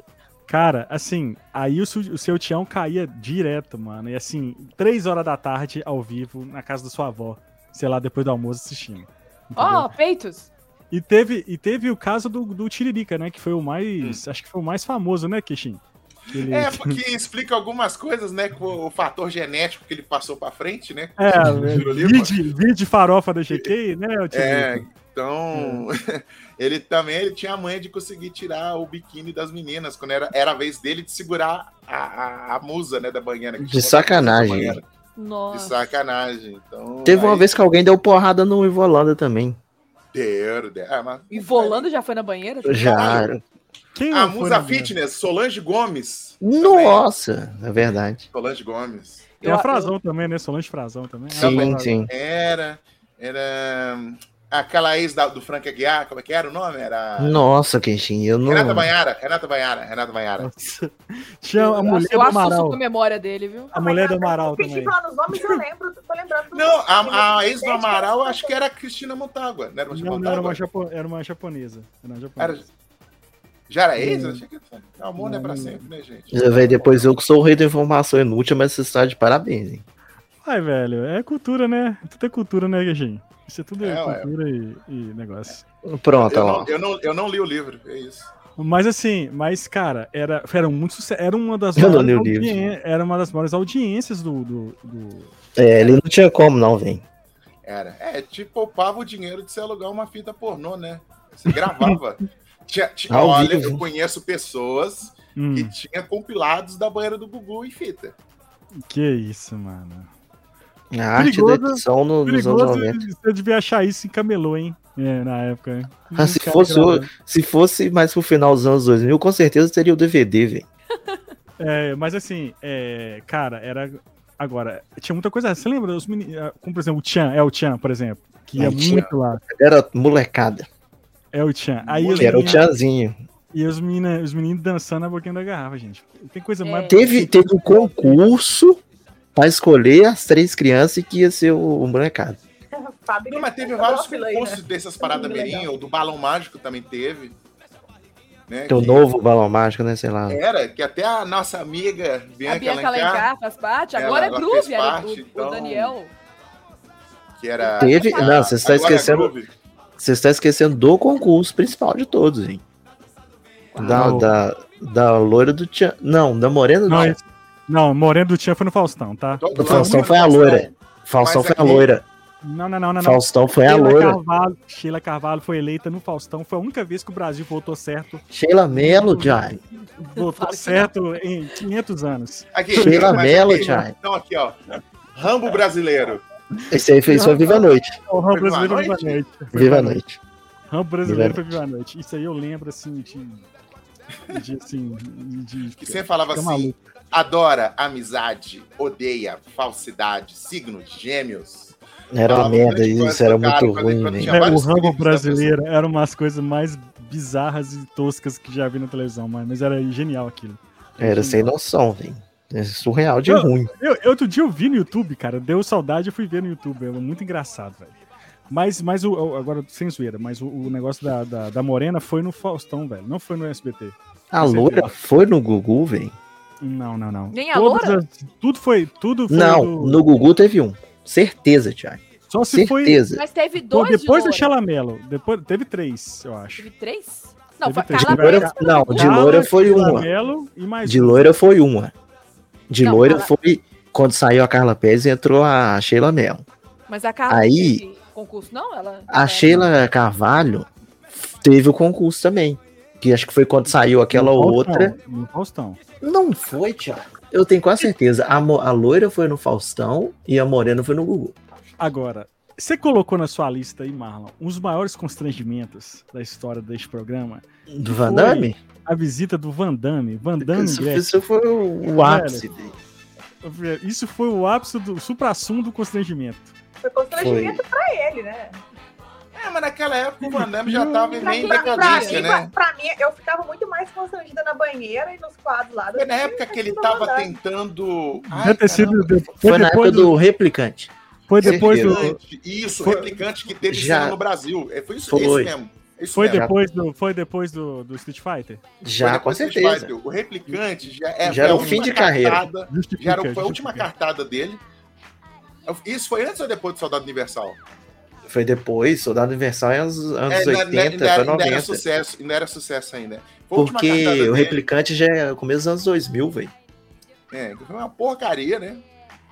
A: Cara, assim, aí o, su- o seu Tião caía direto, mano. E assim, três horas da tarde, ao vivo, na casa da sua avó. Sei lá, depois do almoço assistindo. entendeu?
E: Ó, peitos.
A: E teve, e teve o caso do, do Tiririca, né? Que foi o mais. Acho que foi o mais famoso, né, Kishin? Que ele-
B: Hum. É, porque explica algumas coisas, né? Com o fator genético que ele passou pra frente, né?
A: É,
B: Tiririca.
A: vide, vide farofa da GK, né? O
B: É,
A: Tiririca.
C: Hum.
B: então. ele também ele tinha a manha de conseguir tirar o biquíni das meninas, quando era, era a vez dele de segurar a, a, a musa, né? Da banheira. que
C: De
B: chamou-
C: sacanagem.
B: banheira. De
E: Nossa.
B: sacanagem. Então,
C: Teve uma
B: aí-
C: vez que alguém deu porrada no Ivolanda também.
B: Deram, deram. Ah, mas-
E: E volando já foi na banheira?
C: Já.
A: Quem é
B: A
A: não foi
B: musa
A: na-
B: fitness, Solange Gomes.
C: Nossa, é verdade.
B: Solange Gomes.
A: Tem a
E: Eu-
A: Frazão também, né? Solange Frazão também.
C: Sim,
A: Ah,
C: sim.
B: Era. Era. hum, Aquela ex da- do Frank Aguiar, como é que era o nome? Era.
C: Nossa, Kenshin, eu não.
B: Renata Banhara, Renata Banhara, Renata Banhara.
A: Nossa. Tinha a
E: Eu-
A: mulher
E: eu
A: do
E: acho
A: Amaral.
E: com a memória dele, viu?
A: A mulher do
D: Mas,
A: Amaral
D: eu pedi
A: também.
D: pra- nos nomes eu lembro, tô lembrando. dos
B: Não, a, a
D: nomes. né?
B: ex do Amaral, eu acho que era a Cristina Montágua. Não era uma
A: Não, não, era uma,
B: Montágua?
A: japo- era uma japonesa. Era uma Hum. japonesa.
B: Já era ex? Eu achei que era. Ah, O mundo é pra
A: Não.
B: sempre, né, gente?
C: Eu, véi, depois eu que sou o rei da informação inútil, mas você está de parabéns. Hein?
A: Ai, velho, é cultura, né? Tudo é cultura, né, Kishin? Isso é tudo
B: É, ué.
A: cultura e, e negócio.
C: Pronto,
B: Eu
C: ó.
B: não, eu, não, eu não li o livro, é isso.
A: Mas assim, mas, cara, era, era muito sucesso. Era uma das
C: Eu não li o
A: audien-
C: livro.
A: Era uma das maiores audiências do. do, do-
C: É, ele não tinha como, não, velho.
B: Era. É, te poupava o dinheiro de você alugar uma fita pornô, né? Você gravava. Tinha- tinha-
C: Ao
B: olha,
C: vivo.
B: eu conheço pessoas
A: Hum,
B: que tinha compilados da banheira do Gugu em fita.
A: que isso, mano.
C: A arte
A: Perigoso,
C: da edição no- nos anos
A: Perigoso,
C: 90.
A: você devia achar isso em camelô, hein? É, na época, hein?
C: Ah, se
A: Cara,
C: fosse
A: gravando.
C: Se fosse mais pro final dos anos 2000, com certeza teria o DVD, velho.
A: É, mas assim, é, cara, era. Agora, tinha muita coisa. Você lembra? Os meni- ah, Como, por exemplo, o Tchan, é o Tchan, por exemplo. Que ia
C: É o Tchan.
A: muito lá.
C: Era molecada.
A: É o Tchan. Aí os
C: Era o
A: meninos-
C: Tchanzinho.
A: E os, menina, os meninos dançando na boquinha da garrafa, gente. Tem coisa
E: É.
A: mais.
C: Teve, teve um concurso pra escolher as três crianças que ia ser o, o molecado.
D: Fábrica
B: Não, mas teve
D: de
B: vários
D: pedófilo aí, né?
B: concursos dessas paradas
D: Muito legal.
B: mirim, o do Balão Mágico também teve. Né,
C: Tem o
B: que
C: novo balão mágico, né? Sei lá.
B: Era, que até a nossa amiga Bianca,
E: a Bianca
B: Alencar,
E: Alencar faz parte,
B: Ela-
E: agora
B: ela
E: é
B: fez
E: Groove, era
B: parte,
E: o, o
B: então-
E: Daniel.
B: que era...
C: Teve.
B: a-
C: Não, você está
B: a Glória
C: esquecendo.
B: Groove.
C: Você está esquecendo do concurso principal de todos, hein? Da,
A: Uau.
C: da, da loira do Tchan. Não, da morena
A: Não, é.
C: não.
A: esse- não, Moreno do Tchan foi no Faustão, tá?
B: Todo
C: O
B: ano
C: Faustão
B: era
C: foi a
B: Faustão.
C: loira. Faustão
B: Mas
C: foi a
B: aqui-
C: loira.
A: é. Não, não, não, não. não.
C: Faustão foi a
A: Sheila
C: loira.
A: Carvalho, Sheila Carvalho foi eleita no Faustão. Foi a única vez que o Brasil votou certo.
C: Sheila Mello, Jai.
A: Votou certo em 500 anos.
B: Aqui,
C: Sheila
B: mas
C: Mello,
B: aqui,
C: Jai.
B: Então aqui, ó. Rambo brasileiro.
C: Esse aí fez foi Viva a Noite.
A: O Ram brasileiro foi
B: Viva
A: viva
B: a
A: a noite.
C: Viva a Noite.
A: Ram É um brasileiro
C: Viva
A: foi viva a noite. Isso aí eu lembro, assim, de. de assim. De,
B: Que sempre falava
A: Fica
B: assim, adora amizade, odeia falsidade, signos gêmeos.
C: Era uma
B: Falava
C: merda
B: bastante
C: isso,
B: coisa,
C: era
B: cara,
C: muito
B: quando-
C: ruim,
B: quando
C: velho.
B: tinha
A: É, o
B: vários
A: Rambo
B: clipes da
A: brasileiro era umas coisas mais bizarras e toscas que já vi na televisão, mano. Mas era genial aquilo.
C: Era sem noção, velho. É surreal de
A: Não.
C: ruim.
A: Eu, eu- outro dia eu vi no YouTube, cara. Deu saudade, eu fui ver no YouTube. É muito engraçado, velho. Mas, mas o, o- agora, sem zoeira, mas o, o negócio da, da, da Morena foi no Faustão, velho. Não foi no SBT.
C: A loira foi no Gugu, velho.
A: Não, não, não.
E: Nem a
A: Todas
E: loura?
A: as- tudo foi. Tudo foi
C: Não,
A: do-
C: no Gugu teve um. Certeza, Jai.
A: só se foi.
C: Certeza.
E: Mas teve
A: Pô,
E: dois
A: depois
E: de
A: do
E: loura.
A: Xalamelo. Depois, teve três, eu acho.
E: Teve três? Não,
A: Teve
E: foi
A: três.
E: Carla
A: Agora-
E: Perez.
C: não, de
E: Carla-
C: loira foi uma.
A: Xalamelo e mais
C: De
A: um.
C: loira foi uma. De
E: Não,
C: loira
E: ela-
C: foi. Quando saiu a Carla Pérez, entrou a Sheila Mello.
E: Mas a Carla
C: Aí-
E: teve concurso, não? Ela...
C: A Sheila Carvalho teve o concurso também. Que acho que foi quando saiu aquela
A: No Um Faustão,
C: outra.
A: No Faustão.
C: Não foi, Thiago. Eu tenho quase certeza. A, mo- a loira foi no Faustão e a morena foi no Gugu.
A: Agora, você colocou na sua lista aí, Marlon, os maiores constrangimentos da história deste programa.
C: Do Van Damme?
A: A visita do Van Damme. Van Damme
C: Isso,
A: ingressa.
C: isso foi o, o ápice. velho.
A: Isso foi o ápice do supra-sumo do constrangimento.
D: Foi constrangimento pra ele, né?
B: É, mas naquela época o Van Damme já tava em
D: Pra,
B: meio
D: quem,
B: em
D: pra,
B: decadência,
D: mim,
B: né?
D: pra mim, eu ficava muito mais constrangida na banheira e nos quadros lá. do
B: Foi na
D: que
B: época que ele
D: aqui no
B: tava
D: andar.
B: tentando.
A: Deve ter sido
B: caramba.
A: de-
C: Foi
A: foi
C: na época
A: depois do.
C: do replicante.
A: Foi depois do.
B: Replicante, Isso,
A: Foi-
B: replicante que teve
C: Já-
B: cena no Brasil. É, Foi isso,
C: Foi.
B: isso mesmo. Isso
A: Foi
B: mesmo.
A: depois do. Foi depois do, do Street Fighter.
C: Já,
B: Foi
C: com
B: depois que
C: certeza.
B: ele bateu. O replicante já, é,
C: Já era
B: é a
C: o fim
B: última
C: de carreira.
B: cartada-
A: Justifica,
B: já era, foi a última
A: justifica.
B: cartada dele. É Isso foi antes ou depois do Soldado Universal?
C: Foi depois, Soldado Universal é anos, anos
B: É,
C: 80, foi
B: ainda
C: 90.
B: era sucesso, ainda era sucesso ainda. Foi a última cartada
C: porque
B: dele.
C: o replicante já é começo dos anos 2000, velho.
B: É, foi uma porcaria, né?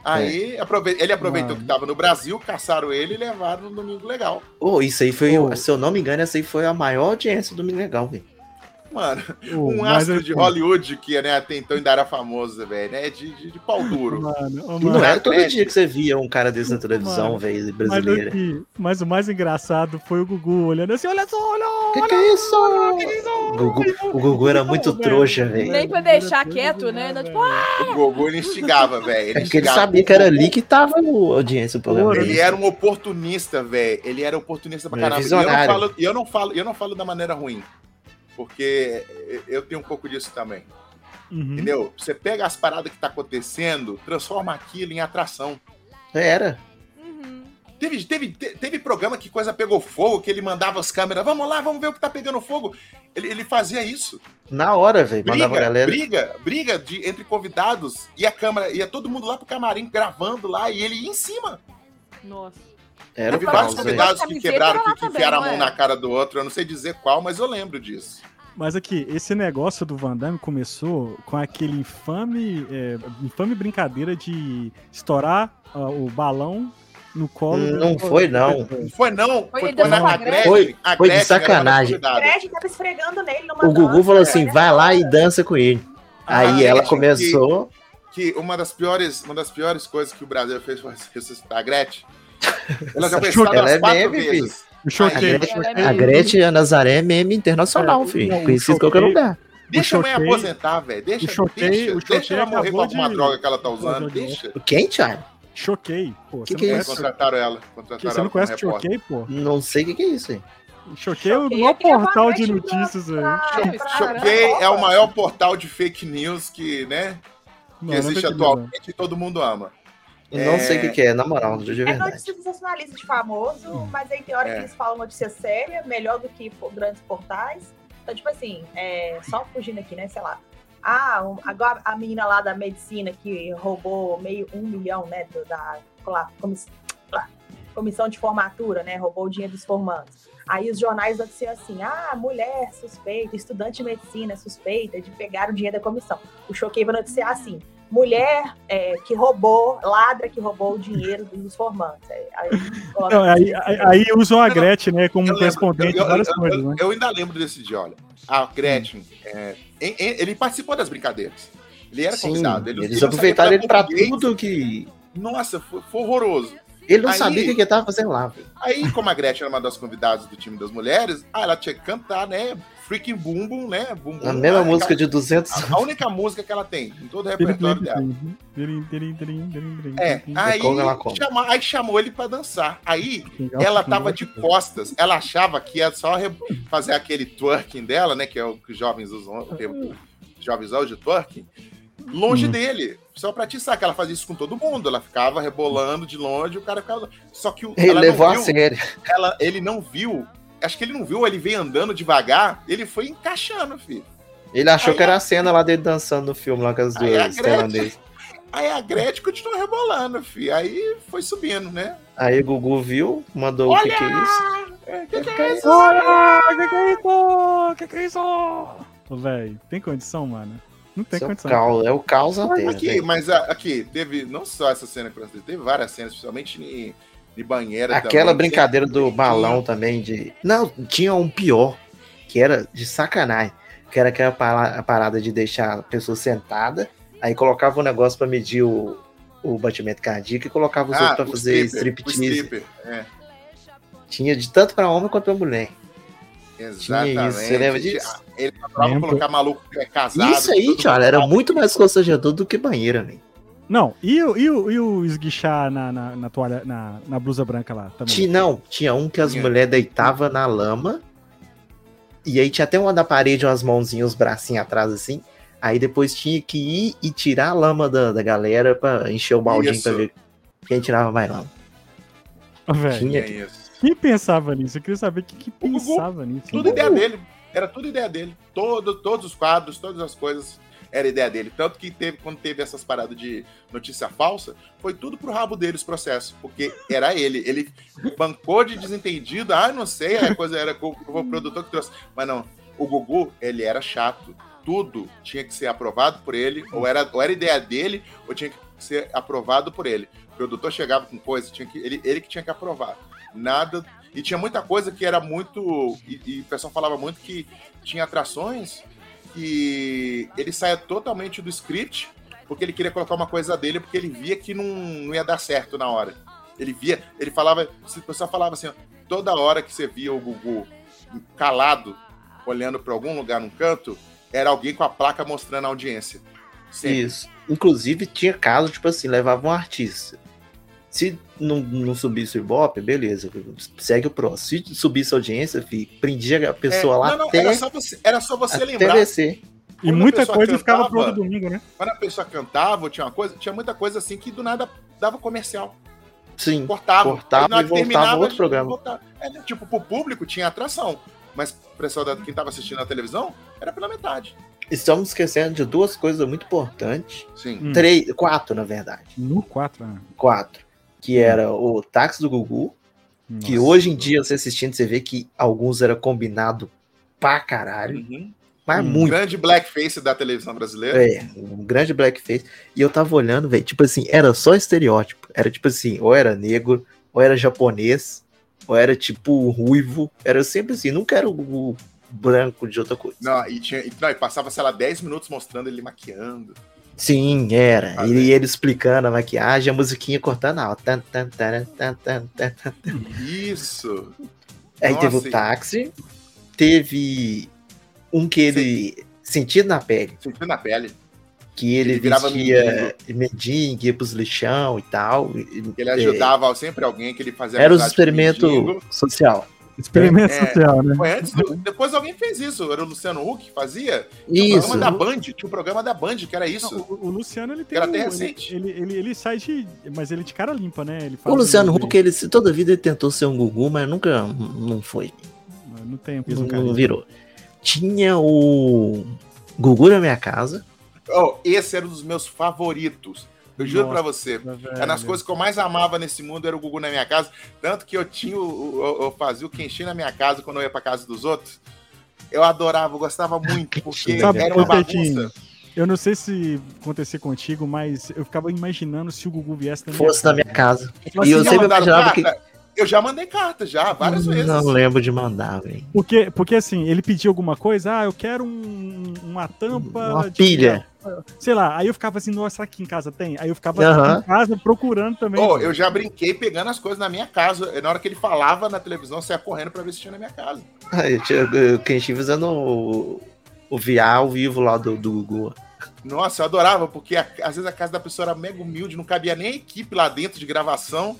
B: Aí
C: É.
B: aprove- ele aproveitou
A: Mano.
B: que tava no Brasil, caçaram ele e levaram no Domingo Legal.
C: Oh, isso aí foi,
A: Ô.
C: se eu não me engano, essa aí foi a maior audiência do Domingo Legal, velho.
B: Mano,
A: Oh,
B: um
A: mas
B: astro
A: eu-
B: de Hollywood que né, até então ainda era famoso, velho, né? De, de, de pau duro.
A: Mano, oh,
C: E não
A: mano.
C: era todo
B: Atlético.
C: dia que você via um cara desse na televisão,
A: Mano,
C: velho,
A: Mas,
C: brasileira.
A: aqui, mas o mais engraçado foi o Gugu olhando assim: olha só, olha,
C: Que que é isso? O Gugu, o Gugu era muito trouxa, velho.
E: Nem pra deixar quieto, né? Não, tipo,
B: O Gogô ele instigava, velho.
C: É porque ele
B: instigava.
C: sabia que era ali que tava o- a audiência, o programa.
A: Ouro,
C: dele.
B: Ele era um oportunista, velho. Ele era oportunista pra
C: Ele é
B: caramba. E eu, não
C: visionário.
B: falo, e eu não falo, eu não falo da maneira ruim. Porque eu tenho um pouco disso também.
A: Uhum.
B: Entendeu? Você pega as paradas que tá acontecendo, transforma aquilo em atração.
C: Era.
E: uhum.
B: Teve, teve, te- teve programa que coisa pegou fogo, que ele mandava as câmeras, vamos lá, vamos ver o que tá pegando fogo. Ele, ele fazia isso.
C: Na hora, velho. Mandava a
B: Briga,
C: galera.
B: briga, briga de, entre convidados e a câmera, ia todo mundo lá pro camarim gravando lá e ele ia em cima.
E: Nossa.
C: Era o
B: teve
C: caos,
B: vários
E: Paulo,
C: velho.
B: convidados
E: Mas a
B: que
E: camiseta
B: quebraram,
E: era lá
B: que, que enfiaram a
E: também,
B: mão
E: não é?
B: na cara do outro, eu não sei dizer qual, mas eu lembro disso.
A: Mas aqui, esse negócio do Van Damme começou com aquele infame, é, infame brincadeira de estourar ó, o balão no colo. do-
C: Não foi, não.
B: Não foi não, foi,
E: Foi ele
B: quando
E: dando
B: a
E: uma
B: Gretchen,
C: Foi-
B: a
C: foi de
B: Gretchen era uma
C: sacanagem.
B: das convidadas.
D: Gretchen tava esfregando nele numa
C: O Gugu
D: dança,
C: falou assim:
D: né?
C: vai lá e dança com ele. Aí
B: Ah,
C: ela
B: gente,
C: começou.
B: que uma das piores, uma das piores coisas que o Brasil fez foi ressuscitar a Gretchen. Ela já
C: Essa
B: foi citada
C: ela é
B: umas quatro
C: meme, filho.
B: vezes.
A: Eu
C: A
A: choquei.
C: Gretchen-
B: é
A: eu choquei.
C: A Gretchen e a Nazaré é meme internacional,
A: É,
C: filho.
A: não, o
C: Conhecido em
A: choqueio-
C: qualquer lugar.
B: Deixa a
A: choquei-
B: mãe aposentar, velho. Deixa,
A: o choquei-
B: deixa,
A: o
B: deixa
A: choquei
B: ela morrer
A: acabou
B: com alguma
A: de-
B: droga que ela tá
A: Acabou
B: usando.
A: de-
B: Deixa.
C: Quem, Thiago?
A: Choquei, pô.
C: Que
A: você
C: que
A: não
C: é
B: É,
A: conhece,
B: contrataram ela. Contrataram
A: você não
B: ela como
A: conhece
B: repórter.
A: Choquei, pô?
C: Não sei o que, que é isso, hein?
A: Choquei o
D: Choquei
A: maior
D: aquele
A: portal de
D: abacate
A: notícias aí.
D: Pra-
E: Ah,
D: pra-
B: Choquei é o maior portal de fake news que, né, que
A: Não, não
B: existe
A: tem que
B: atualmente e todo mundo ama.
C: Eu não
B: É.
C: sei o que, que é, na moral, de
D: É
C: verdade.
D: notícia sensacionalista de famoso, mas aí tem hora
B: É.
D: que eles falam notícia séria, melhor do que po- grandes portais. Então, tipo assim, é, só fugindo aqui, né? Sei lá. Ah, um- agora a menina lá da medicina que roubou meio um milhão, né? do- da lá, comiss- lá, comissão de formatura, né? Roubou o dinheiro dos formandos. Aí os jornais noticiam assim: ah, mulher suspeita, estudante de medicina suspeita de pegar o dinheiro da comissão. O Choquei vai noticiar assim: mulher é, que roubou, ladra que roubou o dinheiro dos formandos. Aí, aí coloca-
A: Não, é aí, aí- aí usam a
B: Eu não-
A: Gretchen, né, como
B: Eu lembro-
A: correspondente
B: eu-
A: de
B: eu-
A: várias
B: eu-
A: coisas,
B: eu-
A: né?
B: eu ainda lembro desse dia, olha. A Gretchen, é, em- em- ele participou das brincadeiras. Ele era
C: Sim,
B: convidado. Ele,
C: eles
B: não sabia
C: aproveitaram
B: falar
C: ele pra
B: português.
C: tudo que.
B: Nossa, foi, foi horroroso.
C: Ele não
B: Aí-
C: sabia o que, que ele tava fazendo lá. velho.
B: Aí, como a Gretchen era uma das convidadas do time das mulheres, ah, ela tinha que cantar, né? Freaking Boom Boom, né? Boom,
C: A
B: boom,
C: mesma
B: ah,
C: música de 200
B: A, a única música que ela tem em todo o
A: Tirim,
B: repertório
A: tirim,
B: dela.
A: tirim, tirim, tirim, tirim, tirim, tirim,
B: assim. É,
A: tirim.
B: aí,
C: como ela come.
B: chama- aí chamou ele pra dançar. Aí
A: Legal,
B: ela
A: legal.
C: é
B: tava de costas, ela achava que ia só re- fazer aquele twerking dela, né? Que é o que os jovens usam, que os jovens usam de twerking, longe
A: Hum.
B: dele. Só pra atiçar, que ela fazia isso com todo mundo. Ela ficava rebolando de longe, o cara ficava. Só que o,
C: Ele
B: ela não
C: levou a
B: viu-
C: sério.
B: ela- ele não viu. Acho que ele não viu, ele veio andando devagar, ele foi encaixando, filho.
C: Ele achou
B: Aí
C: que
B: a-
C: era a cena lá dele dançando no filme lá com as
B: Aí a
C: duas
B: Gretchen-
C: tailandesas.
B: Aí a Gretchen continuou rebolando, filho. Aí foi subindo, né?
C: Aí o Gugu viu, mandou o que, que é isso.
B: É, que que é isso?
A: Olha, que que é isso? Que que é isso? Ô, Véi, tem condição, mano? Não tem
C: Isso é, o
A: condição.
C: caos, é o caos na
B: Mas
C: terra,
B: aqui,
C: velho.
B: mas a- aqui, teve não só essa cena que eu assisti, teve várias cenas, principalmente em, em banheira.
C: Aquela
B: também. né?
C: brincadeira do balão também de. Não, tinha um pior, que era de sacanagem. Que era aquela pala- a parada de deixar a pessoa sentada, aí colocava um negócio pra medir o, o batimento cardíaco e colocava os
B: Ah,
C: outros pra
B: o
C: tá fazer
B: stripper, o
C: striptease.
B: stripper,
C: Tinha de tanto pra homem quanto pra mulher.
B: Exatamente.
C: Você lembra disso?
B: Ele adorava
A: Lembro.
B: colocar maluco é, casado.
C: Isso aí,
B: todo mundo-
C: Tiago, era muito mais constrangedor do que banheira, né? velho.
A: Não, e o, e o, e o esguichar na, na, na toalha, na, na blusa branca lá também?
C: Ti- não, tinha um que as
B: Tinha.
C: mulheres deitavam na lama. E aí tinha até uma da parede, umas mãozinhas, os bracinhos atrás, assim. Aí depois tinha que ir e tirar a lama da, da galera pra encher o baldinho
B: Isso.
C: pra ver quem tirava mais lama.
A: Ô, Véi,
C: Tinha.
B: É isso.
A: quem pensava nisso? Eu queria saber quem que
B: Gugu.
A: pensava nisso.
B: Tudo ideia dele. Era tudo ideia dele. Todo, todos os quadros, todas as coisas era ideia dele. Tanto que teve, quando teve essas paradas de notícia falsa, foi tudo pro rabo dele os processos. Porque era ele. Ele bancou de desentendido. Ah, não sei, a coisa era com o produtor que trouxe. Mas não, o Gugu, ele era chato. Tudo tinha que ser aprovado por ele, ou era, ou era ideia dele, ou tinha que ser aprovado por ele. O produtor chegava com coisa, tinha que, ele, ele que tinha que aprovar. Nada. E tinha muita coisa que era muito. E, e o pessoal falava muito que tinha atrações que ele saia totalmente do script, porque ele queria colocar uma coisa dele, porque ele via que não, não ia dar certo na hora. Ele via, ele falava, o pessoal falava assim, ó, toda hora que você via o Gugu calado, olhando para algum lugar num canto, era alguém com a placa mostrando a audiência. Sempre.
C: Isso. Inclusive, tinha caso, tipo assim, levava um artista. Se não, não subisse o Ibope, beleza, segue o próximo. Se subisse a audiência, fi, prendia a pessoa
B: É,
C: lá
B: não, não,
C: até,
B: era só você, era só você
C: até
B: lembrar.
C: descer.
A: E
B: Quando a
A: muita
B: pessoa
A: coisa ficava
B: cantava-
A: pronta domingo, né?
B: Quando a pessoa cantava, ou tinha uma coisa, tinha muita coisa assim que do nada dava comercial.
C: Sim.
B: Cortava.
C: Cortava
B: Aí na hora
C: e
B: que
C: voltava outro
B: a gente
C: programa.
B: voltava. É, tipo, pro público tinha atração. Mas pro pessoal da, quem tava assistindo na televisão era pela metade.
C: Estamos esquecendo de duas coisas muito importantes.
B: Sim.
A: Hum.
C: Três, quatro, na verdade.
A: No 4, né?
C: Quatro. Que era o táxi do Gugu. Que
A: Hum. Nossa.
C: hoje em dia, você assistindo, você vê que alguns era combinado pra caralho. Mas
A: Hum.
C: muito.
B: Uhum. Grande blackface da televisão brasileira.
C: É, um grande blackface. E eu tava olhando, velho, tipo assim, era só estereótipo. Era tipo assim, ou era negro, ou era japonês, ou era tipo ruivo. Era sempre assim, nunca era o Gugu branco de outra coisa.
B: Não, e, tinha, e, não, e passava, sei lá, 10 minutos mostrando ele maquiando.
C: Sim, era.
B: Ah,
C: e
B: né?
C: ele explicando a maquiagem, a musiquinha cortando a aula. Tan, tan, taran, tan, tan, tan.
B: Isso.
C: Aí
B: Nossa,
C: teve
B: e-
C: o táxi, teve um que ele. Sentido na pele,
B: Sentindo na pele.
C: que ele,
B: Ele virava
C: vestia mendigo, ia pros lixão e tal. e-
B: Ele
C: é,
B: ajudava sempre alguém que ele fazia.
C: era os
B: amizade com o
C: experimento
B: mendigo.
C: social.
G: Experimento
B: É.
G: social, né?
B: Foi antes do- depois alguém fez isso. Era o Luciano Huck que fazia. Tinha O
C: Isso.
B: programa da Band. Tinha o programa da Band, que era isso.
A: Não, o, o Luciano, ele tem.
B: Era
A: um-
B: até
A: ele,
B: recente.
A: ele, ele, ele sai de. Mas ele de cara limpa, né? Ele
C: O
A: faz
C: Luciano
A: um-
C: Huck, ele se- toda vida ele tentou ser um Gugu, mas nunca não foi.
A: No tempo,
B: um
C: Não,
A: no cara.
C: não virou. Tinha o Gugu na minha casa.
B: Oh, esse era um dos meus favoritos. Eu juro
A: Nossa,
B: pra você.
A: Tá
B: É nas coisas que eu mais amava nesse mundo era o Gugu na minha casa. Tanto que eu tinha o, o- o- eu fazia o Kenshin na minha casa quando eu ia pra casa dos outros. Eu adorava, eu gostava muito, porque
A: Sabe,
B: era uma
A: ô, Pedrinho,
B: bagunça.
A: Eu não sei se acontecer contigo, mas eu ficava imaginando se o Gugu viesse na minha
C: Fosse na
A: casa.
C: minha casa.
B: Mas
C: e eu
B: vocês já
C: sempre
B: mandaram
C: imaginava que-
B: carta? Eu já mandei carta, já, várias vezes.
C: Não lembro de mandar, velho.
A: Porque, porque assim, ele pediu alguma coisa, ah, eu quero um- uma tampa.
C: Uma
A: de-
C: pilha.
A: Sei lá, aí eu ficava assim, nossa, será que aqui em casa tem? Aí eu ficava
C: Aham.
A: em casa procurando também.
B: Ô, eu já brinquei pegando as coisas na minha casa. Na hora que ele falava na televisão, eu saía correndo pra ver se tinha na minha casa.
C: Aí eu tinha- eu- Quem estive fazendo o, o VA ao vivo lá do, do Gugu.
B: Nossa, eu adorava, porque a- às vezes a casa da pessoa era mega humilde, não cabia nem a equipe lá dentro de gravação.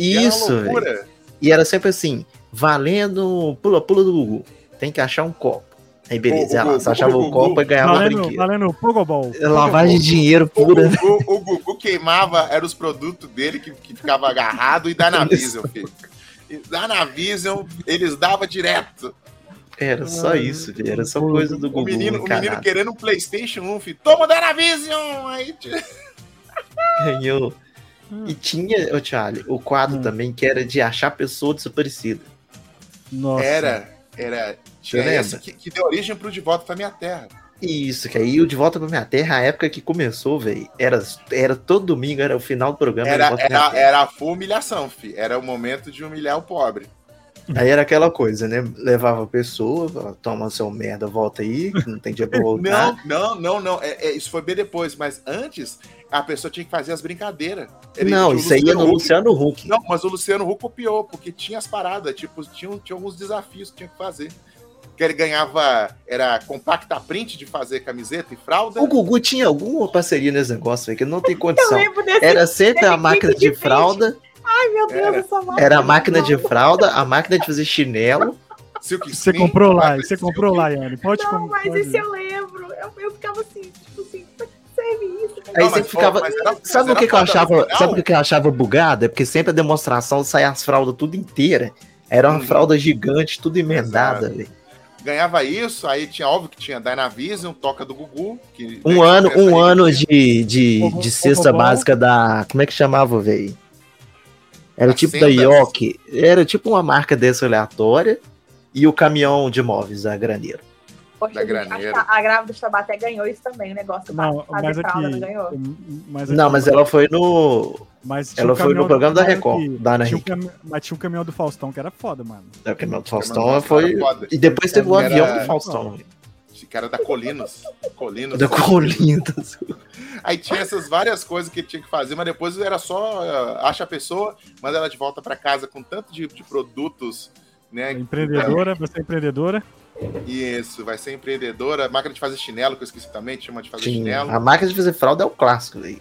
B: E era é uma
C: Isso, velho.
B: loucura.
C: E era sempre assim, valendo pula-pula do Gugu. Tem que achar um copo. Aí beleza,
B: O- o
C: ela
B: Gugu-
C: só achava
B: o
C: o
B: Gugu-
C: copo e ganhava o
A: valendo,
C: brinquedo.
A: valendo Pogobol.
C: É Lavagem de dinheiro
B: O
C: pura. né?
B: Gugu, o Gugu queimava, era os produtos dele que, que ficava agarrado e da Navision, filho. E Da Navision, eles davam direto.
C: Era só isso, velho. Era só coisa do
B: O
C: Gugu.
B: menino, o menino
C: encanado.
B: querendo um Playstation 1, filho. Toma da Navision! Aí, tio.
C: ganhou. E tinha, ô Charlie, o quadro
A: Hum.
C: também que era de achar pessoa desaparecida.
A: Nossa.
B: era, era. Tinha
C: Você
B: esse
C: lembra?
B: que, que deu origem pro De Volta pra Minha Terra.
C: Isso, que aí o De Volta pra Minha Terra, a época que começou, velho, era, era todo domingo, era o final do programa.
B: Era,
C: De Volta pra Minha
B: era,
C: Terra.
B: era a full humilhação, filho. Era o momento de humilhar o pobre.
C: Aí era aquela coisa, né? Levava a pessoa, falava, toma seu merda, volta aí, que não tem dia pra voltar.
B: Não, não, não, não. É, é, isso foi bem depois, mas antes a pessoa tinha que fazer as brincadeiras. Ele-
C: Não,
B: o
C: isso aí é no
B: Huck
C: Luciano Huck.
B: Não, mas o Luciano Huck copiou, porque tinha as paradas, tipo, tinha, tinha alguns desafios que tinha que fazer. Que ele ganhava, era compacta print de fazer camiseta e fralda.
C: O Gugu tinha alguma parceria nesse negócio, velho, que não tem
D: Eu
B: é
C: condição.
D: lembro desse.
B: assim,
C: Era sempre a
D: Ele
C: máquina
D: fica de
C: de fralda,
D: Ai, meu Deus,
B: Era-
D: essa máquina.
C: era a máquina de fralda, a máquina de fazer chinelo.
B: Silk
A: Você
B: Screen,
A: comprou lá,
B: Silk
A: você comprou lá, Yane. Pode
D: Não,
A: comer.
D: mas é
A: pode-
D: isso eu lembro. Eu, eu ficava assim, tipo assim, pra que serve isso?
C: Aí
B: Não,
C: sempre
B: mas, pô,
C: ficava.
B: mas era- mas
C: sabe o
B: era
C: que, que eu
B: foda, no
C: achava?
B: final-
C: Sabe o que, que eu achava bugado? É porque sempre a demonstração saia as fraldas tudo inteira. Era uma
B: Uhum.
C: fralda gigante, tudo emendada, velho.
B: Ganhava isso, aí tinha, óbvio que tinha Dynavision, Toca do Gugu. que-
C: Um
B: né,
C: ano,
B: essa
C: um
B: aí-
C: ano de, de,
A: Ovo-
C: de cesta
A: ovo bom.
C: básica da. Como é que chamava, velho? Era o
B: Da
C: tipo da
B: Sendas.
C: York. Era tipo uma marca dessa aleatória. E o caminhão de móveis, a graneira.
D: Poxa,
B: Da
D: gente,
B: graneira.
D: A, Cha- a grávida de Tabaté ganhou isso também, o negócio.
A: Não,
D: Fazer
A: mas
D: fralda,
A: aqui-
D: não ganhou.
A: Mas é
C: Não,
A: aqui-
C: mas ela foi no.
A: mas tinha
C: Ela
A: um
C: foi no
A: caminhão
C: programa da
A: Ana
C: Record,
A: que-
C: da Ana
A: tinha um
C: Hickman.
A: cami- Mas tinha o caminhão do Faustão, que era foda, mano.
C: O caminhão do
B: Era
C: Faustão
B: uma
C: foi.
B: é foda.
C: E depois teve o
B: Era-
C: avião do Faustão. véi.
B: Esse cara é da Colinos. Colinos.
C: Da assim, Colindas.
B: Aí tinha essas várias coisas que tinha que fazer, mas depois era só eh, acha a pessoa, manda ela de volta pra casa com tanto de, de produtos, né?
A: Empreendedora, você é empreendedora.
B: Isso, vai ser empreendedora. Máquina de fazer chinelo, que eu esqueci também, chama de fazer
C: Sim,
B: chinelo.
C: a máquina de fazer fralda é o clássico, velho.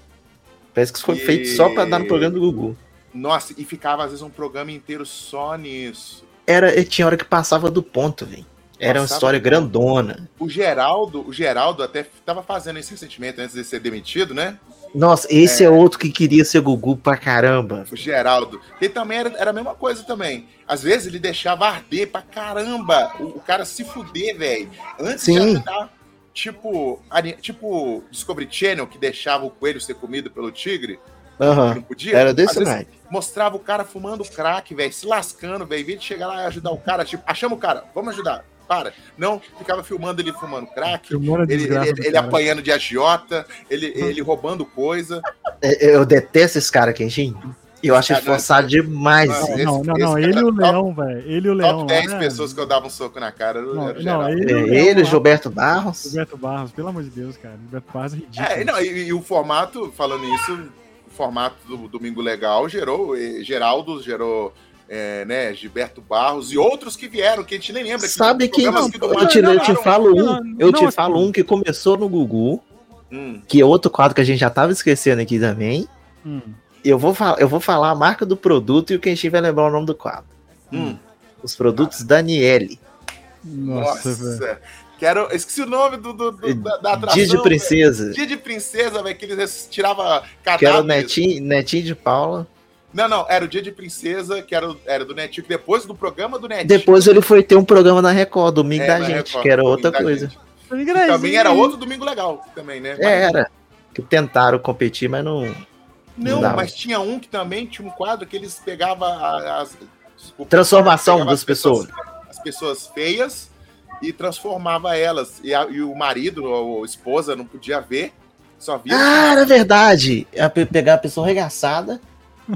C: Parece que isso foi
B: E-
C: feito só pra dar no programa do Gugu.
B: Nossa, e ficava às vezes um programa inteiro só nisso.
C: Era, e tinha hora que passava do ponto, velho. Era uma
B: Passava
C: história
B: do ponto.
C: grandona.
B: O Geraldo, o Geraldo até tava fazendo esse sentimento antes de ser demitido, né?
C: Nossa, esse é, outro que queria ser Gugu pra caramba.
B: O Geraldo. Ele também era, era a mesma coisa também. Às vezes ele deixava arder pra caramba o, o cara se fuder, velho. Antes de
C: Sim.
B: ajudar. Tipo, ani- tipo Discovery Channel, que deixava o coelho ser comido pelo tigre,
A: Ah,
B: que
C: Aham.
B: não podia.
C: Era
B: Às
C: desse
B: vezes
C: naipe.
B: mostrava o cara fumando crack, velho, se lascando, velho, em vez de chegar lá e ajudar o cara, tipo, achamos o cara, vamos ajudar, para. Não, ficava filmando ele fumando crack,
A: Filmou a
B: ele,
A: desgraça
B: ele,
A: do
B: ele
A: cara. Hum.
B: apanhando de agiota, ele, ele roubando coisa.
C: É, Eu detesto esse cara, Kenshin. Eu acho ele
B: Cara,
C: forçado demais.
B: Mano,
C: velho.
B: esse-
A: Não, não,
B: esse
A: não,
B: cara
A: ele e o
B: top-
A: Leão, velho. Ele e o Leão.
B: Top 10
A: né?
B: pessoas que eu dava um soco na cara, era o
A: Não,
B: geral.
A: não, ele, e o
C: É,
A: Leão
C: Ele,
A: lá,
C: Gilberto Barros.
A: Gilberto Barros, pelo amor de Deus, cara. Gilberto Barros é ridículo.
B: É, não, e, e o formato, falando isso, o formato do Domingo Legal gerou, eh, Geraldo gerou, eh, né, Gilberto Barros e outros que vieram, que a gente nem lembra. que
C: Sabe
B: tinha
C: que.
B: programas do
C: eu,
B: Mar-
C: te, eu te
B: geraram.
C: falo
A: não,
C: um. Eu
A: não,
C: te
A: assim-
C: falo um que começou no Gugu,
B: Hum,
C: que é outro quadro que a gente já tava esquecendo aqui também.
A: Hum.
C: Eu vou, falar, eu vou falar a marca do produto e o Kenshin vai lembrar o nome do quadro.
B: hum.
C: Os produtos Daniele.
B: Nossa, velho. Quero. Esqueci o nome do, do- do- da, da atração. né?
C: Dia de princesa.
B: velho. Dia de princesa, velho, que eles tiravam cadáveres.
C: Que era o netinho, netinho de Paula.
B: Não, não, era o Dia de Princesa, que era, o- era do Netinho, que depois do programa do Netinho.
C: Depois ele foi ter um programa na Record, Domingo
B: É,
C: da
B: na
C: Gente,
B: Record,
C: que era
B: Domingo
C: outra
B: da
C: coisa.
B: Gente. Que Também era outro domingo legal, também, né?
C: É, era. Que tentaram competir, mas não.
B: Não,
C: Não.
B: mas tinha um que também tinha um quadro que eles pegavam a- as. desculpa,
C: Transformação
B: pegava
C: das
B: as pessoas. As pessoas feias e transformava elas. E, a- e o marido ou, a esposa não podia ver, só via.
C: Ah, era verdade. Ia pe- pegar a pessoa arregaçada,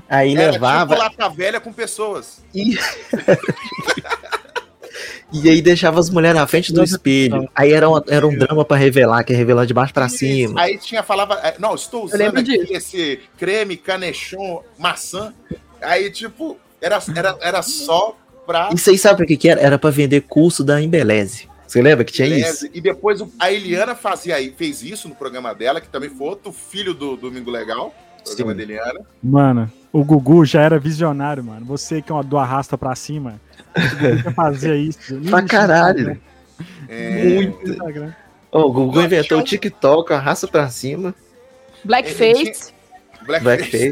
C: aí
B: Era
C: levava
B: tipo lata velha com pessoas.
C: e aí deixava as mulheres na frente do
A: Nossa,
C: espelho. Aí era, um- era um drama pra revelar, que é revelar de baixo pra cima.
B: Aí tinha, falava, é, não, estou usando
E: lembro
B: aqui esse creme, canechon, maçã. Aí, tipo, era, era, era só pra.
C: Isso aí sabe pra que que era? Era pra vender curso da Embeleze. Você lembra que tinha isso?
B: Beleza. E depois o- a Eliana fazia, aí- fez isso no programa dela, que também foi outro filho do Domingo Legal, programa
C: Sim.
B: da Eliana.
A: Mano, o Gugu já era visionário, mano. Você que é uma do arrasta pra cima, você fazia isso. Nem
C: Pra
A: existia
C: caralho.
A: Instagram.
B: É,
A: Nem existia Instagram.
C: Ó, o Gugu
B: Não,
C: inventou o
B: tinha um-
C: TikTok, a raça pra cima.
E: Blackface.
B: Blackface.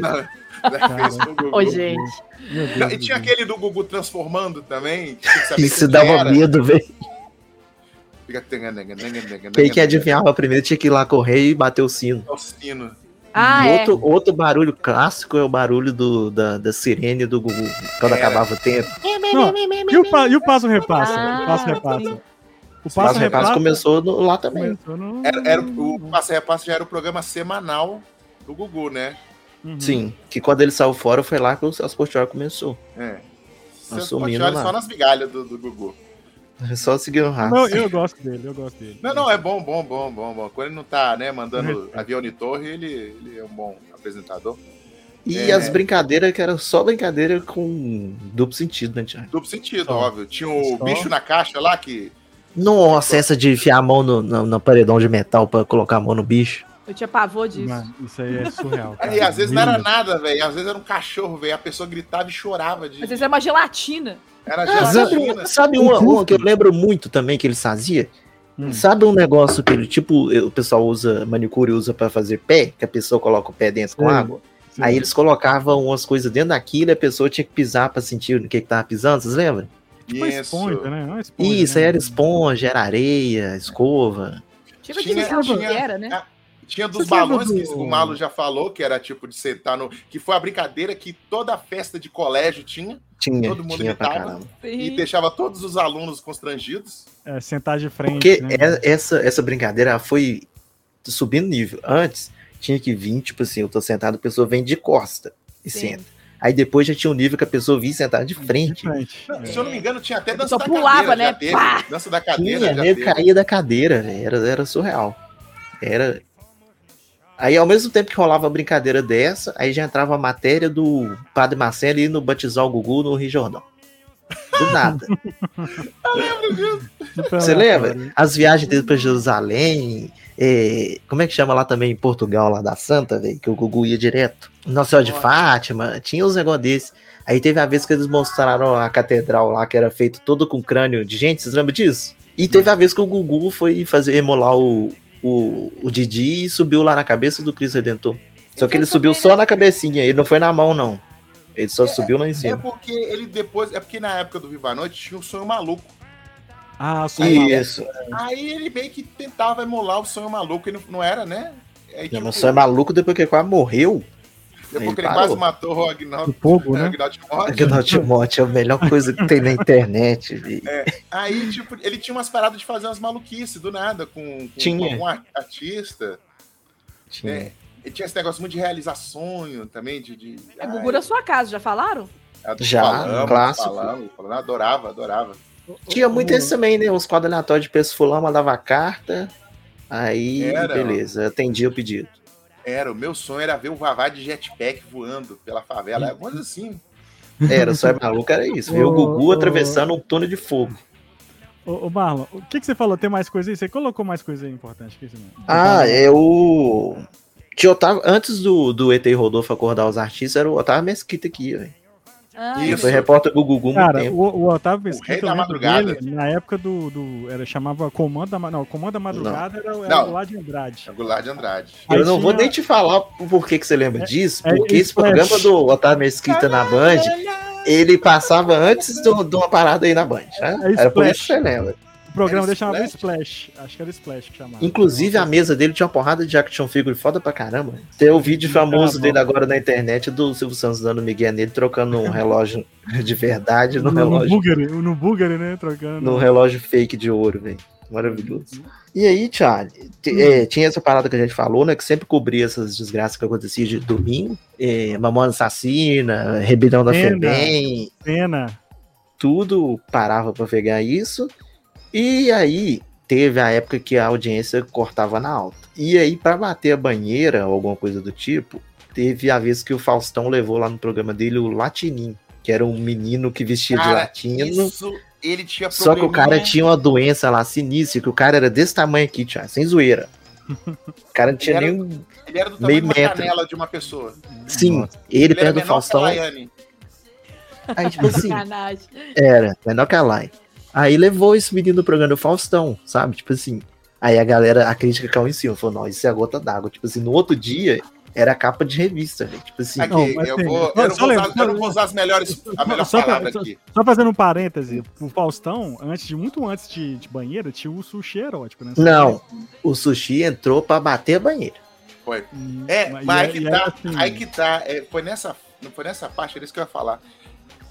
C: Blackface.
B: né? Blackface do Gugu.
E: Ô, gente.
A: Meu Deus
B: Não,
A: do
B: E tinha
A: céu.
B: aquele do Gugu transformando também. que tinha que saber
C: Isso
B: quem
C: dava
B: era.
C: medo, velho.
B: Fica tenga, nega, nega, nega,
C: Quem que é
B: nega,
C: adivinhava primeiro tinha que ir lá correr e bater o sino.
B: nega, o sino.
E: Ah,
C: E
E: é.
C: outro, outro barulho clássico é o barulho do, da, da sirene do Gugu, quando
B: É.
C: acabava o tempo.
A: Não, E o, pa- e o passo repassa?
E: Ah,
A: o passo
E: sim.
A: repassa. O
C: Mas
A: passo
C: o repasso
A: repassa
C: começou no- lá também.
A: começou no-
B: Era, era o o Passa e Repassa já era o programa semanal do Gugu, né?
A: Uhum.
C: Sim, que quando ele saiu fora foi lá que o Celso Portiolli começou.
B: É. Você
C: Assumindo
B: pode olhar
C: lá.
B: só nas migalhas do, do Gugu.
C: É Só seguiu o raço.
A: Não, eu gosto dele, eu gosto dele.
B: Não, não, é bom, bom, bom, bom, bom. Quando ele não tá, né, mandando avião de torre, ele, ele é um bom apresentador.
C: E
B: É.
C: as brincadeiras que eram só brincadeira com duplo sentido, né, Thiago?
B: Duplo sentido,
A: Só.
B: óbvio. Tinha o
A: Só.
B: bicho na caixa lá que.
C: Nossa, essa de enfiar a mão no, no, no paredão de metal pra colocar a mão no bicho.
E: Eu tinha pavor disso.
A: Mano, isso aí é surreal. cara.
B: Aí, às vezes não era
A: Lindo.
B: nada, velho. Às vezes era um cachorro, velho. A pessoa gritava e chorava de.
E: Às vezes é uma gelatina.
B: Era
C: Ah,
B: gelatina.
C: sabe sabe uma, uma que eu lembro muito também que eles faziam?
A: Hum.
C: Sabe um negócio que ele, tipo, o pessoal usa, manicure usa pra fazer pé, que a pessoa coloca o pé dentro com
A: Sim,
C: água?
A: sim. É
C: Aí eles colocavam umas coisas dentro daquilo e a pessoa tinha que pisar pra sentir o que, que tava pisando, vocês lembram?
A: tipo Uma esponja, né? Uma esponja,
C: Isso,
A: né?
C: aí era esponja, era areia, escova.
E: Tipo aquele
B: Tinha-
E: sabe
B: tinha-
E: que era, né?
B: Tinha dos
A: Você lembra
B: balões que
A: do-
B: o Malo já falou, que era tipo de sentar no. Que foi a brincadeira que toda festa de colégio tinha
C: Tinha,
B: Todo mundo
C: tinha pra
B: imitava.
C: caramba.
B: e
E: Sim.
B: deixava todos os alunos constrangidos.
A: É, sentar de frente.
C: Porque
A: né,
C: é- essa, essa brincadeira ela foi subindo nível. Antes tinha que vir, tipo assim, eu tô sentado, a pessoa vem de costa e
E: Sim.
C: senta. Aí depois já tinha um nível que a pessoa vinha sentada de
A: de
C: frente.
A: frente.
B: Não,
A: É.
B: Se eu não me engano, tinha até dança
E: Só
B: da
E: pulava,
B: cadeira.
E: né?
B: Já teve.
E: Pá!
B: Dança da cadeira.
C: Tinha,
B: já
C: nego
B: teve.
C: caía da cadeira, velho. Era, era surreal. Era. Aí, ao mesmo tempo que rolava a brincadeira dessa, aí já entrava a matéria do Padre Marcelo ir no batizar o Gugu no Rio Jordão. Do nada.
A: Super
C: Você
A: aleatório.
C: lembra? As viagens dele pra Jerusalém. é, como é que chama lá também em Portugal, lá da Santa, velho? Que o Gugu ia direto. Nossa Senhora de
B: Nossa.
C: Fátima, tinha uns negócios desse. Aí teve a vez que eles mostraram a catedral lá, que era feito todo com crânio de gente, vocês lembram disso? E teve a vez que o Gugu foi fazer emular o, o, o Didi e subiu lá na cabeça do Cristo Redentor. Só que ele subiu
B: né?
C: só na cabecinha, ele não foi na mão, não. Ele só subiu lá em
B: É
C: cima.
B: porque ele depois. É porque na época do Viva a Noite tinha um sonho maluco.
A: Ah, só uma-
C: Isso.
B: Aí ele meio que tentava emular o sonho maluco e não, não era, né? Aí,
C: Não,
B: tipo,
C: mas só é maluco depois que ele quase morreu.
B: Depois que
C: Ele
B: ele quase
C: parou.
B: matou o É, Agnaldo.
A: o fogo,
B: o
A: né?
B: Agnaldo Timóteo.
C: Agnaldo Timóteo é a melhor coisa que tem na internet, velho.
B: É, Aí, tipo, ele tinha umas paradas de fazer umas maluquices do nada com, com,
C: Tinha.
B: com algum ar- artista. né?
C: Tinha.
B: E tinha esse negócio muito de realizar sonho também, de. de
E: É Gugu na sua casa, já falaram?
B: Ah,
C: Já, um clássico.
B: falamos, falamos, adorava, adorava.
C: Tinha muito esse também, né? Uns quadros aleatórios de peso fulano, mandava carta. Aí,
B: Era.
C: beleza, atendia o pedido.
B: Era, o meu sonho era ver o Vavá de jetpack voando pela favela. É coisa assim.
C: Era, só é maluco, era isso. Viu o
A: Ô,
C: Gugu
A: ô.
C: atravessando um túnel de fogo.
A: Ô, ô, Marlon, o que, que você falou? Tem mais coisa aí? Você colocou mais coisa aí importante Tá que isso, mano?
C: Ah, é o. Tinha Otávio, antes do, do ET Rodolfo acordar os artistas, era o Otávio Mesquita aqui, velho.
E: Ah,
C: Ele
B: Isso.
C: foi repórter do Gugu muito
A: Cara,
C: tempo.
A: o, o Otávio
B: O Rei
A: Mesquita,
B: da
A: eu lembro
B: Madrugada.
A: dele, na época do, do era, chamava Comando da, Ma- não, Comando da Madrugada era, era
B: Não.
A: o Lá de Andrade.
B: É o Goulart de Andrade.
C: Eu não vou
A: tinha-
C: nem te falar por por que, que você lembra disso,
A: é
C: porque esse
A: isso, é.
C: programa do Otávio Mesquita na Band, ele passava antes do- de uma parada aí na Band, né?
A: É
C: Era por
A: Splash.
C: isso que você lembra.
A: O programa
B: Era
A: dele chamava Splash. Acho que era Splash que chamava.
C: Inclusive, a mesa dele tinha uma porrada de action figure foda pra caramba. Tem o vídeo
A: Tá
C: famoso
A: Caramba.
C: dele agora na internet do Silvio Santos dando migué nele, trocando um relógio de verdade
A: no,
C: no
A: no
C: relógio,
A: Búlgaro, no Búlgaro, né? Trocando.
B: Uhum.
C: no relógio fake de ouro, velho. Maravilhoso. E aí, Charlie, t-
B: Uhum.
C: é, tinha essa parada que a gente falou, né? Que sempre cobria essas desgraças que aconteciam de domingo. É, Mamona Assassina, Rebelião da
A: Pena.
C: Febem,
A: Cena.
C: tudo parava pra pegar isso. E aí, teve a época que a audiência cortava na alta. E aí, pra bater a banheira ou alguma coisa do tipo, teve a vez que o Faustão levou lá no programa dele o Latinim, que era um menino que vestia de
B: Cara,
C: latino.
B: Isso, ele tinha
C: Só que o cara
B: probleminha.
C: tinha uma doença lá sinistra, que o cara era desse tamanho aqui, Thiago, sem zoeira. O cara não tinha
B: Ele era-
C: nem.
B: Ele era do tamanho
C: meio
B: de uma
C: metro.
B: canela de uma pessoa.
C: Sim, ele
B: era
C: perto do
B: é menor que a
C: Faustão.
B: Laiane.
C: Aí, tipo assim,
E: Sacanagem.
C: era, menor que a Lai. Aí levou esse menino do programa do Faustão, sabe? Tipo assim. Aí a galera, a crítica caiu em cima, falou, não, isso é a gota d'água. Tipo assim, no outro dia, era a capa de revista, velho. Tipo assim,
B: Aqui,
A: Não, mas
B: eu,
A: tem-
B: vou,
A: Só-
B: eu, não
A: só
B: vou usar,
A: lembra-
B: eu não vou usar as melhores, a melhor
A: Só pra-
B: palavra
A: só-
B: aqui.
A: Só fazendo um parêntese, o Faustão, antes de muito antes de, de banheira, tinha o sushi erótico, né?
C: não, o sushi entrou pra bater a banheira.
A: Hum,
B: É,
A: e
B: mas aí
A: e
B: que tá.
A: assim,
B: Aí que tá. é, foi, nessa, não foi nessa parte, era isso que eu ia falar.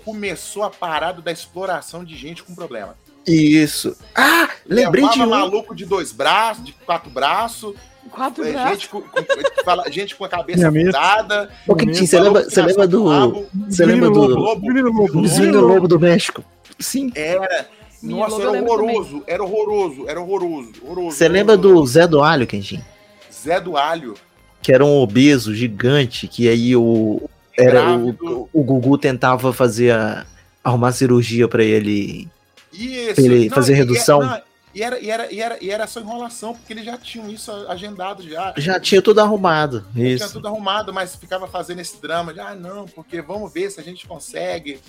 B: Começou a parada da exploração de gente com problema.
C: Isso. Ah, lembrei de
B: Levava
C: um.
B: maluco de dois braços, de quatro braços,
E: Quatro
B: é,
E: braços.
B: gente, com, com- fala- gente com a cabeça
A: Minha mesa.
B: furada.
C: Ô, Quintinho, você
B: maluco
C: lembra,
B: que
C: você
B: nasceu
C: lembra
B: com
C: do.
B: rabo.
C: Você lembra
A: Menino
C: do.
B: Lobo?
A: Menino Lobo. né?
C: Vizinho Lobo do México? Sim.
B: Era.
E: Menino
B: Nossa,
E: Lobo,
B: era
E: eu lembro
B: horroroso, era horroroso, era horroroso, horroroso.
C: Você lembra
B: horroroso.
C: do Zé do Alho, Kenjin?
B: Zé do Alho?
C: Que era um obeso gigante, que aí o. Era o,
B: Grávido.
C: o Gugu tentava fazer a- arrumar cirurgia pra ele.
B: E
C: Pra
B: esse,
C: ele fazer
B: e-
C: redução?
B: E, não, e era, e, era, e, era, e era só enrolação, porque eles já tinham isso agendado já.
C: Já tinha tudo arrumado.
B: Tinha
C: Isso.
B: tudo arrumado, mas ficava fazendo esse drama de ah, não, porque vamos ver se a gente consegue,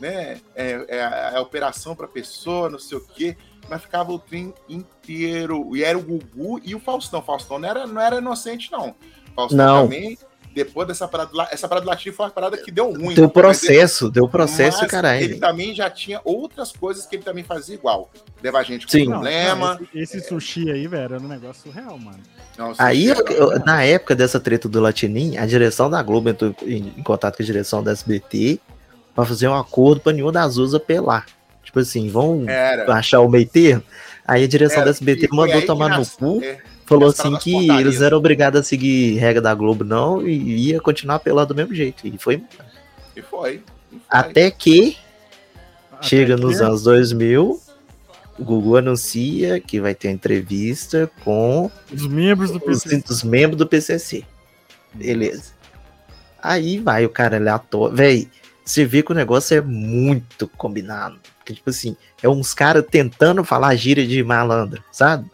B: né? É, é a, a operação pra pessoa, não sei o quê. Mas ficava o trem inteiro. E era o Gugu e o Faustão. Faustão não era, não era inocente, não. Faustão
C: Não.
B: também, depois dessa parada lá, essa parada do Latim foi uma parada que deu ruim.
C: Deu
B: Mas ele-
C: processo, deu processo,
B: mas Ele tá
C: caralho.
B: também já tinha outras coisas que ele também fazia igual. Levar gente com
C: Sim.
A: Não,
B: problema.
A: cara, esse, esse sushi aí, velho, era um negócio surreal, mano.
B: Não, sei
C: Aí,
B: se
C: eu-
B: era-
C: eu- na época dessa treta do Latinim, a direção da Globo entrou em, em contato com a direção da SBT pra fazer um acordo pra nenhuma das duas apelar. Tipo assim, vão
B: era.
C: achar o meio termo. Aí a direção
B: Era,
C: da SBT
B: É. e foi
C: mandou
B: aí que
C: tomar no
B: nas-
C: cu,
B: é,
C: falou
B: nas
C: assim
B: paradas
C: que
B: porcarias.
A: né?
C: eles eram obrigados a seguir regra da Globo, não, e ia continuar pelando do mesmo jeito. E foi.
B: E foi. e foi.
C: Até que chega
A: Até né?
C: nos
A: que- é.
C: anos 2000, o Gugu anuncia que vai ter uma entrevista com
A: Os membros do
C: os,
A: PC.
C: os membros do PCC. Beleza. Aí vai o cara aleatório. Véi, você vê que o negócio é muito combinado. Porque, tipo assim, é uns caras tentando falar gíria de malandro, sabe?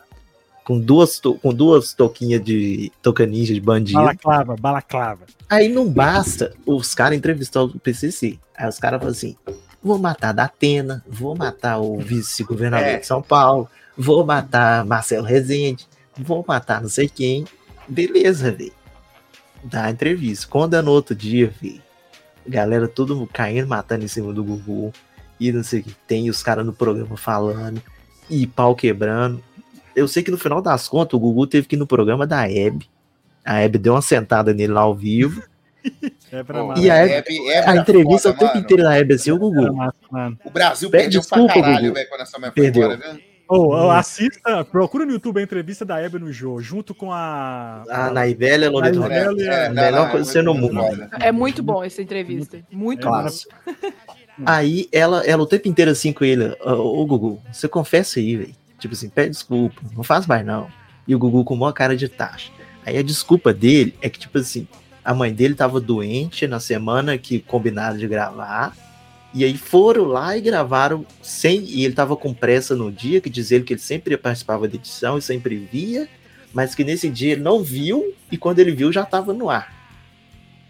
C: Com duas, to- com duas toquinhas de tocaninja de bandido.
A: Balaclava, balaclava.
C: Aí não basta os caras entrevistar o PCC. Aí os caras falam assim: vou matar a Datena, vou matar o vice-governador
B: É.
C: de São Paulo, vou matar Marcelo Rezende, vou matar não sei quem. Beleza, velho. Dá a entrevista. Quando é no outro dia, velho, galera todo caindo, matando em cima do Gugu, e não sei o que tem, os caras no programa falando, e pau quebrando. Eu sei que no final das contas, o Gugu teve que ir no programa da Hebe. A Hebe deu uma sentada nele lá ao vivo.
A: É pra
B: Pô,
A: massa,
C: E a-
B: é- é- é
C: A entrevista
B: foda,
C: o tempo
B: mano.
C: inteiro da Hebe assim, o
A: pra
C: Gugu.
A: massa, mano.
B: O Brasil
C: Pede
B: perdeu
C: desculpa,
B: pra caralho,
C: Gugu.
B: velho, quando essa mulher
C: Perdeu.
B: foi embora, né?
A: Ou ou
C: Hum.
A: assista, procura no YouTube a entrevista da Hebe no Jô, junto com a.
C: A Naibélia Loreto
A: Naibélia.
C: Romero.
A: É,
C: melhor coisa ser no
B: é
C: mundo.
B: foda.
E: É muito bom essa entrevista. Muito É bom.
C: Claro. Aí ela, ela o tempo inteiro assim com ele, ô ô, Gugu, você confessa aí, velho. Tipo assim, pede desculpa, não faz mais não. E o Gugu com uma cara de taxa. Aí a desculpa dele é que, tipo assim, a mãe dele tava doente na semana que combinaram de gravar. E aí foram lá e gravaram sem. E ele tava com pressa no dia, que diz ele que ele sempre participava da edição e sempre via, mas que nesse dia ele não viu, e quando ele viu já tava no ar.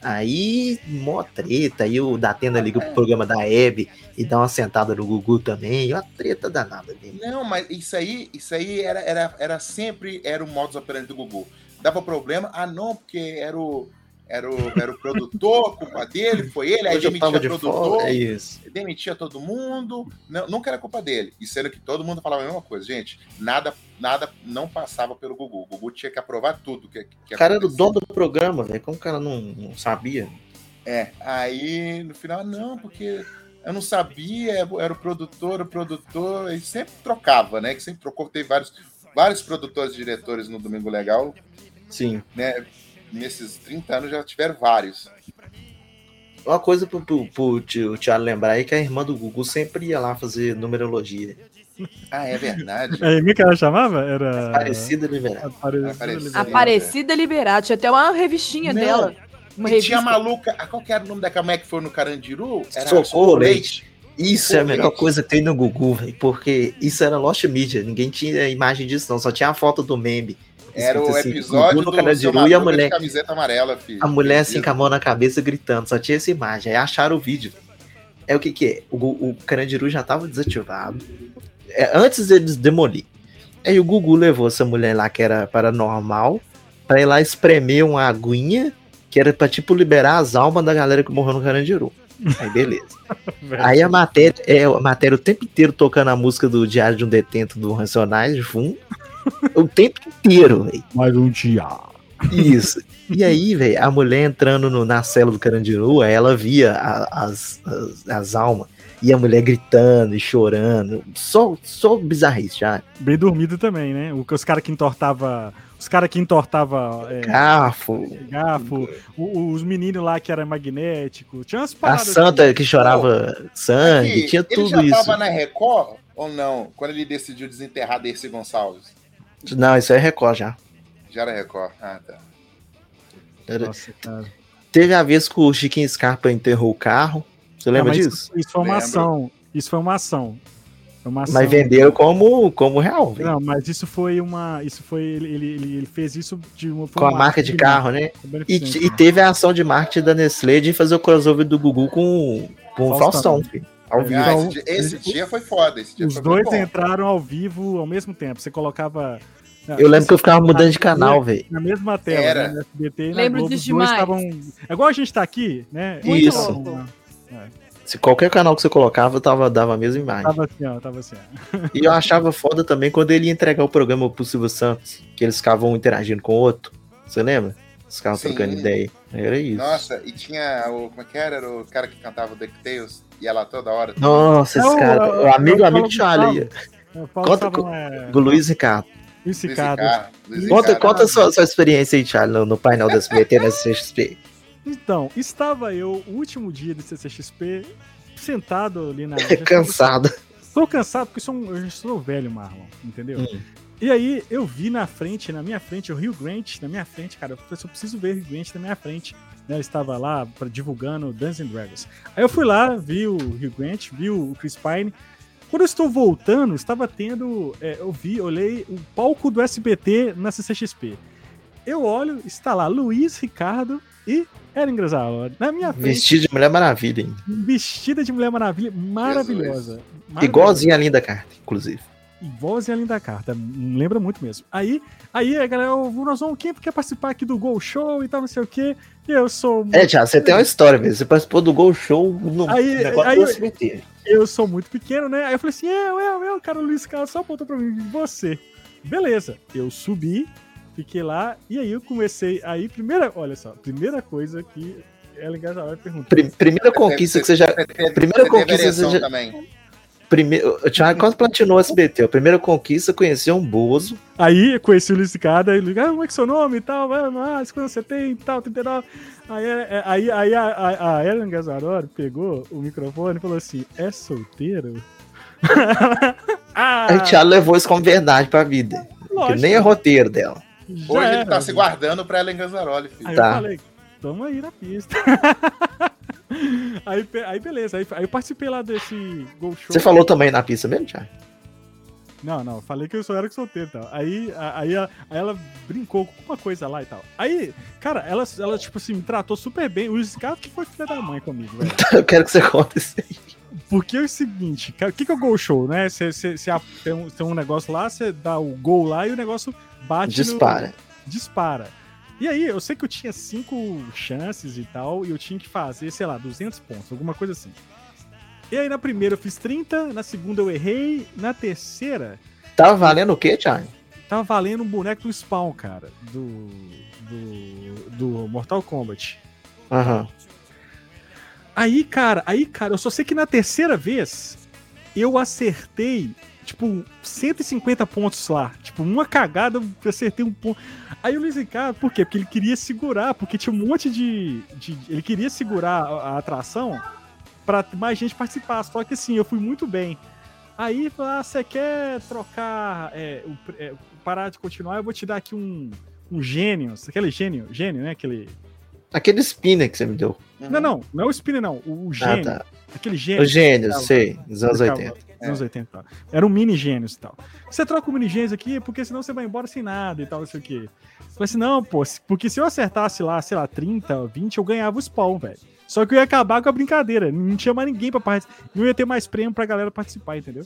C: Aí, mó treta, aí o Datena liga pro programa da Hebe e dá uma sentada no Gugu também, uma treta danada. Né?
B: Não, mas isso aí, isso aí era, era, era sempre era o modus operandi do Gugu. Dava problema, ah não, porque era o, era o, era o produtor, culpa dele, foi ele, aí
C: Hoje eu
B: demitia
C: tava
B: o
C: de
B: produtor,
C: fora, é isso.
B: demitia todo mundo, não, nunca era culpa dele. E sendo que todo mundo falava a mesma coisa, gente, nada, nada não passava pelo Gugu. O Gugu tinha que aprovar tudo que, que
C: O cara era o
B: acontecia.
C: dono do programa, velho, como o cara não, não sabia?
B: É, aí no final, não, porque eu não sabia, era o produtor, o produtor, e sempre trocava, né? Que sempre trocou, teve vários, vários produtores e diretores no Domingo Legal,
C: Sim.
B: né? Nesses 30 anos já tiveram vários.
C: Uma coisa pro, pro, pro ti- o Thiago lembrar aí que a irmã do Gugu sempre ia lá fazer numerologia.
B: Ah, é verdade.
A: É, como é que ela chamava? Era.
C: Parecida liberada.
A: Aparecida.
B: Aparecida.
E: Aparecida Liberati. Tinha até uma revistinha
B: Não.
E: dela. Uma
B: E tinha
E: revista.
B: a maluca, ah, qual que era o nome da mulher que foi no Carandiru? Era
C: Socorro, Leite. Isso é a
B: Socorro,
C: melhor
B: Leite.
C: coisa que tem no Gugu, velho, porque isso era Lost Media, ninguém tinha imagem disso, não, só tinha a foto do meme.
B: Era o
C: Escrito assim,
B: episódio
C: Gugu
B: do
C: no Carandiru e a
B: seu Madruga de
C: mulher,
B: camiseta amarela, filho.
C: a mulher assim com a mão na cabeça gritando, só tinha essa imagem, aí acharam o vídeo. É o que que é? O, Gu- o Carandiru já tava desativado, é, antes deles demolir. Aí o Gugu levou essa mulher lá que era paranormal, pra ir lá espremer uma aguinha, que era pra tipo liberar as almas da galera que morreu no Carandiru. Aí beleza. Aí a matéria, é, a matéria o tempo inteiro tocando a música do Diário de um Detento do Racionais de fundo. O tempo inteiro, velho.
A: Mais um dia.
C: Isso. E aí, velho, a mulher entrando no- na cela do Carandiru, aí ela via a- as, as, as almas. E a mulher gritando e chorando. Só, só bizarrice já.
A: Bem dormido também, né? O que- Os caras que entortava. Os caras que entortava é,
C: Garfo.
A: garfo, o- os meninos lá que era magnético. Tinha umas
C: A
A: paradas. assim.
C: santa que chorava sangue.
B: Aqui,
C: tinha
B: é ele
C: tudo
B: já
C: isso.
B: tava na Record ou não? Quando ele decidiu desenterrar Dercy Gonçalves?
C: Não, isso é Record já.
B: Já era Record. Ah, tá.
A: assim.
C: Era-
A: Nossa, cara.
C: Teve a vez que o Chiquinho Scarpa enterrou o carro. Você lembra
A: Não, mas
C: disso?
A: Isso, isso foi uma
B: Lembro.
A: ação. Isso foi uma ação. Foi uma ação.
C: Mas venderam como, como real, velho.
A: Não, mas isso foi uma. Isso foi. Ele, ele, ele- ele fez isso de uma. foi
C: Com a
A: um
C: marca de
A: marketing
C: carro, né? E,
A: beneficente.
C: e teve a ação de marketing da Nestlé de fazer o crossover do Gugu com, com o
A: Faustão.
C: Faustão, filho. Ao vivo.
B: Ah,
A: Então,
B: esse, dia, esse dia foi foda. Esse dia
A: Os
B: foi
A: dois
B: muito bom.
A: entraram ao vivo ao mesmo tempo. Você colocava. né, Então,
C: Eu lembro que eu ficava mudando de canal, velho.
A: Na mesma tela,
B: Era.
A: né, no SBT e na
E: Lembro
A: Globo,
E: disso
A: os dois
E: demais.
A: estavam... É igual a gente tá aqui, né?
C: Muito Isso.
E: louco.
C: Se qualquer canal que você colocava, tava, dava a mesma imagem.
A: Tava assim, ó, tava assim. ó.
C: E eu achava foda também quando ele ia entregar o programa pro Silvio Santos, que eles ficavam interagindo com o outro. Você lembra? Os caras
B: Sim.
C: trocando ideia. Era isso. Nossa,
B: Nossa, e tinha o. Como é que era? Era O cara que cantava DuckTales e ela toda hora.
C: esse
A: Não,
C: cara.
A: eu-
C: O amigo,
A: eu falo
C: amigo de Charlie.
A: O Paulo
C: Conta
A: tava,
C: com-
A: é,
C: Do Luiz Ricardo.
A: esse
B: Luiz
A: cara.
B: Ricardo, Luiz
C: Conta,
B: Ricardo.
C: conta a sua, sua experiência aí, Charlie, no, no painel da SBT na CXP.
A: Então, estava eu, o último dia do CCXP, sentado ali na.
C: Cansado.
A: Tô cansado porque sou um- eu já sou velho, Marlon, entendeu?
C: Hum.
A: E aí eu vi na frente, na minha frente, o Rio Grant, na minha frente, cara, eu falei, "Eu preciso ver o Rio Grant na minha frente. né? Eu estava lá pra, divulgando o Dancing Dragons. Aí eu fui lá, vi o Rio Grant, vi o Chris Pine. Quando eu estou voltando, estava tendo. é, eu vi, olhei o palco do SBT na CCXP. Eu olho, está lá Luiz Ricardo e Eren Grazal. Na minha frente,
C: Vestido de Mulher Maravilha, hein?
A: vestida de Mulher Maravilha, maravilhosa. maravilhosa.
C: Igualzinho a Linda Carter, inclusive.
A: Igualzinho a linda carta, m- lembra muito mesmo. Aí, aí a galera, "Ô, nós vamos, quem quer participar aqui do Gol Show e tal, não sei o quê. Eu sou,
C: É, Thiago, você tem uma história mesmo. Você participou do Gol Show no
A: Aí-
C: negócio
A: aí-
C: do SBT.
A: eu sou muito pequeno, né? Aí eu falei assim, eu, eu, eu, cara, o Luiz Carlos só apontou pra mim, você. Beleza, eu subi, fiquei lá, e aí eu comecei, aí primeira, olha só, primeira coisa que ela engajava perguntou.
C: Pri- primeira conquista que você já. Primeira
B: Você teve
C: conquista que
B: ereção
C: você tá? já.
B: também.
C: Primeiro, o Thiago quase platinou o SBT. A primeira conquista conheceu um Bozo.
A: Aí eu conheci o Luiz Ricardo, aí ele ah, como é que é seu nome e tal, ah, não, ah, quando você tem e tal, 39. Aí, é, aí, aí a, a, a Ellen Gazzaroli pegou o microfone e falou assim, é solteiro? ah,
C: Aí o Thiago levou isso como verdade pra vida. Que
A: lógico,
C: nem é roteiro dela.
A: já
B: Hoje ele
A: era.
B: tá se guardando pra Ellen Ganzaroli, filho.
A: Aí eu
C: Tá.
A: falei, tamo aí na pista. aí, pe- aí beleza, aí, aí eu participei lá desse Gol Show.
C: Você falou também na pista mesmo, Thiago?
A: Não, não, falei que eu só era que solteiro e tal. Aí, a- aí, a- aí ela brincou com uma coisa lá e tal. Aí, cara, ela, ela tipo assim, me tratou super bem. O Scarpa que foi filha da mãe comigo, velho.
C: Eu quero que você conte isso aí.
A: Porque é o seguinte, cara, o que, que é o gol show, né? Você você- você a- tem, um, tem um negócio lá, você dá o gol lá e o negócio bate no-
C: Dispara.
A: dispara. E aí, eu sei que eu tinha cinco chances e tal, e eu tinha que fazer, sei lá, 200 pontos, alguma coisa assim. E aí, na primeira eu fiz 30, na segunda eu errei, na terceira
C: Tá valendo o quê, Thiago?
A: tava valendo um boneco do Spawn, cara, do, do, do Mortal Kombat.
C: Aham.
A: Aí, cara, aí, cara, eu só sei que na terceira vez eu acertei, tipo, 150 pontos lá. Tipo, uma cagada, eu acertei um ponto. Aí o Luiz Ricardo, por quê? Porque ele queria segurar, porque tinha um monte de. de- ele queria segurar a, a atração pra mais gente participar. Só que assim, eu fui muito bem. Aí falou: ah, você quer trocar. é, o pr- é, parar de continuar, eu vou te dar aqui um. Um gênio, aquele gênio, gênio, né? Aquele.
C: Aquele spinner que você me deu.
B: Uhum.
A: Não, não, não é o spinner, não. O, o
C: Uhum. Ah,
A: gênio.
C: tá.
A: Aquele gênio.
C: O gênio,
A: Tá,
C: sei. Dos anos
A: Ficava-
C: 80.
A: dos anos 80, tá. Era um mini gênios e tal. Você troca o mini gênios aqui, porque senão você vai embora sem nada e tal, não sei o quê. Eu Falei assim, não, pô, se- porque se eu acertasse lá, sei lá, 30, 20, eu ganhava o spawn, velho. Só que eu ia acabar com a brincadeira. Não tinha mais ninguém pra participar. Não ia ter mais prêmio pra galera participar, entendeu?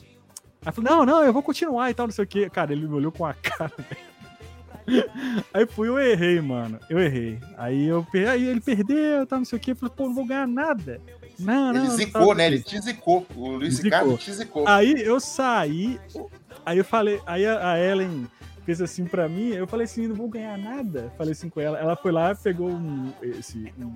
A: Aí eu falei, não, não, eu vou continuar e tal, não sei o quê. Cara, ele me olhou com a cara, velho. Aí fui, eu errei, mano. Eu errei. Aí, eu, per- aí ele perdeu, tal, não sei o quê. Eu Falei, pô, não vou ganhar nada. Não, não.
B: Ele
A: não,
B: zicou,
A: tal.
B: né? Ele te zicou. O Luiz
A: Zicou.
B: Ricardo te zicou.
A: Aí eu saí, aí eu falei, aí a a Ellen fez assim pra mim, eu falei assim, não vou ganhar nada. Falei assim com ela. Ela foi lá, pegou um. Esse, um-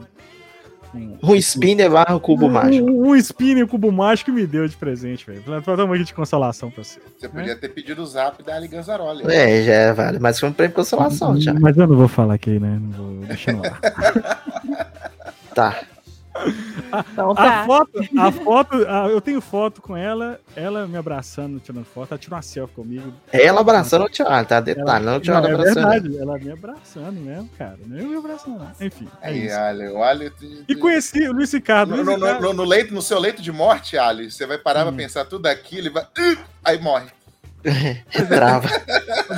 A: um,
C: Um spinner barra cubo mágico.
A: um, um spinner cubo mágico e me deu de presente, velho. Falei, toma aqui de consolação pra você.
B: Você podia ter pedido o zap da Ali Ganzaroli.
C: É, já é, vale. Mas foi um prêmio de consolação, Thiago.
A: Mas eu não vou falar aqui, né? Não vou deixar no ar.
C: Tá.
D: Então
A: A
D: tá.
A: foto, a foto, a- eu tenho foto com ela, ela me abraçando, tirando foto, ela tirou uma selfie comigo,
C: Ela abraçando o Thiago, tá? Detalhe, não o Thiago
A: é
C: abraçando.
A: verdade, ela me abraçando mesmo, cara. Não eu me abraçando, não. Enfim. É
B: Aí,
A: isso.
B: Ali, o Ali.
A: E conheci o Luiz Ricardo.
B: No,
A: Luiz
B: no, no-
A: Ricardo-
B: no- no leito, no seu leito de morte, Ali, você vai parar pra
A: Hum.
B: pensar tudo aquilo e vai. "Ih", Aí morre.
C: Trava.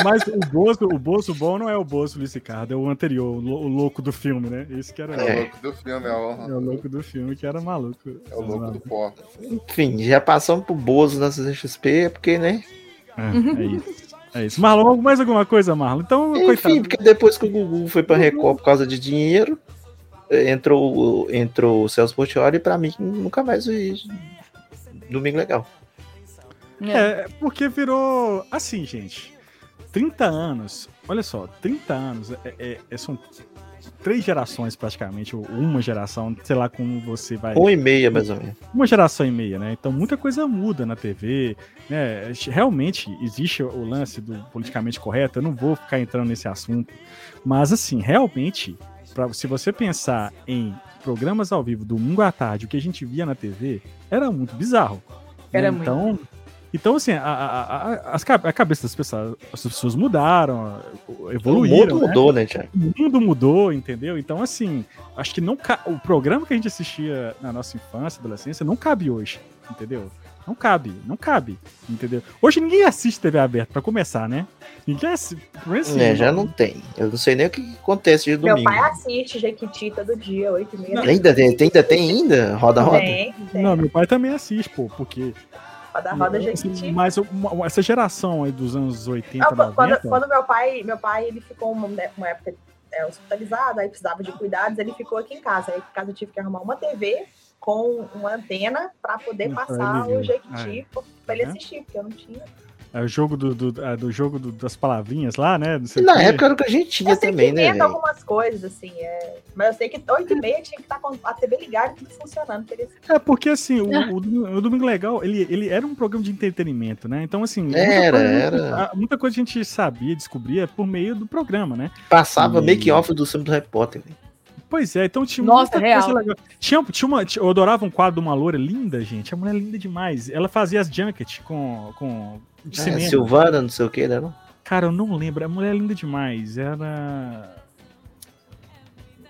A: Mas o Bozo, o Bozo bom não é o Bozo Luiz Ricardo, é o anterior, o, lou- o louco do filme, né? Esse que era
B: É o
A: é.
B: louco do filme, é o,
A: o louco do filme, que era maluco.
B: é o louco do pó.
C: Enfim, já passamos pro Bozo na CCXP, porque, né?
A: É, é isso. É isso. Marlon, mais alguma coisa, Marlon? Então,
C: Enfim,
A: coitado.
C: porque depois que o Gugu foi pra Record por causa de dinheiro, eh, entrou, o- entrou o Celso Portioli e pra mim nunca mais vi Domingo Legal.
A: É, porque virou. Assim, gente. 30 anos, olha só, 30 anos é- é- é- são três gerações praticamente, ou uma geração, sei lá como você vai.
C: Um e meia, mais ou menos.
A: uma geração e meia, né? Então muita coisa muda na TV, né? Realmente existe o lance do politicamente correto, eu não vou ficar entrando nesse assunto, mas assim, realmente, pra, se você pensar em programas ao vivo domingo à tarde, o que a gente via na TV era muito bizarro. né?
E: Era muito.
A: então, então assim, a, a- a- a- as ca- a cabeça das pessoas, as pessoas mudaram,
C: O
A: evoluíram.
C: mundo
A: né?
C: mudou, né, Thiago?
A: o mundo mudou, entendeu? Então, assim, acho que não ca... o programa que a gente assistia na nossa infância, adolescência, não cabe hoje, entendeu? Não cabe, não cabe, entendeu? Hoje ninguém assiste TV aberta, pra começar, né? Ninguém assiste.
C: É, já não tem. Eu não sei nem o que que acontece de
D: Meu
C: domingo.
D: pai assiste Jequiti todo dia, 8 e meia.
A: Não,
C: Ainda tem, tem- ainda tem ainda? Roda, roda.
D: Tem, tem.
A: Não, meu pai também assiste, pô, porque. assim,
D: Roda, Tá roda Jequiti.
A: Mas uma- essa geração aí dos anos 80,
D: Ah, quando-
A: 90.
D: quando, quando meu pai, meu pai, ele ficou uma, uma época é, hospitalizado, aí precisava de cuidados, ele ficou aqui em casa. Aí em casa eu tive que arrumar uma TV com uma antena para poder
A: Pra
D: passar
A: ele ver.
D: o Jequiti para ele
A: Né?
D: assistir, porque eu não tinha.
A: é o jogo do, do, ah, do jogo do- das palavrinhas lá, né? Não
C: E
A: sei o
C: na
A: quê.
C: época era o que a gente tinha
D: Eu sei que é
C: também, né,
D: inventa
C: velho?
D: algumas coisas, assim, é... mas eu sei que 8 e meia tinha que estar com a TV ligada e tudo funcionando. pra ele assistir.
A: É porque assim, o, o Domingo- o Domingo Legal, ele, ele era um programa de entretenimento, né? Então, assim, muita
C: Era,
A: coisa a gente-
C: era.
A: a- muita coisa a gente sabia, descobria por meio do programa, né?
C: Passava
A: Hum.
C: make-off do filme do Harry Potter. velho.
A: Pois é, então tinha
E: Nossa,
A: muita coisa
E: real.
A: legal. Tinha, tinha uma, tinha- eu adorava um quadro de uma loura linda, gente. A mulher é linda demais. Ela fazia as junket com, com de
C: Ah,
A: cinema.
C: Silvana, não sei o que, né? Não?
A: Cara, eu não lembro. A mulher é linda demais. Era.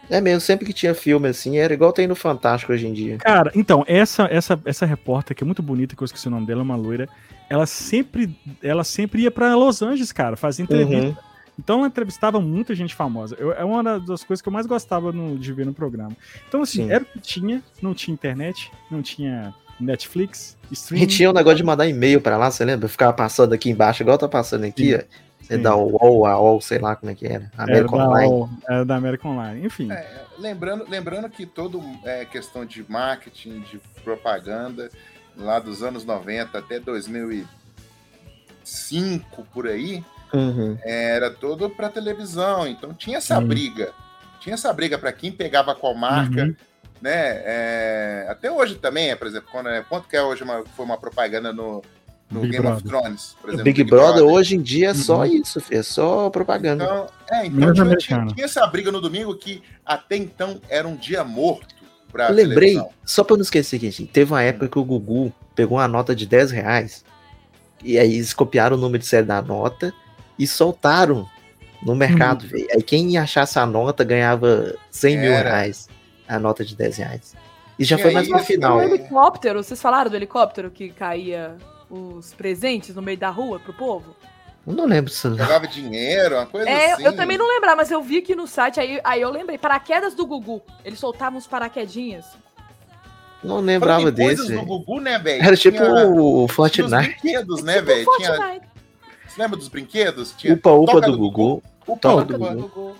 C: É mesmo, sempre que tinha filme assim, era igual tem no Fantástico hoje em dia.
A: Cara, então, essa essa essa repórter que é muito bonita, que eu esqueci o nome dela, é uma loira, ela sempre ela sempre ia pra Los Angeles, cara, fazer entrevista.
C: Uhum.
A: Então ela entrevistava muita gente famosa. Eu- é uma das coisas que eu mais gostava no- de ver no programa. Então, assim,
C: Sim.
A: era o que tinha, não tinha internet, não tinha Netflix,
C: A gente
A: streaming.
C: tinha o negócio de mandar e-mail pra lá, você lembra? Ficava passando aqui embaixo, igual tá passando aqui, ó. Você
A: Sim.
C: dá o UOL, a UOL, sei lá como é que era.
A: Era
C: América
A: da,
C: Online.
A: era da América Online. Enfim.
B: É, lembrando, lembrando que toda é, questão de marketing, de propaganda, lá dos anos 90 até 2005 por aí,
C: Uhum.
B: era todo para televisão. Então tinha essa
A: Sim.
B: briga. Tinha essa briga para quem pegava qual marca,
A: Uhum.
B: né? É, até hoje também, é, por exemplo, quando, é, quanto que é hoje uma- foi uma propaganda no, no
A: Big
B: Game of
A: Brother.
B: Thrones, por exemplo.
C: Big, Brother, hoje em dia é só isso, filho, é só propaganda.
B: Então, é, então
A: Menos
B: tinha,
A: americano.
B: tinha essa briga no domingo que até então era um dia morto pra
C: Eu lembrei,
B: televisão. Hum.
C: só pra eu não esquecer aqui, gente, teve uma época que o Gugu pegou uma nota de 10 reais e aí eles copiaram o número de série da nota e soltaram no
B: Hum.
C: mercado, velho. Aí quem achasse a nota ganhava 100 mil
B: Era.
C: reais, a nota de 10 reais. E já
B: E
C: foi
B: aí,
C: mais pro
B: assim,
C: final.
E: O
B: é.
E: helicóptero, vocês falaram do helicóptero que caía os presentes no meio da rua pro povo?
C: Eu não lembro disso, não.
B: Jogava dinheiro, uma coisa
E: É,
B: assim.
E: eu também não lembrava, mas eu vi aqui no site, aí, aí eu lembrei. Paraquedas do Gugu. Eles soltavam uns paraquedinhas.
C: Não
B: Falando em
C: lembrava
B: coisas
C: desse.
B: do
C: velho.
B: Gugu, né, velho?
C: Era tipo
B: Tinha-
C: o
B: tinha os
C: Fortnite,
B: brinquedos,
E: É
B: né,
E: tipo
B: velho? Tinha...
E: Fortnite.
B: Você lembra dos brinquedos? Tinha
C: Upa Upa
B: Toca
C: do
B: do
C: Gugu.
B: o
C: Toca
E: Toca
C: do
E: do
C: Gugu.
E: Gugu.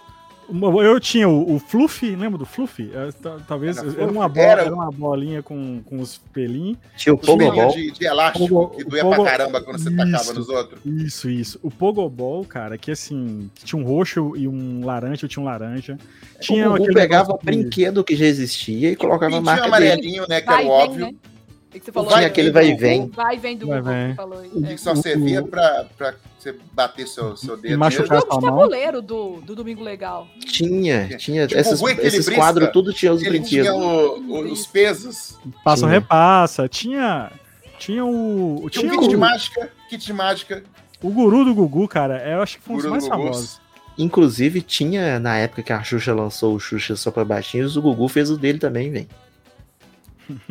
A: Eu tinha o, o Fluffy, lembra do Fluffy? É, ta- Talvez
B: Era
A: era,
B: Fluffy?
A: uma bola,
B: Era.
A: era. uma bolinha com, com os pelinhos.
C: Tinha o
B: Os meninos
C: Pogobol.
B: de, de elástico
A: Pogo-
B: que doía
A: o Pogo-
B: pra caramba quando você tacava
A: Isso.
B: nos outros.
A: Isso, isso. O Pogobol, cara, que assim, que tinha um roxo e um laranja, eu tinha um laranja. Tinha
C: É, o Gugu
A: aquele
C: pegava
A: negócio de-
C: brinquedo que já existia e colocava a
B: Tipo Pintinho
C: marca dele.
B: amarelinho, né? Que era
E: Vai e
B: o
E: vem,
B: óbvio.
E: né? O que você falou?
C: Tinha
B: Vai e
C: aquele
B: vem
C: vai e
B: do
C: vem. Uhum.
E: Vai e vem do
A: Vai e
E: Gugu, que
A: vem.
E: falou aí.
B: Que
E: É.
B: só servia pra, pra você bater seu, seu dedo.
E: O
A: machucar.
B: nele.
E: jogo de
A: Calma.
E: tabuleiro do, do Domingo Legal.
C: Tinha, tinha.
B: Tipo,
C: esses
B: o
C: esses
B: equilibrista,
C: quadros tudo tinha os
B: Ele tinha
C: brinquedos.
B: o- o- os pesos.
A: Passa ou
C: Tinha.
A: repassa. Tinha. Tinha o.
B: Tinha um
A: Tinha
B: kit de
A: o,
B: mágica. Kit de mágica.
A: o guru do Gugu, cara. Eu acho que foi um dos
B: Guru
A: mais
B: do Gugu.
A: famosos.
C: Inclusive, tinha na época que a Xuxa lançou o Xuxa só pra baixinhos, o Gugu fez o dele também, velho.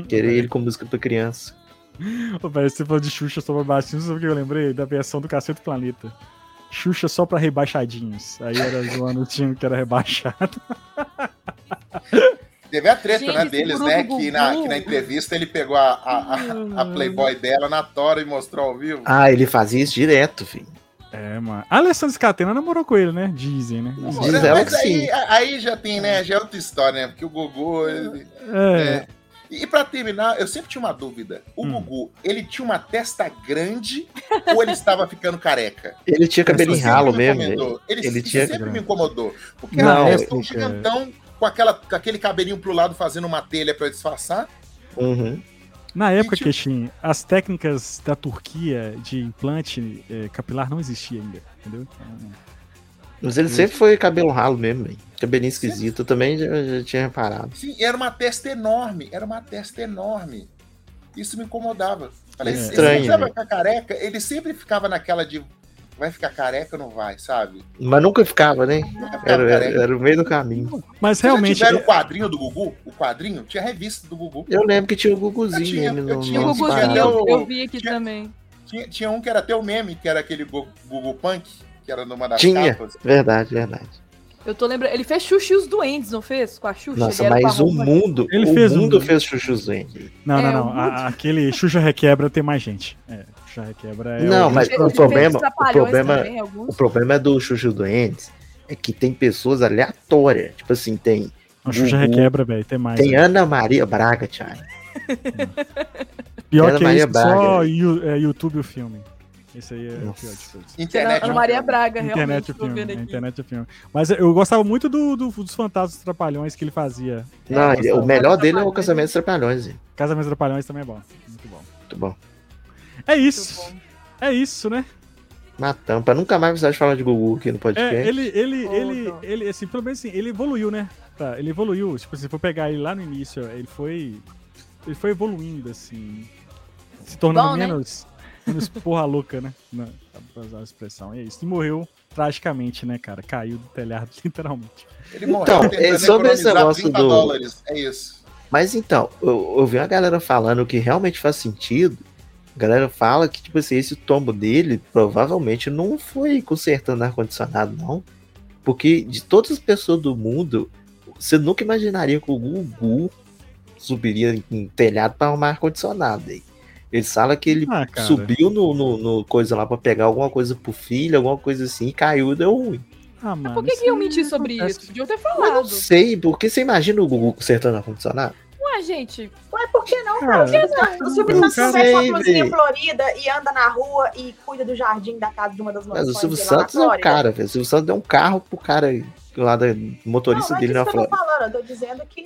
C: Querer ele com música pra criança.
A: Ô, velho, você falou de Xuxa só pra baixinhos, sabe o que eu lembrei? Da versão do Cacete Planeta. Xuxa só pra rebaixadinhos. Aí era zoando o time que era rebaixado.
B: Teve a treta,
E: Gente,
B: né,
E: esse é
B: deles,
E: Guru
B: né?
E: do
B: Que na,
E: Gugu.
B: que na entrevista ele pegou a, a- a- a
E: Hum.
B: Playboy dela na tora e mostrou ao vivo.
C: Ah, ele fazia isso direto, filho.
A: É, mano. A Alessandra Scatena namorou com ele, né? Dizem, né?
C: Namorou.
B: É, Mas
C: diz ela que
B: aí,
C: sim.
B: aí já tem, né? Já é outra história, né? Porque o Gugu. ele-
A: É.
B: é. E pra terminar, eu sempre tinha uma dúvida. O
A: Hum.
B: Gugu, ele tinha uma testa grande ou ele estava ficando careca?
C: Ele tinha cabelo em
B: Isso sempre
C: ralo
B: me
C: mesmo,
B: incomodou.
C: velho.
B: Ele,
C: Ele
B: isso
C: tinha-
B: sempre me incomodou. Porque
A: Na
B: era um testão
A: época-
B: gigantão com, aquela, com aquele cabelinho pro lado fazendo uma telha pra disfarçar.
C: Uhum.
A: Na época,
B: tipo-
A: Queixinho, as técnicas da Turquia de implante eh, capilar não existiam ainda, entendeu?
C: Mas ele
B: Hum.
C: sempre foi cabelo ralo mesmo, velho. Cabelinho esquisito eu também, já, já tinha reparado.
B: Sim, era uma testa enorme, era uma testa enorme. Isso me incomodava. Falei,
A: É.
B: "Esse-
C: Estranho,
B: esse cara vai
C: né?
B: ficar careca, ele sempre ficava naquela de vai ficar careca ou não vai, sabe?
C: Mas nunca ficava, né?
B: Vai ficar
C: Era,
B: careca.
C: era, era o meio do caminho.
A: Mas
B: Vocês já
A: realmente,
B: tiveram
C: é-
A: eh,
B: o quadrinho do Gugu? O quadrinho? Tinha revista do Gugu.
C: Eu lembro que tinha o Guguzinho
B: Eu tinha-
C: ele
B: eu
C: no,
B: tinha
E: O
B: Não,
C: no
E: Guguzinho,
B: parado.
C: parado.
E: eu, eu vi aqui
B: Tinha-
E: também.
B: Tinha, tinha um que era até o meme, que era aquele Gu- Gugu Punk, que era numa das
C: Tinha.
B: capas.
C: Verdade, verdade.
E: Eu tô lembrando. Ele fez Xuxa e os Duendes, não fez? Com a Xuxa.
C: Nossa,
E: ele era com a
C: mas o
E: roupa-
C: mundo.
A: Ele
C: o
A: fez um-
C: mundo fez Chuchu Zen.
A: Não,
E: É,
A: não,
E: o
A: não. A-
E: Woody.
A: aquele Xuxa Requebra tem mais gente. É, Xuxa Requebra é.
C: Não,
A: o-
C: mas
E: Ele
C: o
E: fez
C: problema-
E: os Trapalhões
C: o problema-
E: também, alguns.
C: O problema é do Chuchu Doentes é que tem pessoas aleatórias. Tipo assim, tem,
A: o Xuxa
C: Gugu.
A: Requebra, velho, tem mais.
C: tem
A: né?
C: Ana Maria Braga,
E: É,
C: Thiago.
A: Pior
C: Ana
A: que é
C: Maria
A: isso, só
C: Braga. né?
A: you- é, YouTube o filme. Esse aí é o
C: Nossa.
A: pior de todos.
B: Internet. né?
E: Ana Maria
B: não.
E: Braga,
A: Internet
E: realmente,
A: o
E: tô
A: filme,
E: vendo
A: é,
E: aqui.
A: internet o filme. Mas eu gostava muito do, do- dos Fantasmas dos Trapalhões que ele fazia.
C: Não, ele- o
A: Nossa,
C: melhor
E: Trapalhões.
C: dele é o Casamento dos Trapalhões. hein?
A: Casamento dos Trapalhões também é bom. Muito bom.
C: Muito bom.
A: É
E: Muito
A: isso.
E: bom.
A: É isso, né?
C: Matamos, pra nunca mais precisar de falar de Gugu aqui no podcast.
A: É, ele, ele,
E: Ou
A: ele,
E: não.
A: ele, assim, pelo menos assim, ele evoluiu, né? Tá, ele evoluiu. Tipo, se for pegar ele lá no início, ele foi. Ele foi evoluindo, assim. Se tornando
E: Bom, né?
A: menos. Menos porra louca, né? Na, pra usar a expressão. E é isso. E morreu tragicamente, né, cara? Caiu do telhado, literalmente.
B: Ele morreu
C: Então,
B: tentando
C: é sobre esse
B: economizar
C: negócio
B: 30
C: do-
B: dólares. É isso.
C: Mas então, eu, eu vi uma galera falando que realmente faz sentido. A galera fala que, tipo assim, esse tombo dele provavelmente não foi consertando ar-condicionado, não. Porque de todas as pessoas do mundo, você nunca imaginaria que o Gugu subiria em- em telhado para arrumar ar-condicionado. aí. Ele fala que ele
A: Ah, cara.
C: subiu no, no- no coisa lá para pegar alguma coisa pro filho, alguma coisa assim, e caiu e deu ruim.
A: Ah, mano.
E: Por que, que
A: isso
E: eu menti sobre
A: acontece.
E: isso? Podiam ter
C: Eu não
E: falado.
C: sei, porque você imagina o Gugu consertando ar-condicionado?
E: Ué, gente,
D: Ué, por que não,
A: Cara,
D: cara? Por que não? assim, Se o Silvio
A: não
D: Santos
C: sei,
D: veste uma blusinha
C: véi.
D: florida e anda na rua e cuida do jardim da casa de uma das
C: Mas
D: mansões.
C: o Silvio
D: sei lá, na
C: Santos é o
D: Flórida.
C: cara, velho. O Silvio Santos deu um carro pro cara lá da
D: Não,
C: motorista
D: não é
C: dele
D: disso
C: na
D: que eu tô
C: Flórida.
D: falando, eu tô dizendo que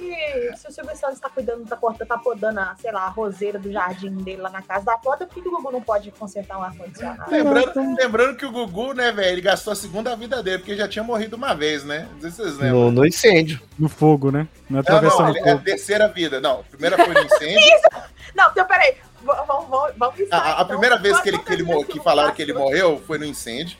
D: se o Silvio Santos tá cuidando, tá, cortando, tá podando, a, sei lá, a roseira do jardim dele lá na casa da porta, por que que o Gugu não pode consertar um
C: Ah,
D: ar-condicionado?
B: Lembrando,
C: então.
B: lembrando que o Gugu, né, velho, ele gastou a segunda vida dele, porque já tinha morrido uma vez, né? Não sei se vocês lembram.
C: No, no incêndio.
A: No fogo, né? Na
B: Não,
A: atravessando
B: não,
A: o
B: ele- é a
A: fogo.
B: terceira vida. Não, a primeira foi no incêndio.
D: Não, então peraí, v- vamos, vamos, vamos
B: A,
D: listar,
B: a- a
D: então,
B: primeira vez que, ele,
D: quantas
B: que, ele,
D: vezes
B: mor- que
D: o Silvio
B: falaram
D: Santos
B: que ele
D: foi-
B: morreu foi no incêndio.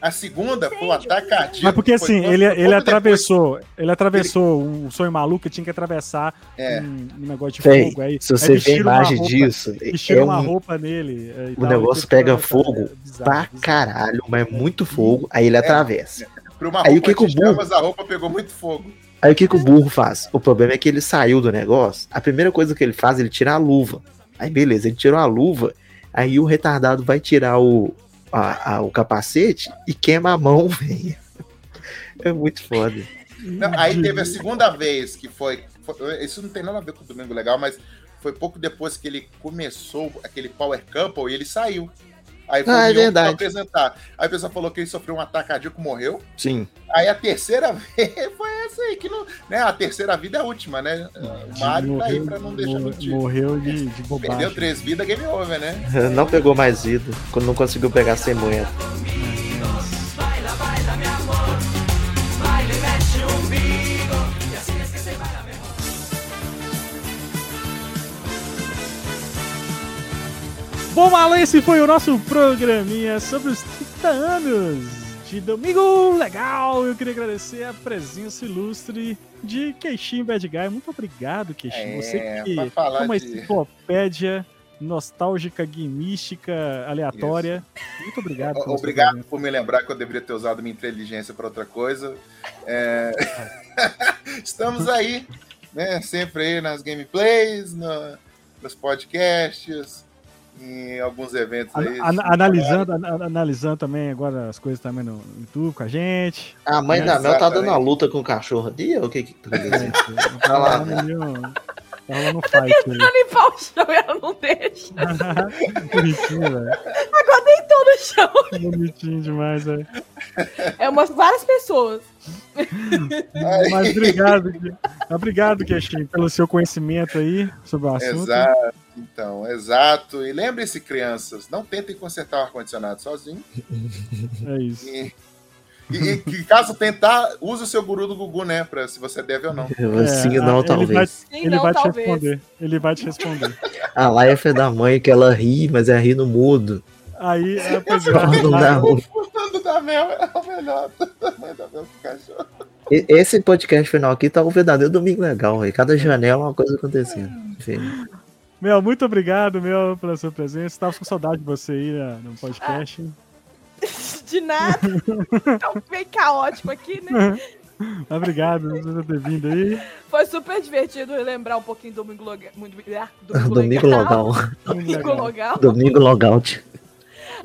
B: A segunda foi um
D: Incêndio,
B: ataque
D: incêndio.
B: cardíaco.
A: Mas porque
B: Foi
A: assim,
B: pouco-
A: ele,
B: pouco
A: ele
B: depois-
A: atravessou, ele atravessou o sonho maluco e tinha que atravessar
B: É.
A: um, um negócio de
C: Véi,
A: fogo. Aí,
C: se
A: aí
C: você vê a
A: vestiram uma
C: imagem
A: roupa-
C: disso,
A: vestiram
C: é
A: uma
C: um
A: roupa nele. é, e
C: o
A: tal,
C: negócio
A: e tudo,
C: pega
A: cara,
C: fogo
A: é bizarro,
C: pra
A: bizarro.
C: caralho, mas é muito fogo. Aí
D: É.
C: ele atravessa.
B: Pra uma
C: Aí o
B: roupa
C: que que o
B: de
C: Gugu-
B: chamas, a roupa pegou muito fogo.
C: Aí o que, que
D: É.
C: o burro faz? O problema é que ele saiu do negócio. A primeira coisa que ele faz, ele tira a luva. Aí beleza, ele tirou a luva. Aí o retardado vai tirar o, a- a- o capacete e queima a mão, velho. É muito foda.
B: Não, aí teve a segunda vez que foi, foi- Isso não tem nada a ver com o Domingo Legal, mas foi pouco depois que ele começou aquele Power Couple e ele saiu. Aí foi
C: Ah,
B: o
C: é
B: Mion que foi
C: verdade.
B: apresentar. Aí a pessoa falou que ele sofreu um ataque cardíaco e morreu.
C: Sim.
B: Aí a terceira vez foi essa aí, que não. Né, a terceira vida é a última, né? O Mário tá aí pra não deixar
A: mor-
B: mentir.
A: morreu de, de bobagem.
B: Perdeu três vidas, game over, né?
C: Não pegou mais vida. Quando não conseguiu pegar sem moeda.
A: Bom, Alan, esse foi o nosso programinha sobre os 30 anos de Domingo Legal. Eu queria agradecer a presença ilustre de Queixinho Bad Guy. Muito obrigado, Queixinho. Você
B: É,
A: que
B: pra
A: é
B: falar
A: uma
B: de.
A: enciclopédia nostálgica, guimística, aleatória. Muito obrigado. pela
B: O-
A: sua
B: Obrigado
A: presença.
B: por me lembrar que eu deveria ter usado minha inteligência para outra coisa. É, Estamos aí, né? Sempre aí nas gameplays, no- nos podcasts, em alguns eventos aí.
A: Ana- ana- analisando, ana- analisando também agora as coisas também no YouTube com a gente.
C: A mãe da Mel tá
B: Exatamente.
C: dando uma luta com o cachorro ali? ou O que que tá acontecendo?
A: Tá
C: lá,
A: rolando
B: né?
A: ali um- tá rolando um fight ali.
E: limpar o chão e ela não deixa.
A: Bonitinho, velho.
E: Tô no chão.
A: Bonitinho demais, velho.
E: É umas várias pessoas.
B: Ai.
A: Mas obrigado, Gui. obrigado, Queixinho, pelo seu conhecimento aí sobre o assunto.
B: Exato, então, exato. E lembrem-se, crianças, não tentem consertar o ar-condicionado sozinho.
A: É isso.
B: E, e- e que caso tentar, use o seu guru do Gugu, né? Pra se você deve ou não.
C: Sim,
A: É,
C: não,
A: ele vai-
C: talvez.
E: Sim,
A: Ele
E: não,
A: vai te
E: talvez.
A: responder. Ele vai te responder.
C: A live é da mãe que ela ri, mas é ri no mudo.
A: Aí, é, pois é.
C: Não dá.
B: Fernando da Mel é o melhor. Mãe da Mel com cachorro.
C: E- Esse podcast final aqui tá um verdadeiro domingo legal, velho. Cada janela é uma coisa acontecendo. Enfim.
A: Meu, muito obrigado, meu, pela sua presença. Estava com saudade de você aí né, no podcast.
E: De nada. Tá bem caótico aqui, né?
A: Obrigado por ter vindo aí.
E: Foi super divertido relembrar um pouquinho do Domingo Logal. né? Domingo,
C: Domingo
E: Legal.
C: local.
E: Domingo Logal.
C: Domingo logout.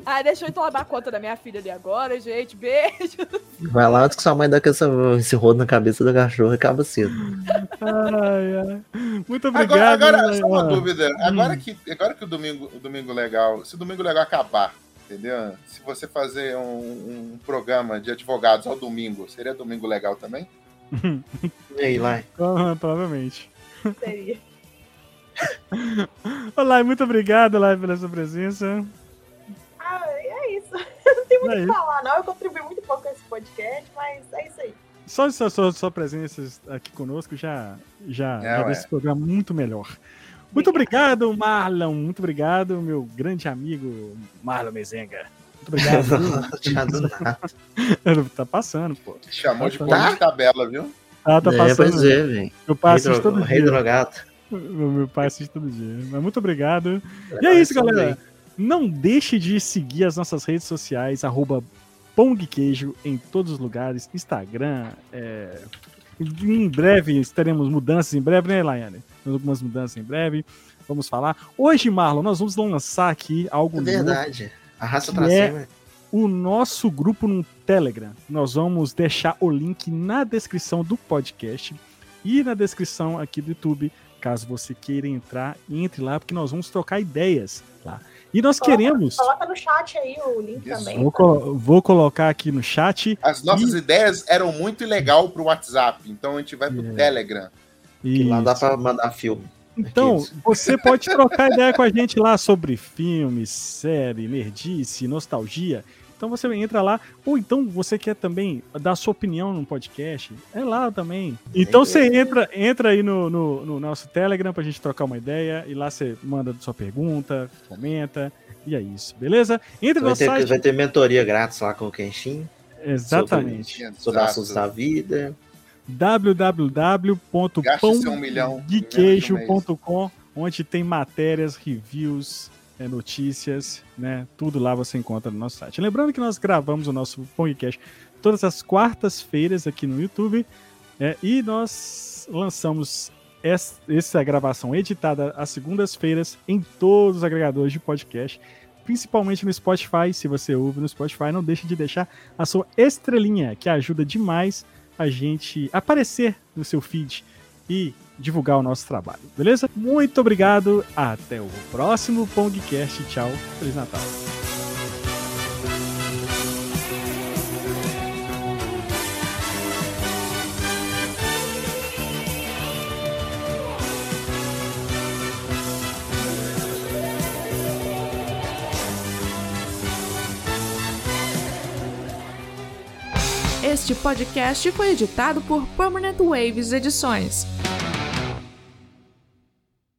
E: Ah, deixa eu tomar conta da minha filha ali agora, gente. Beijo.
C: Vai lá antes que sua mãe dá com essa, esse rodo na cabeça do cachorro e acaba cedo.
A: Ai, ai. Muito obrigado. Hum.
B: Agora, agora
A: meu,
B: só uma
A: ó.
B: dúvida. Agora que, agora que o, domingo, o domingo legal, se o domingo legal acabar, entendeu? Se você fazer um, um programa de advogados ao domingo, seria domingo legal também?
C: E aí, lá?
A: Ah, Provavelmente.
D: Seria.
A: Olá, muito obrigado, Lai, pela sua presença.
D: Ah, é isso. Eu não tenho muito o
A: É
D: que
A: isso.
D: falar, não. Eu contribuí muito pouco com esse podcast, mas é isso aí.
A: Só sua, sua, sua presença aqui conosco já, já,
B: É,
A: já
B: ué.
A: deixa esse programa muito melhor. Muito obrigado, Marlon. Muito obrigado, meu grande amigo Marlon Mezenga. Muito obrigado.
C: Já do nada.
A: tá passando, pô.
B: Chamou de
A: Tá.
B: ponto de tabela, viu?
A: Ah, tá
C: é,
A: passando.
C: pois é, velho.
A: Meu pai assiste todo
C: Rei
A: dia.
C: drogado.
A: Meu meu pai assiste todo dia. Mas muito obrigado. E é isso, galera. Não deixe de seguir as nossas redes sociais, arroba Pão de Queijo em todos os lugares, Instagram. é, Em breve teremos mudanças em breve, né, Laiane? Temos algumas mudanças em breve. Vamos falar. Hoje, Marlon, nós vamos lançar aqui algo
C: É
A: novo
C: verdade. Arrasta pra
A: Que é-
C: cima.
A: o nosso grupo no Telegram. Nós vamos deixar o link na descrição do podcast e na descrição aqui do YouTube. Caso você queira entrar, entre lá, porque nós vamos trocar ideias lá. E nós
D: Coloca-
A: queremos.
D: Coloca no chat aí o link
B: Isso.
D: também.
A: Vou, colo- vou colocar aqui no chat.
B: As nossas ideias eram muito legal pro WhatsApp, então a gente vai pro
A: É.
B: Telegram.
A: E...
C: Que lá dá pra mandar filme.
A: Então,
C: Aqueles.
A: você pode trocar ideia com a gente lá sobre filmes, série, nerdice, nostalgia. Então você entra lá, ou então você quer também dar sua opinião no podcast, é lá também. Então você entra, entra aí no, no, no nosso Telegram pra gente trocar uma ideia, e lá você manda sua pergunta, comenta, e é isso, beleza? Entra no
C: Vai
A: nosso
C: ter,
A: site,
C: vai ter mentoria grátis lá com o Kenshin
A: exatamente,
C: sobre assuntos da vida.
B: Gaste seu um milhão. em menos de um mês.
A: geekqueijo.com, onde tem matérias, reviews, é, notícias, né? Tudo lá você encontra no nosso site. Lembrando que nós gravamos o nosso podcast todas as quartas-feiras aqui no YouTube é, e nós lançamos es- essa gravação editada às segundas-feiras em todos os agregadores de podcast, principalmente no Spotify. Se você ouve no Spotify, não deixe de deixar a sua estrelinha, que ajuda demais a gente aparecer no seu feed e divulgar o nosso trabalho, beleza? Muito obrigado, até o próximo Pongcast, tchau, Feliz Natal.
G: Este podcast foi editado por Permanent Waves Edições.